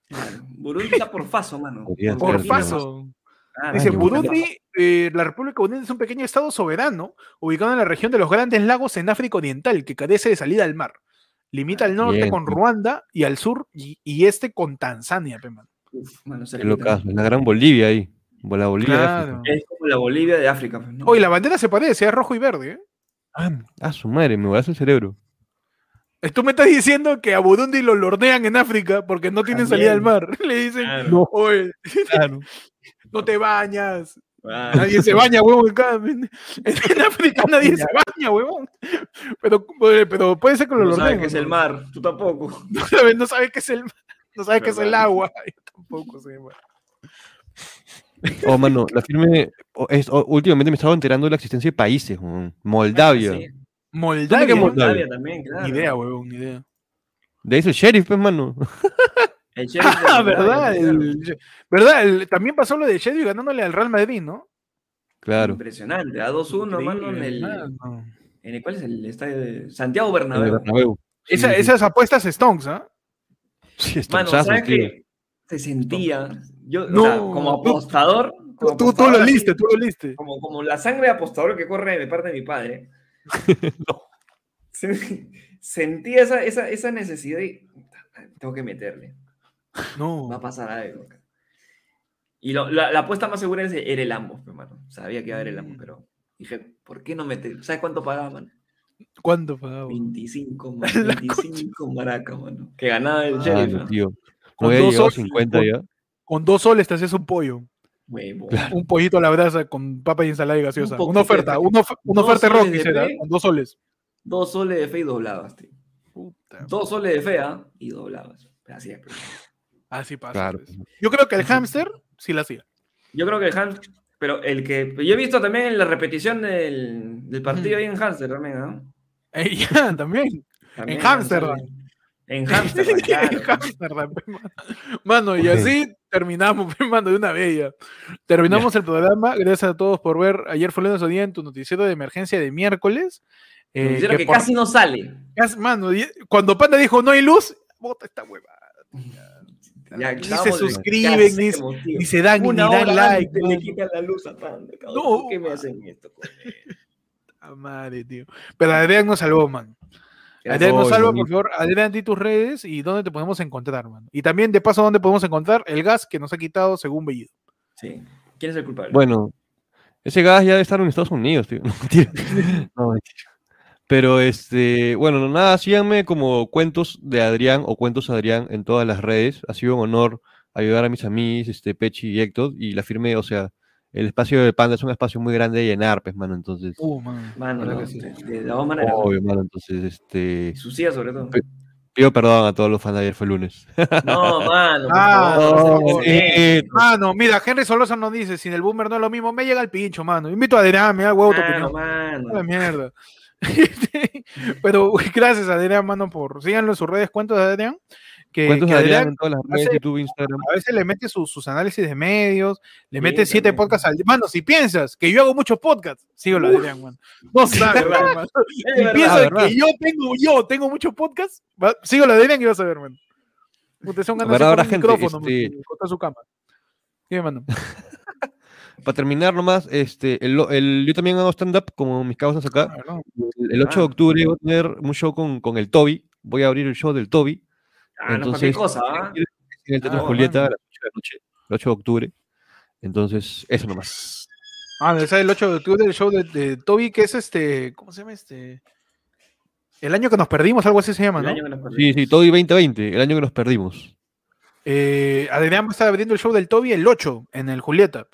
Speaker 2: Claro, Burundi está por Faso, mano.
Speaker 3: [LAUGHS] Podría ser,
Speaker 1: Por
Speaker 3: tío.
Speaker 1: paso.
Speaker 2: Claro.
Speaker 1: Dice
Speaker 3: Ay,
Speaker 1: Burundi, eh, la República Unida es un pequeño estado soberano ubicado en la región de los Grandes Lagos en África Oriental que carece de salida al mar. Limita al norte
Speaker 3: Bien,
Speaker 1: con
Speaker 3: pues.
Speaker 1: Ruanda y al sur y, y este con Tanzania, pe, mano.
Speaker 2: Uf, mano,
Speaker 3: Qué
Speaker 2: cerquita.
Speaker 3: locazo, es la gran Bolivia ahí. La Bolivia. de África.
Speaker 1: Eh, Claro.
Speaker 2: Es como la Bolivia de África. pues, ¿no?
Speaker 1: Oye, la bandera se parece, es rojo y verde, ¿eh?
Speaker 3: Ah, ah, su madre, me volaste el cerebro.
Speaker 1: Tú me estás diciendo que a Burundi lo lornean en África porque no tienen salida al mar. [LAUGHS] Le dicen,
Speaker 2: Claro,
Speaker 1: oye,
Speaker 3: Claro.
Speaker 1: no te bañas.
Speaker 2: claro.
Speaker 1: Nadie se baña, huevón. acá. [LAUGHS] En, en
Speaker 2: [LAUGHS]
Speaker 1: África nadie se baña, huevón. Pero, eh, pero puede ser que lo
Speaker 2: No sabes
Speaker 1: lorneen.
Speaker 2: qué es
Speaker 1: ¿no?
Speaker 2: el mar, tú tampoco.
Speaker 1: [LAUGHS] No sabes, no sabes qué es el mar, No sabes qué es el
Speaker 2: Verdad.
Speaker 1: agua. [LAUGHS] Yo tampoco sé, man.
Speaker 3: Oh, mano, la firme. oh, es- oh, últimamente me estaba enterando de la existencia de países. weón. Moldavia.
Speaker 2: Sí,
Speaker 1: Moldavia.
Speaker 3: ¿Dónde que
Speaker 1: ¿no?
Speaker 3: Moldavia?
Speaker 2: Moldavia también, claro.
Speaker 1: Ni idea, huevón, ni idea.
Speaker 3: De ahí es el sheriff, pues, mano. [LAUGHS]
Speaker 2: El sheriff
Speaker 1: [LAUGHS]
Speaker 2: de
Speaker 1: Ah,
Speaker 2: Moldavia,
Speaker 1: ¿verdad?
Speaker 2: claro.
Speaker 1: El- ¿Verdad? El- también pasó lo de Shady ganándole al Real Madrid, ¿no?
Speaker 3: Claro.
Speaker 2: Impresionante, a 2-1, mano, en
Speaker 1: Increíble,
Speaker 2: el,
Speaker 1: mano.
Speaker 2: en el- ¿Cuál es el estadio de Santiago
Speaker 3: en el
Speaker 2: Bernabéu?
Speaker 3: Bernabéu. Sí,
Speaker 1: Esa-
Speaker 3: sí, sí.
Speaker 1: Esas apuestas stonks, ¿ah?
Speaker 3: Sí, es
Speaker 2: Mano,
Speaker 3: tonchazo,
Speaker 2: ¿sabes
Speaker 3: tío.
Speaker 2: qué? Se sentía, yo, o
Speaker 1: No,
Speaker 2: sea, como
Speaker 1: tú-
Speaker 2: apostador, como
Speaker 1: Tú, tú, tú
Speaker 2: apostador,
Speaker 1: lo
Speaker 2: así,
Speaker 1: liste, tú lo liste.
Speaker 2: Como, como la sangre de apostador que corre de parte de mi [LAUGHS] padre. Se- Sentía esa, esa, esa necesidad y tengo que meterle.
Speaker 1: No.
Speaker 2: va a pasar algo. acá. Y lo- la, la apuesta más segura es- era el ambos, pe, mano. Sabía que iba a haber el ambos, pero dije, ¿por qué no meter? ¿Sabes cuánto pagaba, mano?
Speaker 1: ¿Cuánto pagaba?
Speaker 2: 25, man, 25 maracas, mano. Que ganaba el
Speaker 3: Ah,
Speaker 2: sheriff,
Speaker 3: no,
Speaker 2: ¿no?
Speaker 3: tío.
Speaker 1: Con
Speaker 3: Como ya
Speaker 1: dos
Speaker 3: llegó a
Speaker 1: soles,
Speaker 3: 50
Speaker 1: con-
Speaker 3: ya.
Speaker 1: Con dos soles te haces un pollo.
Speaker 2: Huevo.
Speaker 1: Un pollito a la brasa con papa y ensalada y gaseosa.
Speaker 2: poquito
Speaker 1: una oferta,
Speaker 2: de-
Speaker 1: una, of- una
Speaker 2: dos
Speaker 1: oferta de
Speaker 2: soles
Speaker 1: Rocky
Speaker 2: de
Speaker 1: será,
Speaker 2: fe.
Speaker 1: con dos soles.
Speaker 2: Dos soles de fe y doblabas, tío. Dos soles de fe, ¿ah? Y doblabas. Así es, pe.
Speaker 1: Así pasa.
Speaker 3: Claro.
Speaker 1: pues. Yo creo que el
Speaker 2: Así.
Speaker 1: hámster sí la hacía. [LAUGHS]
Speaker 2: Yo creo que el Hans, pero el que. Yo he visto también en la repetición del, del partido ahí en Hamster también, ¿no?
Speaker 1: Eh, ya, también.
Speaker 2: También
Speaker 1: En Hamsterdam.
Speaker 2: En
Speaker 1: [LAUGHS]
Speaker 2: Hamsterdam,
Speaker 1: El
Speaker 2: claro.
Speaker 1: hámster también, mano. Mano, y así terminamos, [LAUGHS] pues, mano, de una bella. Terminamos el programa. Gracias a todos por ver. Ayer fue lunes o día en tu noticiero de emergencia de miércoles. Eh,
Speaker 2: Considero que,
Speaker 1: por-
Speaker 2: casi no sale.
Speaker 1: casi- Mano, y- cuando Panda dijo no hay luz, bota esta hueva.
Speaker 2: Ya,
Speaker 5: Ni se
Speaker 2: acabamos de-
Speaker 5: suscriben,
Speaker 2: ya
Speaker 5: ni-
Speaker 2: hacemos, tío.
Speaker 5: Ni se dan, ni
Speaker 2: Una
Speaker 5: dan
Speaker 2: hora
Speaker 5: like.
Speaker 2: antes le
Speaker 5: man.
Speaker 2: quitan la luz a Panda, cabrón.
Speaker 5: No,
Speaker 2: ¿Por qué me hacen esto?
Speaker 5: Ah, madre, tío.
Speaker 1: Pero Adrián nos salvó, man. Adrián nos
Speaker 5: Oye,
Speaker 1: salva,
Speaker 5: mi-
Speaker 1: por favor. Adrián, di tus redes y dónde te podemos encontrar, man. Y también, de paso, dónde podemos encontrar el gas que nos ha quitado según Bellido.
Speaker 2: Sí. ¿Quién es el culpable?
Speaker 3: Bueno, ese gas ya debe estar en Estados Unidos, tío. [LAUGHS] No, mentira. No, mentira. Pero este, bueno, nada, síganme como Cuentos de Adrián o Cuentos Adrián en todas las redes. Ha sido un honor ayudar a mis amigos, este, Pechi y Héctor, y la firme, o sea, el espacio de Panda es un espacio muy grande de llenar, pues, mano, entonces.
Speaker 1: Uh, man.
Speaker 2: Mano,
Speaker 3: Claro
Speaker 2: no,
Speaker 3: que
Speaker 2: de, de las dos maneras.
Speaker 3: Obvio, mano, entonces, este,
Speaker 2: Y Sucia, sobre todo.
Speaker 3: Pe- pido perdón a todos los fans de ayer, fue lunes.
Speaker 2: No, mano. por
Speaker 1: Ah,
Speaker 2: favor, no seas
Speaker 3: Eh,
Speaker 1: Mano, mira, Henry Solosa nos dice: sin el boomer no es lo mismo, me llega el pincho, mano. Invito a Adrián, me da huevo tu
Speaker 2: Ah, Mano,
Speaker 1: opinión. A la
Speaker 2: mano. Ah,
Speaker 1: mierda. [LAUGHS] Pero uy, gracias, Adrián, mano, por. Síganlo en sus redes, cuentos de Adrián. Que,
Speaker 3: Cuentos
Speaker 1: eh, que
Speaker 3: de Adrián
Speaker 1: Adrián
Speaker 3: en todas las redes,
Speaker 1: hace-
Speaker 3: YouTube, Instagram.
Speaker 1: a veces le mete su- sus análisis de medios, le
Speaker 2: Sí,
Speaker 1: mete siete
Speaker 2: también.
Speaker 1: podcasts al día. Mano, si piensas que yo hago muchos podcasts, síguelo, Adrián, mano.
Speaker 2: [LAUGHS]
Speaker 1: No sabes, mano.
Speaker 2: Es
Speaker 1: Si
Speaker 2: verdad,
Speaker 1: piensas
Speaker 3: verdad.
Speaker 1: que yo tengo, yo tengo muchos podcasts, va- síguelo, Adrián, y vas a ver, mano. Ustedes son ganas
Speaker 3: Habrá- habrá
Speaker 1: de
Speaker 3: gente,
Speaker 1: micrófono,
Speaker 3: este-
Speaker 1: mano, contra su cama. Dime, mano.
Speaker 3: Para terminar nomás, este, el, lo- el- yo también hago stand-up como mis causas acá. El el 8 de
Speaker 2: Ah.
Speaker 3: octubre voy a tener un show con, con el Toby. Voy a abrir el show del Toby
Speaker 2: Ah, no,
Speaker 3: Entonces-
Speaker 2: cualquier cosa, ¿ah?
Speaker 3: en el Teatro
Speaker 2: Ah,
Speaker 3: Julieta a las 8 de la noche, el 8 de octubre. Entonces, eso nomás.
Speaker 1: Ah, ese es el 8 de octubre del show de, de Toby, que es este. ¿Cómo se llama este? El año que nos perdimos, algo así se llama,
Speaker 2: El
Speaker 1: ¿no?
Speaker 2: año que nos perdió.
Speaker 3: Sí, sí, Toby 2020, el año que nos perdimos.
Speaker 1: Eh, Adrián va a estar abriendo el show del Toby el 8 en el Julieta.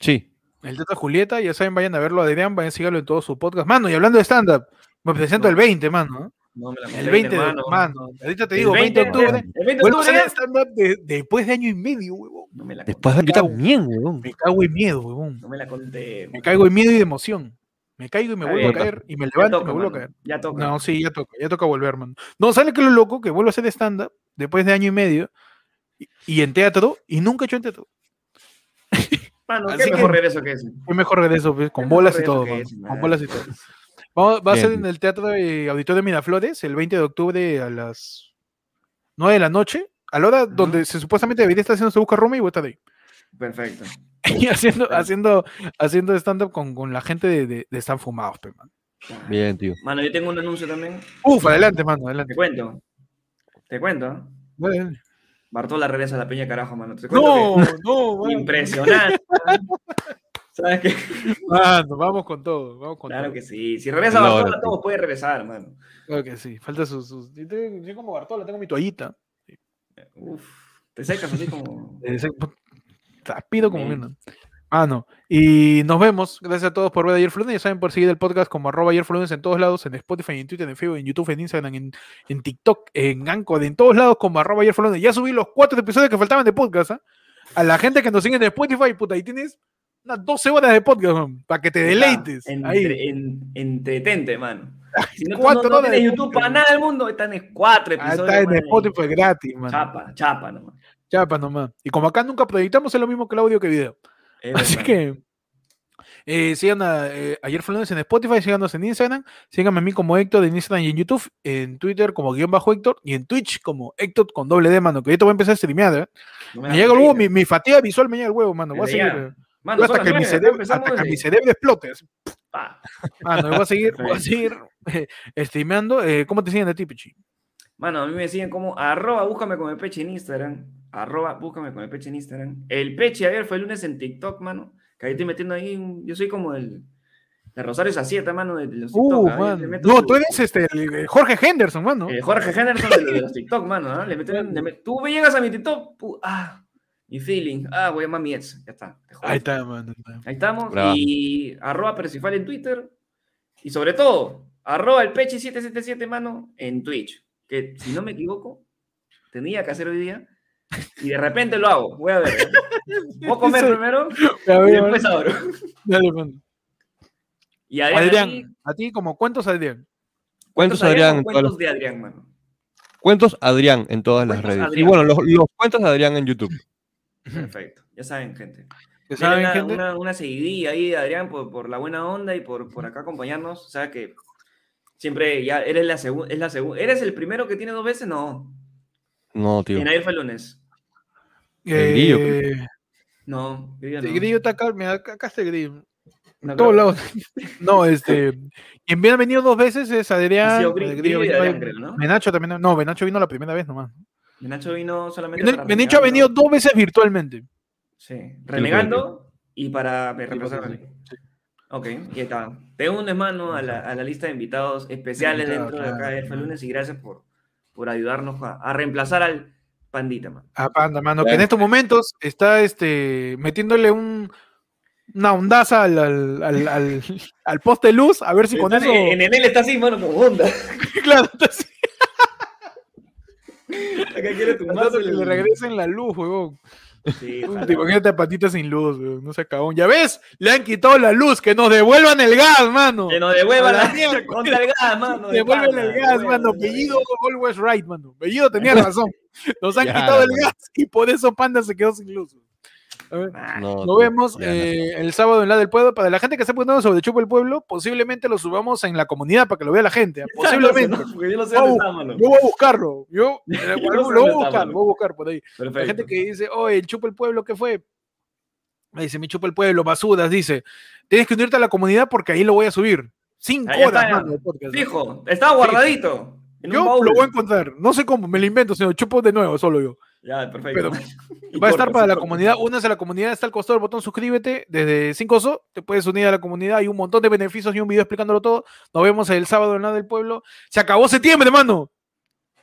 Speaker 3: Sí.
Speaker 1: El Tata Julieta, ya saben, vayan a verlo a Adrián, vayan a seguirlo en todo su podcast. Mano, y hablando de stand-up, me presento el 20, mano.
Speaker 2: No me la
Speaker 1: El
Speaker 2: conté,
Speaker 1: 20 de
Speaker 2: hermano.
Speaker 1: mano. pues, Ahorita te
Speaker 2: El
Speaker 1: digo, 20 de octubre.
Speaker 2: hermano. El 20 de
Speaker 1: Vuelvo a
Speaker 2: octubre.
Speaker 1: hacer stand-up de- después de año y medio, huevón.
Speaker 2: No me la conté.
Speaker 3: Después, yo
Speaker 1: Chao.
Speaker 3: también, weón.
Speaker 1: Me cago en miedo, huevón.
Speaker 2: No me la conté.
Speaker 1: Me caigo en miedo y de emoción. Me caigo y me
Speaker 2: Está
Speaker 1: vuelvo a
Speaker 3: bien.
Speaker 1: caer. Y me
Speaker 2: Ya
Speaker 1: levanto y
Speaker 2: toca,
Speaker 1: me vuelvo a
Speaker 2: mano,
Speaker 1: caer.
Speaker 2: Ya toca.
Speaker 1: No, sí, ya toca, ya toca volver, mano. No, sale que lo loco, que vuelvo a hacer stand-up después de año y medio y, y en teatro, y nunca he hecho en teatro.
Speaker 2: Mano, qué
Speaker 1: Así
Speaker 2: mejor
Speaker 1: que-
Speaker 2: regreso que ese.
Speaker 1: Fue mejor regreso, pues,
Speaker 2: Qué
Speaker 1: con bolas y
Speaker 2: mejor
Speaker 1: todo,
Speaker 2: regreso
Speaker 1: mano,
Speaker 2: que ese,
Speaker 1: con
Speaker 2: madre.
Speaker 1: bolas y todo. Vamos- va a ser
Speaker 3: Bien.
Speaker 1: en el Teatro de Auditorio Miraflores el 20 de octubre a las 9 de la noche, a la hora donde se supuestamente debería estar haciendo su busca Roma y voy a estar ahí. [LAUGHS]
Speaker 2: Perfecto.
Speaker 1: Y haciendo,
Speaker 2: Claro.
Speaker 1: haciendo, haciendo stand-up con, con la gente de, de, de Están Fumados, pe, mano.
Speaker 3: Bien, tío.
Speaker 2: Mano, yo tengo un anuncio también.
Speaker 1: Uf, adelante, mano,
Speaker 2: Te
Speaker 1: adelante.
Speaker 2: cuento. Te cuento. ¿ah?
Speaker 1: Dale, dale.
Speaker 2: Bartola regresa a la peña carajo, mano. Te cuento
Speaker 1: No, no,
Speaker 2: que-
Speaker 1: mano.
Speaker 2: Impresionante. ¿Sabes qué?
Speaker 1: Mano, vamos con todo, vamos con
Speaker 2: Claro
Speaker 1: todo.
Speaker 2: que sí. Si regresa
Speaker 3: No,
Speaker 2: Bartola,
Speaker 3: no.
Speaker 2: todos pueden regresar, mano.
Speaker 1: Claro que sí, falta sus. sus- Yo, tengo- yo como Bartola tengo mi toallita.
Speaker 2: Uf. Te secas así como.
Speaker 1: Eh, se- Rápido como
Speaker 2: Bien.
Speaker 1: vino. Ah, no. Y nos vemos. Gracias a todos por ver ayer Flunes. Ya saben, por seguir el podcast como arroba ayer Flunes en todos lados, en Spotify, en Twitter, en Facebook, en YouTube, en Instagram, en, en TikTok, en Anchor, en todos lados como arroba ayer Flunes. Ya subí los cuatro episodios que faltaban de podcast. ¿ah? A la gente que nos sigue en Spotify, puta, ahí tienes unas 12 horas de podcast, para que [LAUGHS] te deleites.
Speaker 2: Ah, entre-
Speaker 1: ahí.
Speaker 2: en- entretente, mano. Si no, tú
Speaker 1: cuatro
Speaker 2: no, no
Speaker 1: horas de
Speaker 2: tienes YouTube para nada del mundo, están en cuatro
Speaker 1: Ah,
Speaker 2: episodios.
Speaker 1: está en
Speaker 2: mano, ahí.
Speaker 1: Spotify gratis, man.
Speaker 2: Chapa, chapa nomás.
Speaker 1: Chapa nomás. Y como acá nunca proyectamos, es lo mismo que el audio que video. [LAUGHS]
Speaker 2: Es
Speaker 1: Así
Speaker 2: verdad.
Speaker 1: que eh, sigan a eh, Ayer Fue Lunes en Spotify, síganos en Instagram, síganme a mí como Héctor en Instagram y en YouTube, en Twitter como guión bajo Héctor y en Twitch como Héctor con doble D, mano, que ahorita voy a empezar a streamear. ¿eh?
Speaker 2: No
Speaker 1: Me
Speaker 2: la
Speaker 1: llega el huevo, mi,
Speaker 2: conté.
Speaker 1: mi fatiga visual me llega el huevo, mano. Voy a
Speaker 2: Desde ya.
Speaker 1: seguir. eh,
Speaker 2: Mano, son
Speaker 1: hasta
Speaker 2: las
Speaker 1: que, mi
Speaker 2: nueve,
Speaker 1: cerebro,
Speaker 2: empezamos
Speaker 1: hasta que
Speaker 2: desde-
Speaker 1: mi cerebro explote. así. [LAUGHS]
Speaker 2: Pa.
Speaker 1: Mano, voy a seguir, voy a
Speaker 2: Perfecto.
Speaker 1: seguir eh, streameando. Eh, ¿Cómo te siguen de ti, Pichi?
Speaker 2: Mano, a mí me siguen como arroba búscame con el peche en Instagram. Arroba búscame con el peche en Instagram. El peche ayer fue el lunes en TikTok, mano. Que ahí estoy metiendo ahí. un- Yo soy como el. La Rosario Sacieta, mano, de de los TikTok.
Speaker 1: Uh,
Speaker 2: ¿ah? Yo le
Speaker 1: mano.
Speaker 2: meto
Speaker 1: No,
Speaker 2: su-
Speaker 1: tú eres este, el- el Jorge Henderson, mano.
Speaker 2: Eh, Jorge Henderson de, los- de los TikTok, mano. ¿ah? Le meten- le met- Tú me llegas a mi TikTok. pu- ah, mi feeling. Ah, voy a llamar a mi ex. Ya está. te jodí.
Speaker 1: Ahí está, mano. ahí está.
Speaker 2: Ahí estamos.
Speaker 3: Bravo.
Speaker 2: Y arroba Percifal en Twitter. Y sobre todo, arroba el Pechi777, mano, en Twitch. Que si no me equivoco, tenía que hacer hoy día. Y de repente lo hago. Voy a ver. ¿eh? Voy a comer primero
Speaker 1: Ya
Speaker 2: y
Speaker 1: veo, mano.
Speaker 2: después abro.
Speaker 1: Dale, mano.
Speaker 2: Y Adrián, así,
Speaker 1: Adrián, a ti como cuentos, Adrián.
Speaker 3: Cuentos
Speaker 2: o
Speaker 3: Adrián, en todas
Speaker 2: Cuentos
Speaker 3: las,
Speaker 2: de Adrián, mano.
Speaker 3: cuentos Adrián en todas las
Speaker 2: Cuentos
Speaker 3: redes. Y
Speaker 2: Adrián.
Speaker 3: bueno, los, los cuentos de Adrián en YouTube.
Speaker 2: Perfecto. Ya saben, gente.
Speaker 1: Ya
Speaker 2: Denle
Speaker 1: saben,
Speaker 2: una,
Speaker 1: gente.
Speaker 2: Una, una seguidilla ahí de Adrián por, por la buena onda y por, por acá acompañarnos. O sea que siempre ya eres la segunda, es la segunda. ¿Eres el primero que tiene dos veces? No.
Speaker 3: No, tío.
Speaker 2: En ayer fue el lunes.
Speaker 3: El grillo, creo.
Speaker 1: Eh,
Speaker 2: No, yo ya Este, no.
Speaker 1: el grillo está acá, mira, acá acá está el grillo. En
Speaker 2: No,
Speaker 1: todos
Speaker 2: creo.
Speaker 1: lados. [LAUGHS] No, este. Quien bien ha venido dos veces es
Speaker 2: Ha
Speaker 1: Adrián.
Speaker 2: sido
Speaker 1: el
Speaker 2: Grillo
Speaker 1: grillo
Speaker 2: y
Speaker 1: vino
Speaker 2: Adrián,
Speaker 1: ahí.
Speaker 2: creo, ¿no?
Speaker 1: Benacho también. No, Benacho vino la primera vez nomás.
Speaker 2: Benacho vino solamente.
Speaker 1: Bene-
Speaker 2: para
Speaker 1: Benacho ha
Speaker 2: renegar,
Speaker 1: venido
Speaker 2: ¿no?
Speaker 1: dos veces virtualmente.
Speaker 2: Sí, renegando y para reemplazar. Ok, y está. Te unes, mano, a la, a la lista de invitados especiales
Speaker 1: Invitado,
Speaker 2: dentro de acá
Speaker 1: claro,
Speaker 2: de F
Speaker 1: claro.
Speaker 2: Lunes y gracias por, por ayudarnos a, a reemplazar al Pandita, man.
Speaker 1: A Ah, Panda, mano. Que
Speaker 3: Claro.
Speaker 1: en estos momentos está este, metiéndole un, una ondaza al, al, al, al-
Speaker 3: [LAUGHS]
Speaker 1: al poste de luz. A ver si con eso.
Speaker 2: En el L está así, mano, como onda. [LAUGHS]
Speaker 1: [LAUGHS] claro, entonces,
Speaker 2: Acá quiere
Speaker 1: tratando
Speaker 2: tumbarse
Speaker 1: que le
Speaker 2: el-
Speaker 1: regresen la luz, huevón.
Speaker 2: Sí,
Speaker 1: Puta,
Speaker 2: claro.
Speaker 1: Imagínate a patita sin luz, huevón. No se cagón. Ya ves, le han quitado la luz. Que nos devuelvan el gas, mano.
Speaker 2: Que nos devuelva
Speaker 1: A la
Speaker 2: la
Speaker 1: mierda.
Speaker 2: contra el gas, mano. de
Speaker 1: Devuelven
Speaker 2: pana,
Speaker 1: el gas,
Speaker 2: devuelve,
Speaker 1: mano.
Speaker 2: devuelve.
Speaker 1: Bellido always right, mano. Bellido tenía razón. Nos han
Speaker 3: Ya,
Speaker 1: quitado el
Speaker 3: mano.
Speaker 1: gas y por eso Panda se quedó sin luz. A ver,
Speaker 2: Ah,
Speaker 3: No,
Speaker 1: Nos
Speaker 3: tío,
Speaker 1: vemos
Speaker 3: ya, no.
Speaker 1: eh, el sábado en la del pueblo. Para la gente que está preguntando sobre Chupo el Pueblo, posiblemente lo subamos en la comunidad para que lo vea la
Speaker 2: [LAUGHS]
Speaker 1: gente. ¿ah? Posiblemente.
Speaker 2: No, porque yo no sé dónde
Speaker 1: Au.
Speaker 2: está, mano.
Speaker 1: Yo voy a buscarlo.
Speaker 2: [LAUGHS]
Speaker 1: Yo, eh,
Speaker 2: no sé
Speaker 1: lo voy
Speaker 2: dónde
Speaker 1: a
Speaker 2: está,
Speaker 1: buscar, lo
Speaker 2: mano.
Speaker 1: voy a buscar por ahí. La
Speaker 2: Perfecto.
Speaker 1: gente que dice, oh, el Chupo el Pueblo, ¿qué fue? Me dice, mi Chupo el Pueblo, basudas, dice. Tienes que unirte a la comunidad porque ahí lo voy a subir. Cinco
Speaker 2: Ahí está,
Speaker 1: horas,
Speaker 2: ya.
Speaker 1: mano, de podcast.
Speaker 2: Fijo, estaba guardadito. en un
Speaker 1: Yo
Speaker 2: baúl.
Speaker 1: lo voy a encontrar. No sé cómo, me lo invento, sino chupo de nuevo, solo yo.
Speaker 2: Ya, perfecto. [LAUGHS]
Speaker 1: Pero
Speaker 2: Y
Speaker 1: Va a
Speaker 2: cortas,
Speaker 1: estar para
Speaker 2: y
Speaker 1: la
Speaker 2: cortas.
Speaker 1: comunidad. Únase a la comunidad, está al costado del botón suscríbete. Desde 5 so te puedes unir a la comunidad. Hay un montón de beneficios y un video explicándolo todo. Nos vemos el sábado en la del pueblo. Se acabó septiembre, mano.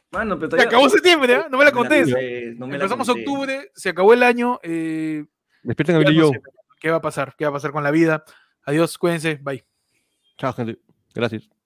Speaker 2: Mano, pero
Speaker 1: Se
Speaker 2: todavía-
Speaker 1: acabó septiembre, ¿ah? no me la contés.
Speaker 2: contés, no me la
Speaker 1: Empezamos
Speaker 2: contés.
Speaker 1: octubre, se acabó el año. eh,
Speaker 3: Despierten
Speaker 1: ya
Speaker 3: al
Speaker 1: no
Speaker 3: grillo.
Speaker 1: sé ¿Qué va a pasar? ¿Qué va a pasar con la vida? Adiós, cuídense, bye.
Speaker 3: Chao, gente. Gracias.